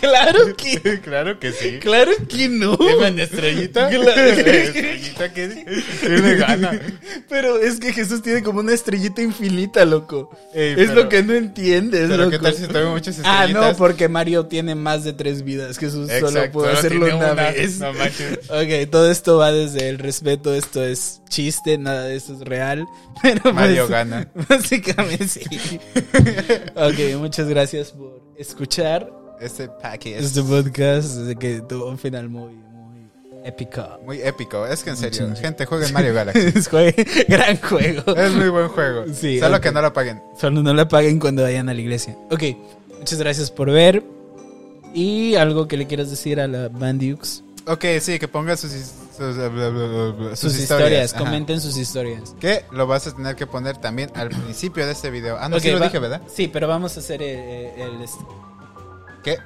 Speaker 2: Claro que.
Speaker 1: claro que sí.
Speaker 2: Claro que no.
Speaker 1: ¿Tiene una estrellita?
Speaker 2: Claro.
Speaker 1: ¿Una estrellita que tiene gana?
Speaker 2: Pero es que Jesús tiene como una estrellita infinita, loco.
Speaker 1: Ey,
Speaker 2: es
Speaker 1: pero-
Speaker 2: lo que no entiendes,
Speaker 1: Pero
Speaker 2: loco.
Speaker 1: qué tal si tengo muchas
Speaker 2: Ah,
Speaker 1: estrellitas.
Speaker 2: no, porque Mario tiene más de tres vidas. Jesús solo
Speaker 1: Exacto,
Speaker 2: puede
Speaker 1: solo
Speaker 2: hacerlo
Speaker 1: tiene
Speaker 2: una,
Speaker 1: una,
Speaker 2: vez.
Speaker 1: no manches.
Speaker 2: ok, todo esto va desde el respeto. Esto es chiste, nada de esto es real. Pero
Speaker 1: Mario
Speaker 2: pues,
Speaker 1: gana.
Speaker 2: Básicamente sí. ok, muchas gracias por escuchar
Speaker 1: Este package
Speaker 2: este podcast desde que tuvo un final muy, muy épico.
Speaker 1: muy épico. Es que en serio,
Speaker 2: Chingue.
Speaker 1: gente, jueguen Mario Galaxy.
Speaker 2: Es jue- Gran juego.
Speaker 1: es muy buen juego.
Speaker 2: Sí,
Speaker 1: Solo
Speaker 2: ok.
Speaker 1: que no lo paguen.
Speaker 2: Solo no la paguen cuando vayan a la iglesia. Ok, muchas gracias por ver. Y algo que le quieras decir a la Bandiux.
Speaker 1: Ok, sí, que pongan sus, his- sus, bla, bla, bla, bla,
Speaker 2: Sus, historias,
Speaker 1: ajá.
Speaker 2: comenten sus historias.
Speaker 1: Que lo vas a tener que poner también al principio de este video. Ah, no,
Speaker 2: Ok,
Speaker 1: sí lo
Speaker 2: va-
Speaker 1: dije, ¿verdad?
Speaker 2: Sí, pero vamos a hacer el, el- este-
Speaker 1: ¿Qué?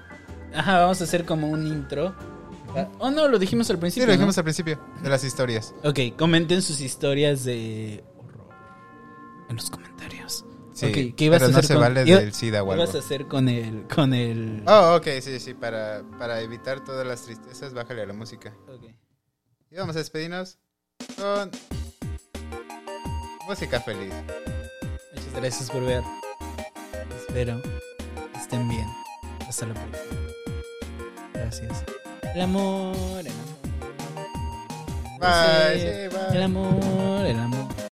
Speaker 2: Ajá, vamos a hacer como un intro. Oh, no, lo dijimos al
Speaker 1: Sí,
Speaker 2: principio.
Speaker 1: lo
Speaker 2: ¿no?
Speaker 1: dijimos al principio de las historias.
Speaker 2: Ok, comenten sus historias de horror en los comentarios.
Speaker 1: Sí,
Speaker 2: Ok, ¿qué ibas
Speaker 1: pero
Speaker 2: a
Speaker 1: no
Speaker 2: hacer
Speaker 1: se
Speaker 2: con-
Speaker 1: vale
Speaker 2: iba-
Speaker 1: del SIDA o
Speaker 2: ¿Qué
Speaker 1: algo.
Speaker 2: vas a hacer con el... Con el...
Speaker 1: Oh, ok, sí, sí, para, para evitar todas las tristezas, bájale a la música.
Speaker 2: Ok.
Speaker 1: Y vamos a despedirnos con música feliz.
Speaker 2: Muchas gracias por ver. Espero estén bien. Hasta la próxima. Gracias. El amor, el amor.
Speaker 1: Bye, sí, bye.
Speaker 2: El amor, el amor.